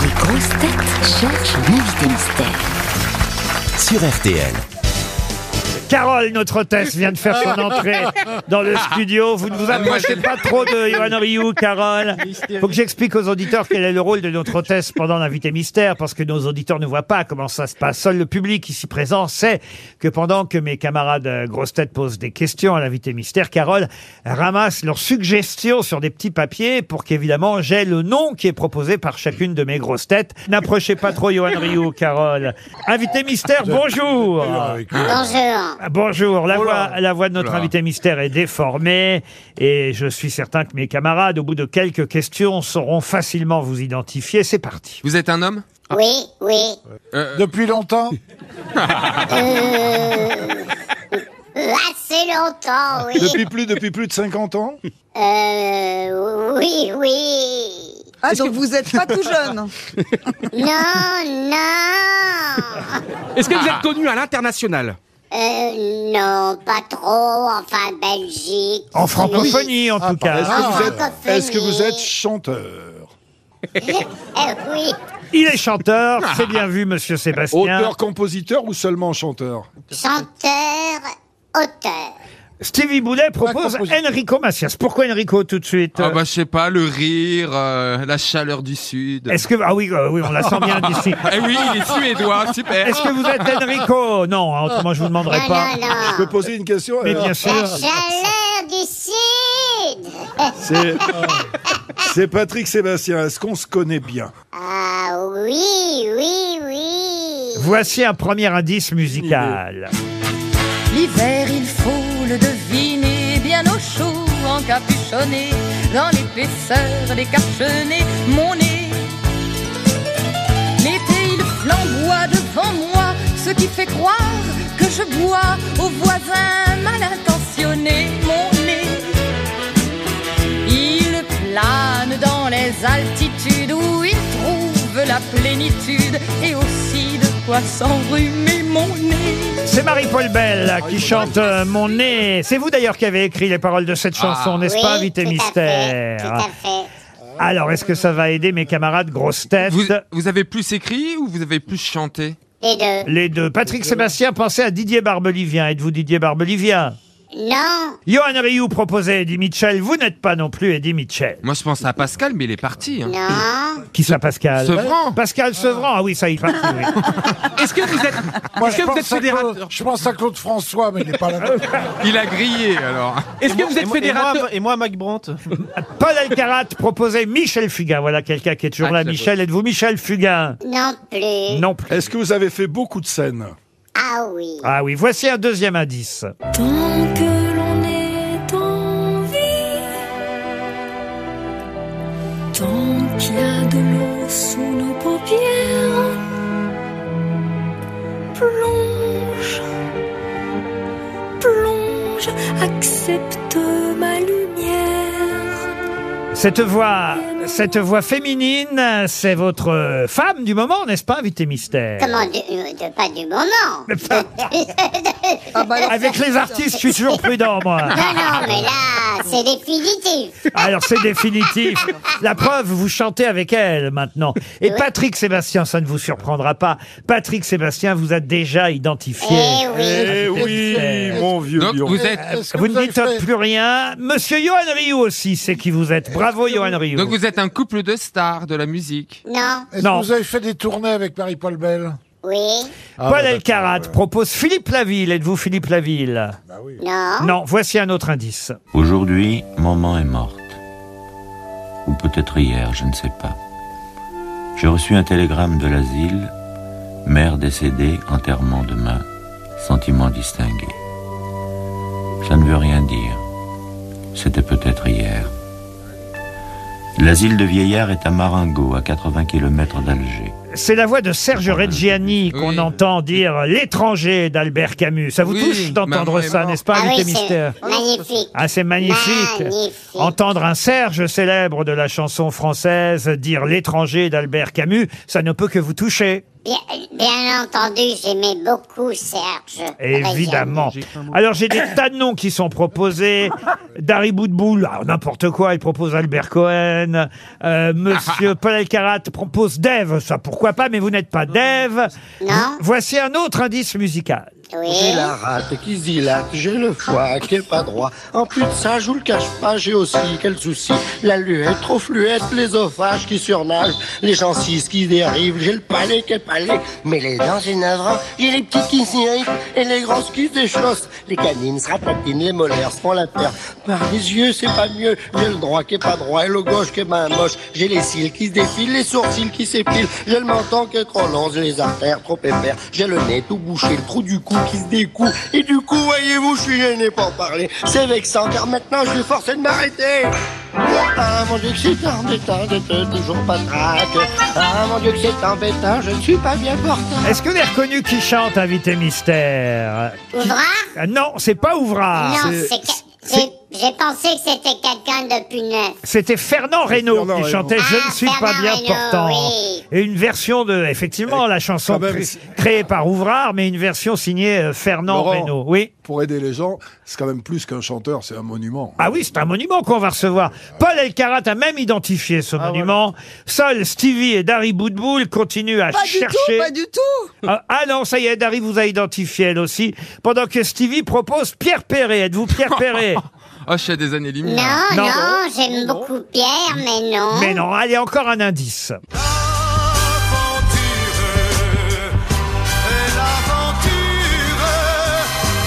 Les grosses têtes cherchent un invité mystère. Sur RTL. Carole, notre hôtesse, vient de faire son entrée dans le studio. Vous ne vous approchez pas trop de Johan Rioux, Carole. Faut que j'explique aux auditeurs quel est le rôle de notre hôtesse pendant l'invité mystère, parce que nos auditeurs ne voient pas comment ça se passe. Seul le public ici présent sait que pendant que mes camarades euh, grosses têtes posent des questions à l'invité mystère, Carole ramasse leurs suggestions sur des petits papiers pour qu'évidemment j'ai le nom qui est proposé par chacune de mes grosses têtes. N'approchez pas trop Johan Rioux, Carole. Invité mystère, bonjour. Bonjour. Ah, Bonjour, la, Oh là. voix, la voix de notre Oula. invité mystère est déformée et je suis certain que mes camarades, au bout de quelques questions, sauront facilement vous identifier. C'est parti. Vous êtes un homme Oui, oui. Depuis longtemps Euh, assez longtemps, oui. Ah, Depuis plus, depuis plus de 50 ans Euh, oui, oui. Ah, donc vous êtes pas tout jeune. Non, non. Est-ce que vous êtes connu à l'international Euh, non, pas trop. Enfin, Belgique. Ah, En francophonie, en tout cas. Est-ce que, vous êtes- francophonie. est-ce que vous êtes chanteur Euh, oui. Il est chanteur, c'est bien vu, monsieur Sébastien. Auteur, compositeur ou seulement chanteur Chanteur, auteur. Stevie Boulet propose Enrico Macias. Pourquoi Enrico tout de suite Ah bah je sais pas, le rire, euh, la chaleur du sud. Est-ce que. Ah oui, euh, oui, on la sent bien d'ici. Eh oui, il est suédois, super. Est-ce que vous êtes Enrico Non, hein, autrement je vous demanderai Non, pas. non, non. Je peux poser une question Mais alors bien La sûr. chaleur du sud. C'est- C'est Patrick Sébastien, est-ce qu'on se connaît bien Ah oui, oui, oui. Voici un premier indice musical. L'hiver, il faut le deviner, bien au chaud, encapuchonné, dans l'épaisseur des carchenets, mon nez. L'été, il flamboie devant moi, ce qui fait croire que je bois aux voisins mal intentionnés mon nez. Il plane dans les altitudes où il trouve la plénitude et aussi de quoi s'enrhumer mon nez. C'est Marie-Paul Ah, Bell qui chante euh, Mon nez. C'est vous d'ailleurs qui avez écrit les paroles de cette chanson, Ah. n'est-ce Oui, pas, Vité tout à fait, Mystère tout à fait. Alors, est-ce que ça va aider mes camarades grosses têtes Vous, vous avez plus écrit ou vous avez plus chanté Les deux. Les deux. Patrick Sébastien, pensez à Didier Barbelivien. Êtes-vous Didier Barbelivien Non. Johan Rioux proposait Eddie Mitchell. Vous n'êtes pas non plus Eddie Mitchell. Moi, je pense à Pascal, mais il est parti. hein. Qui ça, Pascal Sevran. Pascal Sevran. Ah oui, ça y est parti. oui. Est-ce que vous êtes, Moi, je pense à fédérateur Je pense à Claude François, mais il n'est pas là. Il a grillé, alors. Et moi- et moi- fédérateur- et moi, et moi, Mac Brandt. Paul Alcarat proposait Michel Fugain. Voilà quelqu'un qui est Ah, toujours là. Michel, êtes-vous Michel Fugain Non plus. Non plus. Est-ce que vous avez fait beaucoup de scènes Ah oui. Ah oui, voici un deuxième indice. Tant que l'on est en vie, Tant qu'il y a de l'eau sous nos paupières, plonge, plonge, accepte ma lumière. Cette voix, cette voix féminine, c'est votre euh, femme du moment, n'est-ce pas, invité mystère Comment du, de- pas du moment Ah bah Avec les artistes, je suis toujours prudent, moi. Non, non, mais là, c'est définitif. Alors c'est définitif. La preuve, vous chantez avec elle maintenant. Et Patrick Sébastien, ça ne vous surprendra pas. Patrick Sébastien vous a déjà identifié. Eh oui. Eh oui, mon vieux. Donc, lion. vous êtes- Est-ce que vous vous ne avez dites fait- plus rien. Monsieur Johan Rioux aussi, c'est qui vous êtes. Bravo Johan Rioux. Donc vous êtes un couple de stars de la musique. Non. Est-ce Non. que vous avez fait des tournées avec Marie-Paul Bell Ah, bah, Oui. Ah, Paul bah, Elkarat propose Philippe Laville. Êtes-vous Philippe Laville Bah Non. Non, voici un autre indice. Aujourd'hui, maman est morte. Ou peut-être hier, je ne sais pas. J'ai reçu un télégramme de l'asile. Mère décédée, enterrement demain, sentiment distingué. Ça ne veut rien dire. C'était peut-être hier. L'asile de vieillard est à Marengo, à 80 km d'Alger. C'est la voix de Serge Reggiani qu'on entend dire L'étranger d'Albert Camus. Ça vous Oui, touche maman d'entendre est ça, morte. n'est-ce pas, ah Invité oui, Mystère c'est magnifique. Ah, c'est magnifique. Magnifique. Entendre un Serge célèbre de la chanson française dire l'étranger d'Albert Camus, ça ne peut que vous toucher. Bien, bien entendu, j'aimais beaucoup Serge. Évidemment. Alors j'ai des tas de noms qui sont proposés. Dari Boudboul, ah, n'importe quoi, il propose Albert Cohen. Euh, Monsieur Paul Alcarat propose Dave, ça pourquoi pas, mais vous n'êtes pas Dave. Non. Voici un autre indice musical. J'ai la rate qui zilate, j'ai le foie qui est pas droit. En plus de ça, je vous le cache pas, j'ai aussi quel souci. La luette trop fluette, l'ésophage qui surnage, les gencives qui dérivent, j'ai le palais qui est palais. Mais les dents, j'ai navrant, j'ai les petites qui s'irritent et les grosses qui se déchaussent. Les canines se rapatinent, les molaires se font la terre. Par les yeux, c'est pas mieux, j'ai le droit qui est pas droit et le gauche qui est main moche. J'ai les cils qui se défilent, les sourcils qui s'épilent, j'ai le menton qui est trop long, j'ai les artères trop épaires, j'ai le nez tout bouché, le trou du cou qui se découle. Et du coup, voyez-vous, je suis gêné pour en parler. C'est vexant car maintenant je suis forcé de m'arrêter. Ah mon dieu que c'est embêtant de te toujours pas traque. Ah mon dieu que c'est embêtant, je ne suis pas bien portant. Est-ce que vous avez reconnu qui chante Invité Mystère Ouvrard Ah, Non, c'est pas Ouvrard. Non, Ah, C'est- c'est que- j'ai j'ai pensé que c'était quelqu'un de plus neuf. C'était Fernand Reynaud Fernand qui Reynaud. chantait Je Ah, ne suis Fernand pas bien Reynaud, portant. oui. Et une version de, effectivement, la chanson quand même, cré- c'est- créée par Ouvrard, mais une version signée euh, Fernand Laurent, Reynaud. Oui. Pour aider les gens, c'est quand même plus qu'un chanteur, c'est un monument. Ah oui, c'est un monument qu'on va recevoir. Paul Elkarat a même identifié ce monument. Seuls Stevie et Dari Boudboul continuent à Pas du chercher. tout, pas du tout. Ah, ah non, ça y est, Dari vous a identifié elle aussi. Pendant que Stevie propose Pierre Perret. Êtes-vous Pierre Perret Oh, je suis à des années-lumière. Non, non, j'aime beaucoup Pierre, mais non. Mais non, allez, encore un indice.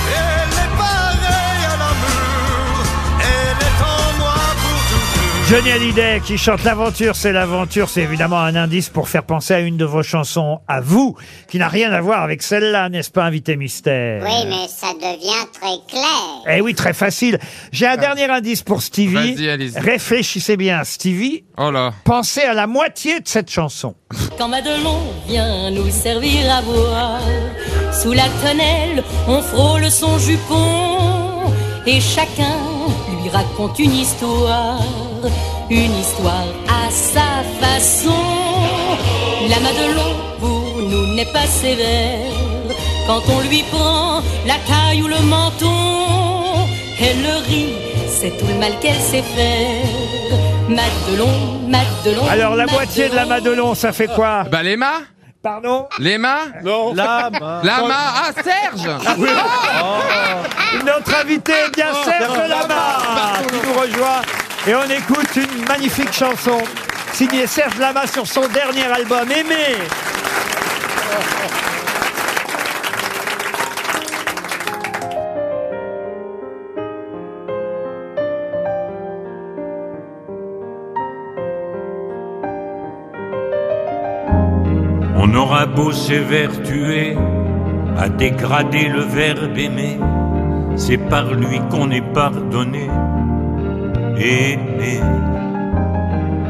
Elle est pareille à l'amour, elle est en moi pour toujours. Johnny Hallyday qui chante L'aventure, c'est l'aventure. C'est évidemment un indice pour faire penser à une de vos chansons, à vous, qui n'a rien à voir avec celle-là, n'est-ce pas, invité mystère Oui, mais ça devient très clair. Eh oui, très facile. J'ai un dernier indice pour Stevie. Ah. Vas-y, allez-y. Réfléchissez bien, Stevie. Oh là. Pensez à la moitié de cette chanson. Quand Madelon vient nous servir à boire, sous la tonnelle, on frôle son jupon et chacun lui raconte une histoire, une histoire à sa façon. La Madelon pour nous n'est pas sévère quand on lui prend la taille ou le menton. Elle rit, c'est tout le mal qu'elle sait faire. Madelon, Madelon. Alors, la moitié de la Madelon, ça fait quoi Bah, les mains Pardon Les mains Non. La main. La main Ah, Serge bah. Oui. Oh. Notre invité est bien Oh, Serge pardon. Lama qui nous rejoint et on écoute une magnifique chanson signée Serge Lama sur son dernier album Aimé. On aura beau s'évertuer à dégrader le verbe aimer, c'est par lui qu'on est pardonné. Aimer,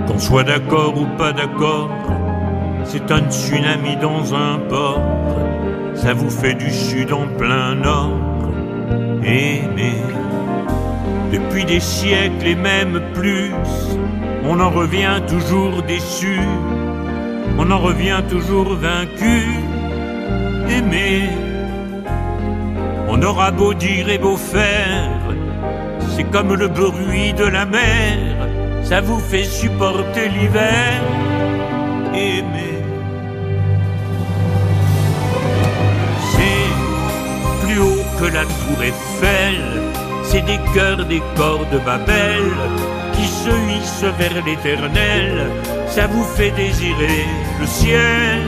qu'on soit d'accord ou pas d'accord, c'est un tsunami dans un port, ça vous fait du sud en plein nord. Aimer, depuis des siècles et même plus, on en revient toujours déçu on en revient toujours vaincu. Aimer, on aura beau dire et beau faire, c'est comme le bruit de la mer, ça vous fait supporter l'hiver. Aimer, c'est plus haut que la tour Eiffel, c'est des cœurs des corps de Babel qui se hissent vers l'éternel, ça vous fait désirer le ciel.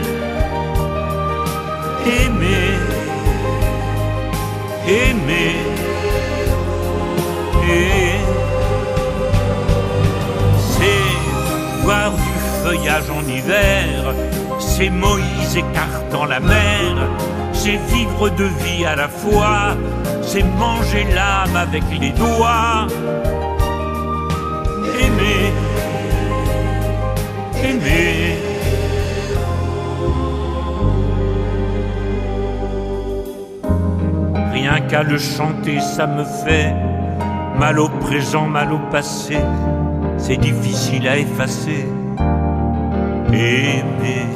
Aimer, aimer, aimer. C'est voir du feuillage en hiver, c'est Moïse écartant la mer, c'est vivre de vie à la fois, c'est manger l'âme avec les doigts. Aimer, aimer. Rien qu'à le chanter, ça me fait mal au présent, mal au passé. C'est difficile à effacer. Aimer,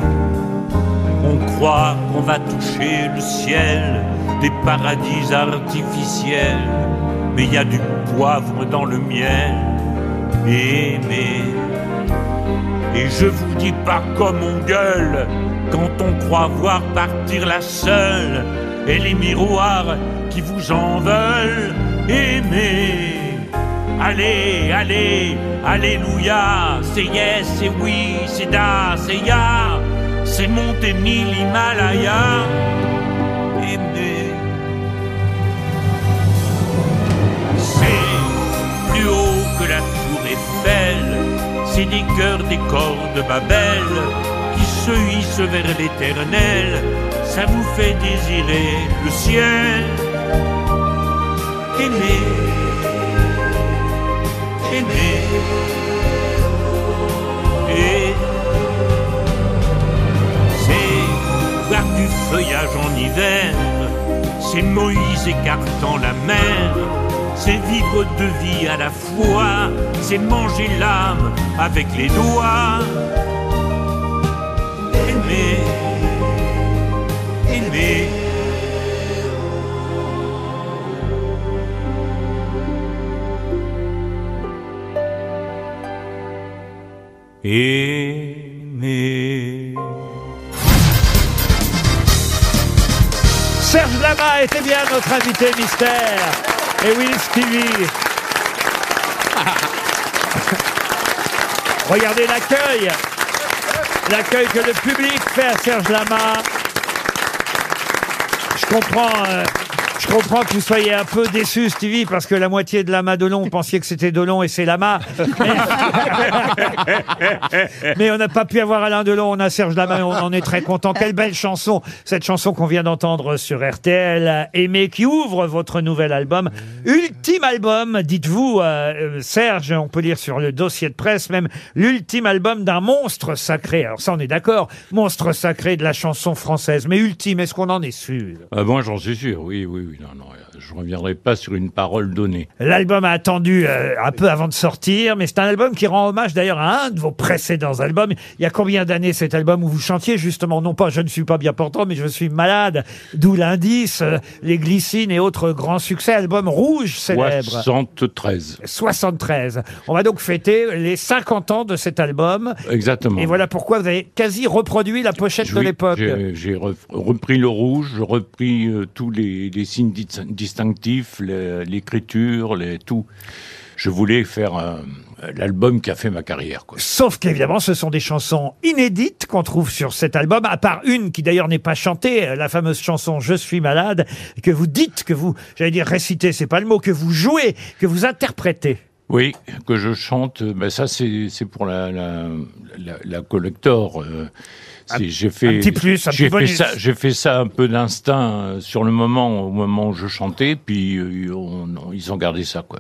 on croit qu'on va toucher le ciel des paradis artificiels, mais il y a du poivre dans le miel. Aimer, et je vous dis pas comme on gueule quand on croit voir partir la seule et les miroirs qui vous en veulent. Aimez. Allez, allez, alléluia. C'est yes, c'est oui, c'est da, c'est ya. C'est monter mille Himalaya. Aimez. C'est plus haut que la tour Eiffel, c'est des cœurs des corps de Babel qui se hissent vers l'éternel, ça vous fait désirer le ciel. Aimer, aimer, et c'est voir du feuillage en hiver, c'est Moïse écartant la mer, c'est vivre deux vies à la fois, c'est manger l'âme avec les doigts. Aimer, aimer. Aimer. Serge Lama était bien notre invité mystère. Et oui, Stevie. Regardez l'accueil. L'accueil que le public fait à Serge Lama. Je comprends euh, Je comprends que vous soyez un peu déçu, Stevie, parce que la moitié de l'amas de long, vous pensiez que c'était Delon et c'est l'amas. Mais, mais on n'a pas pu avoir Alain Delon, on a Serge Lama, et on en est très content. Quelle belle chanson, cette chanson qu'on vient d'entendre sur RTL, Aimé, qui ouvre votre nouvel album. Ultime album, dites-vous, euh, euh, Serge, on peut lire sur le dossier de presse même, l'ultime album d'un monstre sacré. Alors ça, on est d'accord, monstre sacré de la chanson française. Mais ultime, est-ce qu'on en est sûr Ah bon, j'en suis sûr, oui, oui, oui. Non, non, euh, je reviendrai pas sur une parole donnée. L'album a attendu euh, un peu avant de sortir, mais c'est un album qui rend hommage d'ailleurs à un de vos précédents albums. Il y a combien d'années cet album où vous chantiez justement, non pas je ne suis pas bien portant, mais je suis malade, d'où l'indice, euh, les glycines et autres grands succès, album rouge célèbre. 73. 73. On va donc fêter les 50 ans de cet album. Exactement. Et voilà pourquoi vous avez quasi reproduit la pochette de Oui, l'époque. J'ai j'ai re- repris le rouge, j'ai repris euh, tous les, les signes dis- distinctifs, le- l'écriture, les, tout. Je voulais faire euh, l'album qui a fait ma carrière. Quoi. Sauf qu'évidemment, ce sont des chansons inédites qu'on trouve sur cet album, à part une qui d'ailleurs n'est pas chantée, euh, la fameuse chanson Je suis malade, que vous dites, que vous, j'allais dire réciter, c'est pas le mot, que vous jouez, que vous interprétez. Oui, que je chante, euh, ben ça c'est c'est pour la, la, la, la collector. euh, c'est- J'ai fait, petit plus, un petit j'ai fait bonus. ça, j'ai fait ça un peu d'instinct euh, sur le moment, au moment où je chantais, puis euh, on- on- ils ont gardé ça quoi.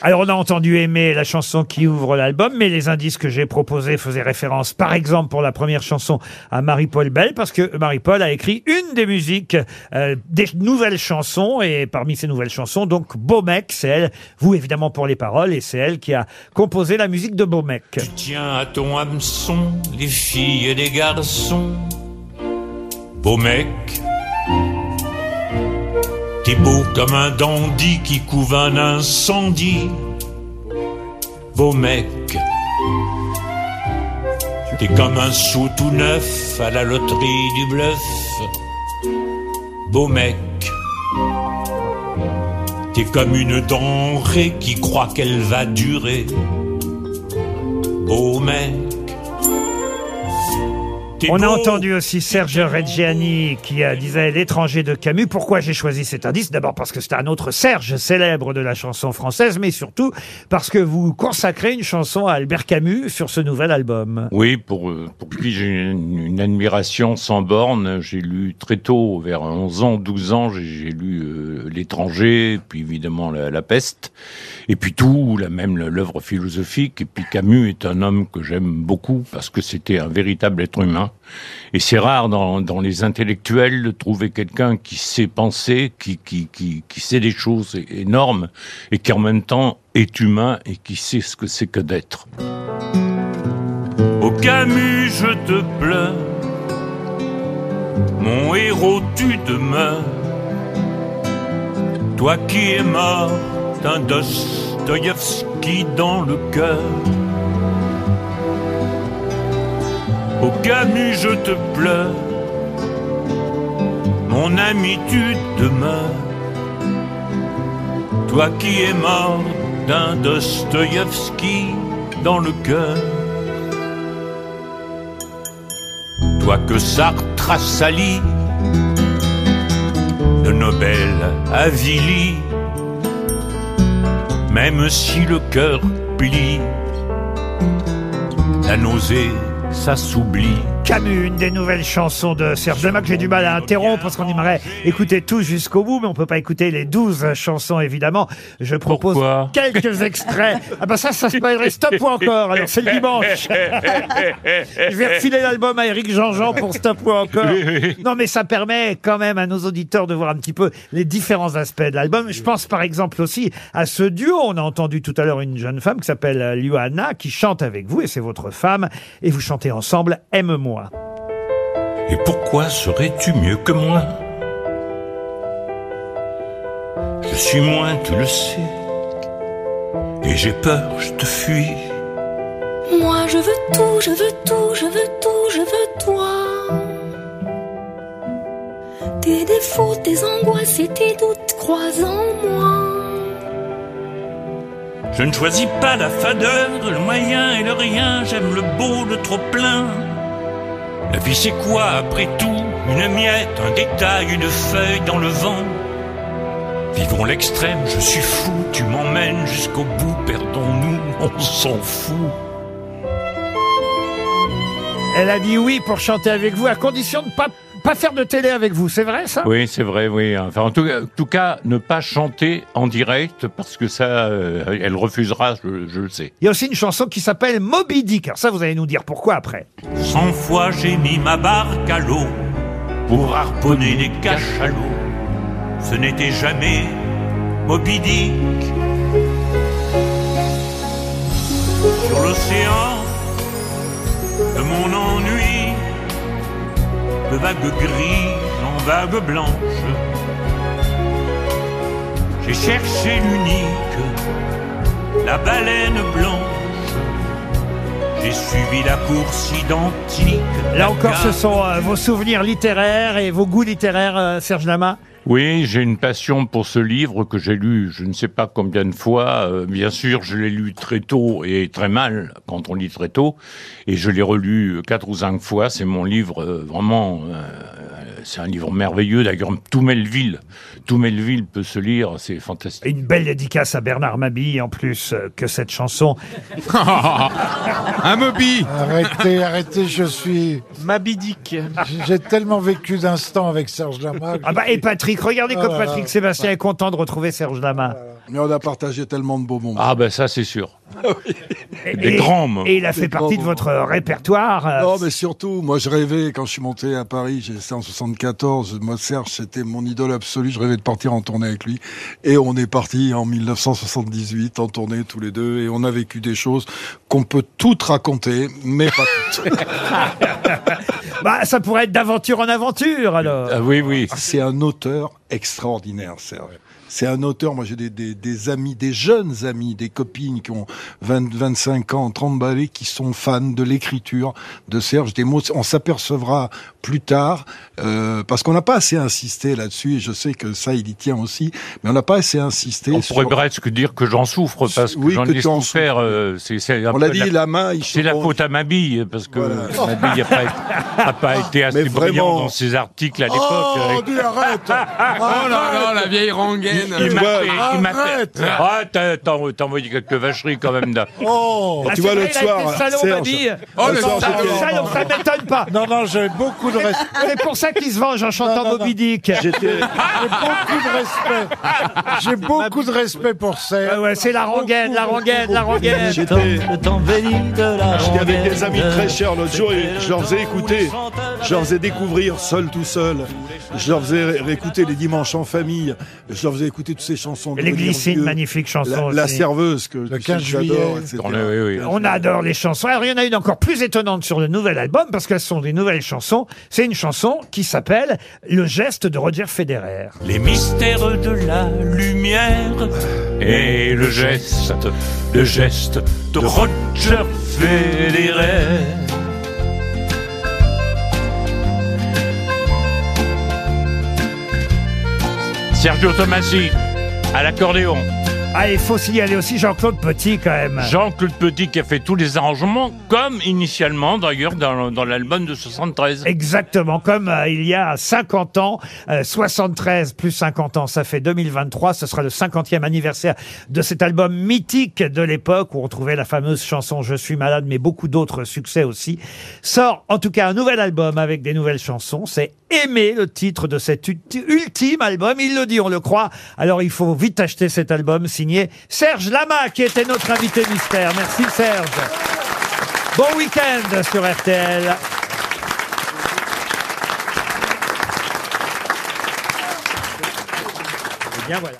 Alors on a entendu aimer la chanson qui ouvre l'album, mais les indices que j'ai proposés faisaient référence, par exemple pour la première chanson, à Marie-Paul Bell, parce que Marie-Paul a écrit une des musiques euh, des nouvelles chansons, et parmi ces nouvelles chansons, donc Beaumec, c'est elle, vous évidemment pour les paroles, et c'est elle qui a composé la musique de Beaumec. Tiens à ton hameçon, les filles et les garçons. Beau mec, t'es beau comme un dandy qui couve un incendie. Beau mec, t'es comme un sou tout neuf à la loterie du bluff. Beau mec, t'es comme une denrée qui croit qu'elle va durer. Beau mec, T'es On a beau. entendu aussi Serge Reggiani qui euh, disait L'étranger de Camus. Pourquoi j'ai choisi cet indice D'abord parce que c'est un autre Serge célèbre de la chanson française, mais surtout parce que vous consacrez une chanson à Albert Camus sur ce nouvel album. Oui, pour, euh, pour qui j'ai une, une admiration sans borne. J'ai lu très tôt, vers 11 ans, 12 ans, j'ai- j'ai lu euh, L'étranger, puis évidemment la, La peste, et puis tout, là, même le- l'œuvre philosophique. Et puis Camus est un homme que j'aime beaucoup parce que c'était un véritable être humain. Et c'est rare dans, dans les intellectuels de trouver quelqu'un qui sait penser, qui, qui, qui, qui sait des choses é- énormes, et qui en même temps est humain et qui sait ce que c'est que d'être. Au Camus, je te pleure. Mon héros, tu demeures. Toi qui es mort d'un Dostoïevski dans le cœur. Au Camus, je te pleure. Mon ami, tu demeures. Toi qui es mort d'un Dostoïevski dans le cœur. Toi que Sartre a sali, de Nobel avili, même si le cœur plie, la nausée s'assoublie. Camus, une des nouvelles chansons de Serge Lama que j'ai du mal à interrompre parce qu'on aimerait écouter tout jusqu'au bout, mais on peut pas écouter les 12 chansons évidemment. Je propose Pourquoi quelques extraits. Ah bah ça, ça s'appellerait Stop ou encore. Alors c'est le dimanche. Je vais refiler l'album à Eric Jean-Jean pour Stop ou encore. Non, mais ça permet quand même à nos auditeurs de voir un petit peu les différents aspects de l'album. Je pense par exemple aussi à ce duo. On a entendu tout à l'heure une jeune femme qui s'appelle euh, Luana qui chante avec vous et c'est votre femme. Et vous chantez ensemble Aime-moi. Et pourquoi serais-tu mieux que moi Je suis moins, tu le sais. Et j'ai peur, je te fuis. Moi je veux tout, je veux tout, je veux tout, je veux toi. Tes défauts, tes angoisses et tes doutes croisent en moi. Je ne choisis pas la fadeur, le moyen et le rien. J'aime le beau, le trop plein. La vie c'est quoi après tout Une miette, un détail, une feuille dans le vent. Vivons l'extrême, je suis fou, tu m'emmènes jusqu'au bout, perdons-nous, on s'en fout. Elle a dit oui pour chanter avec vous, à condition de pas pas faire de télé avec vous. C'est vrai ça Oui, c'est vrai, oui. Enfin, en tout, en tout cas, ne pas chanter en direct, parce que ça, euh, elle refusera, je, je le sais. Il y a aussi une chanson qui s'appelle Moby Dick. Alors ça, vous allez nous dire pourquoi après. Cent fois j'ai mis ma barque à l'eau pour harponner des cachalots. Ce n'était jamais Moby Dick. Sur l'océan de mon ennui, de vagues grises en vagues blanches, j'ai cherché l'unique, la baleine blanche. J'ai suivi la course identique. Là encore, ce sont euh, vos souvenirs littéraires et vos goûts littéraires, euh, Serge Lama. Oui, j'ai une passion pour ce livre que j'ai lu je ne sais pas combien de fois. Euh, bien sûr, je l'ai lu très tôt et très mal quand on lit très tôt. Et je l'ai relu euh, quatre ou cinq fois. C'est mon livre euh, vraiment... euh, c'est un livre merveilleux. D'ailleurs, tout Melville, tout Melville peut se lire. C'est fantastique. Une belle dédicace à Bernard Mabille, en plus euh, que cette chanson. Un Moby Arrêtez, arrêtez, je suis... Mabidique. J'ai tellement vécu d'instants avec Serge Lama. que- Ah bah, et Patrick, regardez Ah comme là là. Patrick Sébastien est content de retrouver Serge Lama. Mais on a partagé tellement de beaux moments. Ah ben ça, c'est sûr. Ah. Des Et- grands moments. Et il a fait Des partie de grands votre moments. répertoire. euh, Non, mais surtout, moi, je rêvais quand je suis monté à Paris, j'ai- c'était en 74. Moi, Serge, c'était mon idole absolue. Je rêvais de partir en tournée avec lui. Et on est parti en 1978 en tournée tous les deux. Et on a vécu des choses qu'on peut toutes raconter, mais pas toutes. bah, ça pourrait être d'aventure en aventure, alors. Ah, oui, oui. Ah, C'est un auteur extraordinaire, Serge. C'est un auteur, moi j'ai des, des- des amis, des jeunes amis, des copines qui ont 20, 25 ans, 30 balais, qui sont fans de l'écriture de Serge. Des mots, on s'apercevra plus tard, euh, parce qu'on n'a pas assez insisté là-dessus, et je sais que ça il y tient aussi, mais on n'a pas assez insisté. On sur- pourrait presque dire que j'en souffre parce que Oui, j'en que ai tu en souffert. euh, c'est- c'est un On peu l'a dit, la main, il C'est la chevauche. faute à ma bille parce que ma bille n'a pas, a pas été assez Mais brillant vraiment. dans ses articles à l'époque. euh, Oh, dis, arrête Oh là là, la vieille Il, rengaine. il m'a fait- il m'a Arrête. fait- Ah, t'as- t'as t'as envoyé quelques vacheries quand même. là. Oh 어, Ah, Tu c'est vois, vrai, l'autre il a soir, été salaud, Serge. Mabille. Oh, le salaud, salaud, ça m'étonne pas. Non, non, j'ai beaucoup de respect. C'est pour ça qu'il se venge en chantant Non, non, non. Moby Dick. J'ai beaucoup de respect. J'ai beaucoup de respect pour Serge. Ah ouais, c'est la rengaine, la rengaine, la rengaine. J'étais- J'étais avec des amis très chers l'autre jour et je leur faisais écouter, je leur faisais découvrir seul tout seul, je leur faisais ré- réécouter les dimanches en famille, je leur faisais écouter toutes ces chansons. Les glycines, magnifique chanson La, la aussi. serveuse que que 15 j'adore, juillet. etc. On adore les chansons. Alors, il y en a une encore plus étonnante sur le nouvel album, parce qu'elles sont des nouvelles chansons. C'est une chanson qui s'appelle Le geste de Roger Federer. Les mystères de la lumière et le geste, le geste de Roger Federer. Sergio Tomassi à l'accordéon. Ah, il faut signaler aussi Jean-Claude Petit, quand même. Jean-Claude Petit qui a fait tous les arrangements, comme initialement d'ailleurs dans, dans l'album de 73. Exactement, comme euh, il y a 50 ans, euh, 73 plus 50 ans, ça fait 2023, ce sera le 50e anniversaire de cet album mythique de l'époque où on trouvait la fameuse chanson Je suis malade, mais beaucoup d'autres succès aussi. Sort en tout cas un nouvel album avec des nouvelles chansons, c'est Aimer le titre de cet ulti- ultime album, il le dit, on le croit, alors il faut vite acheter cet album signé Serge Lama qui était notre invité mystère. Merci Serge. Bon week-end sur RTL. Eh bien voilà.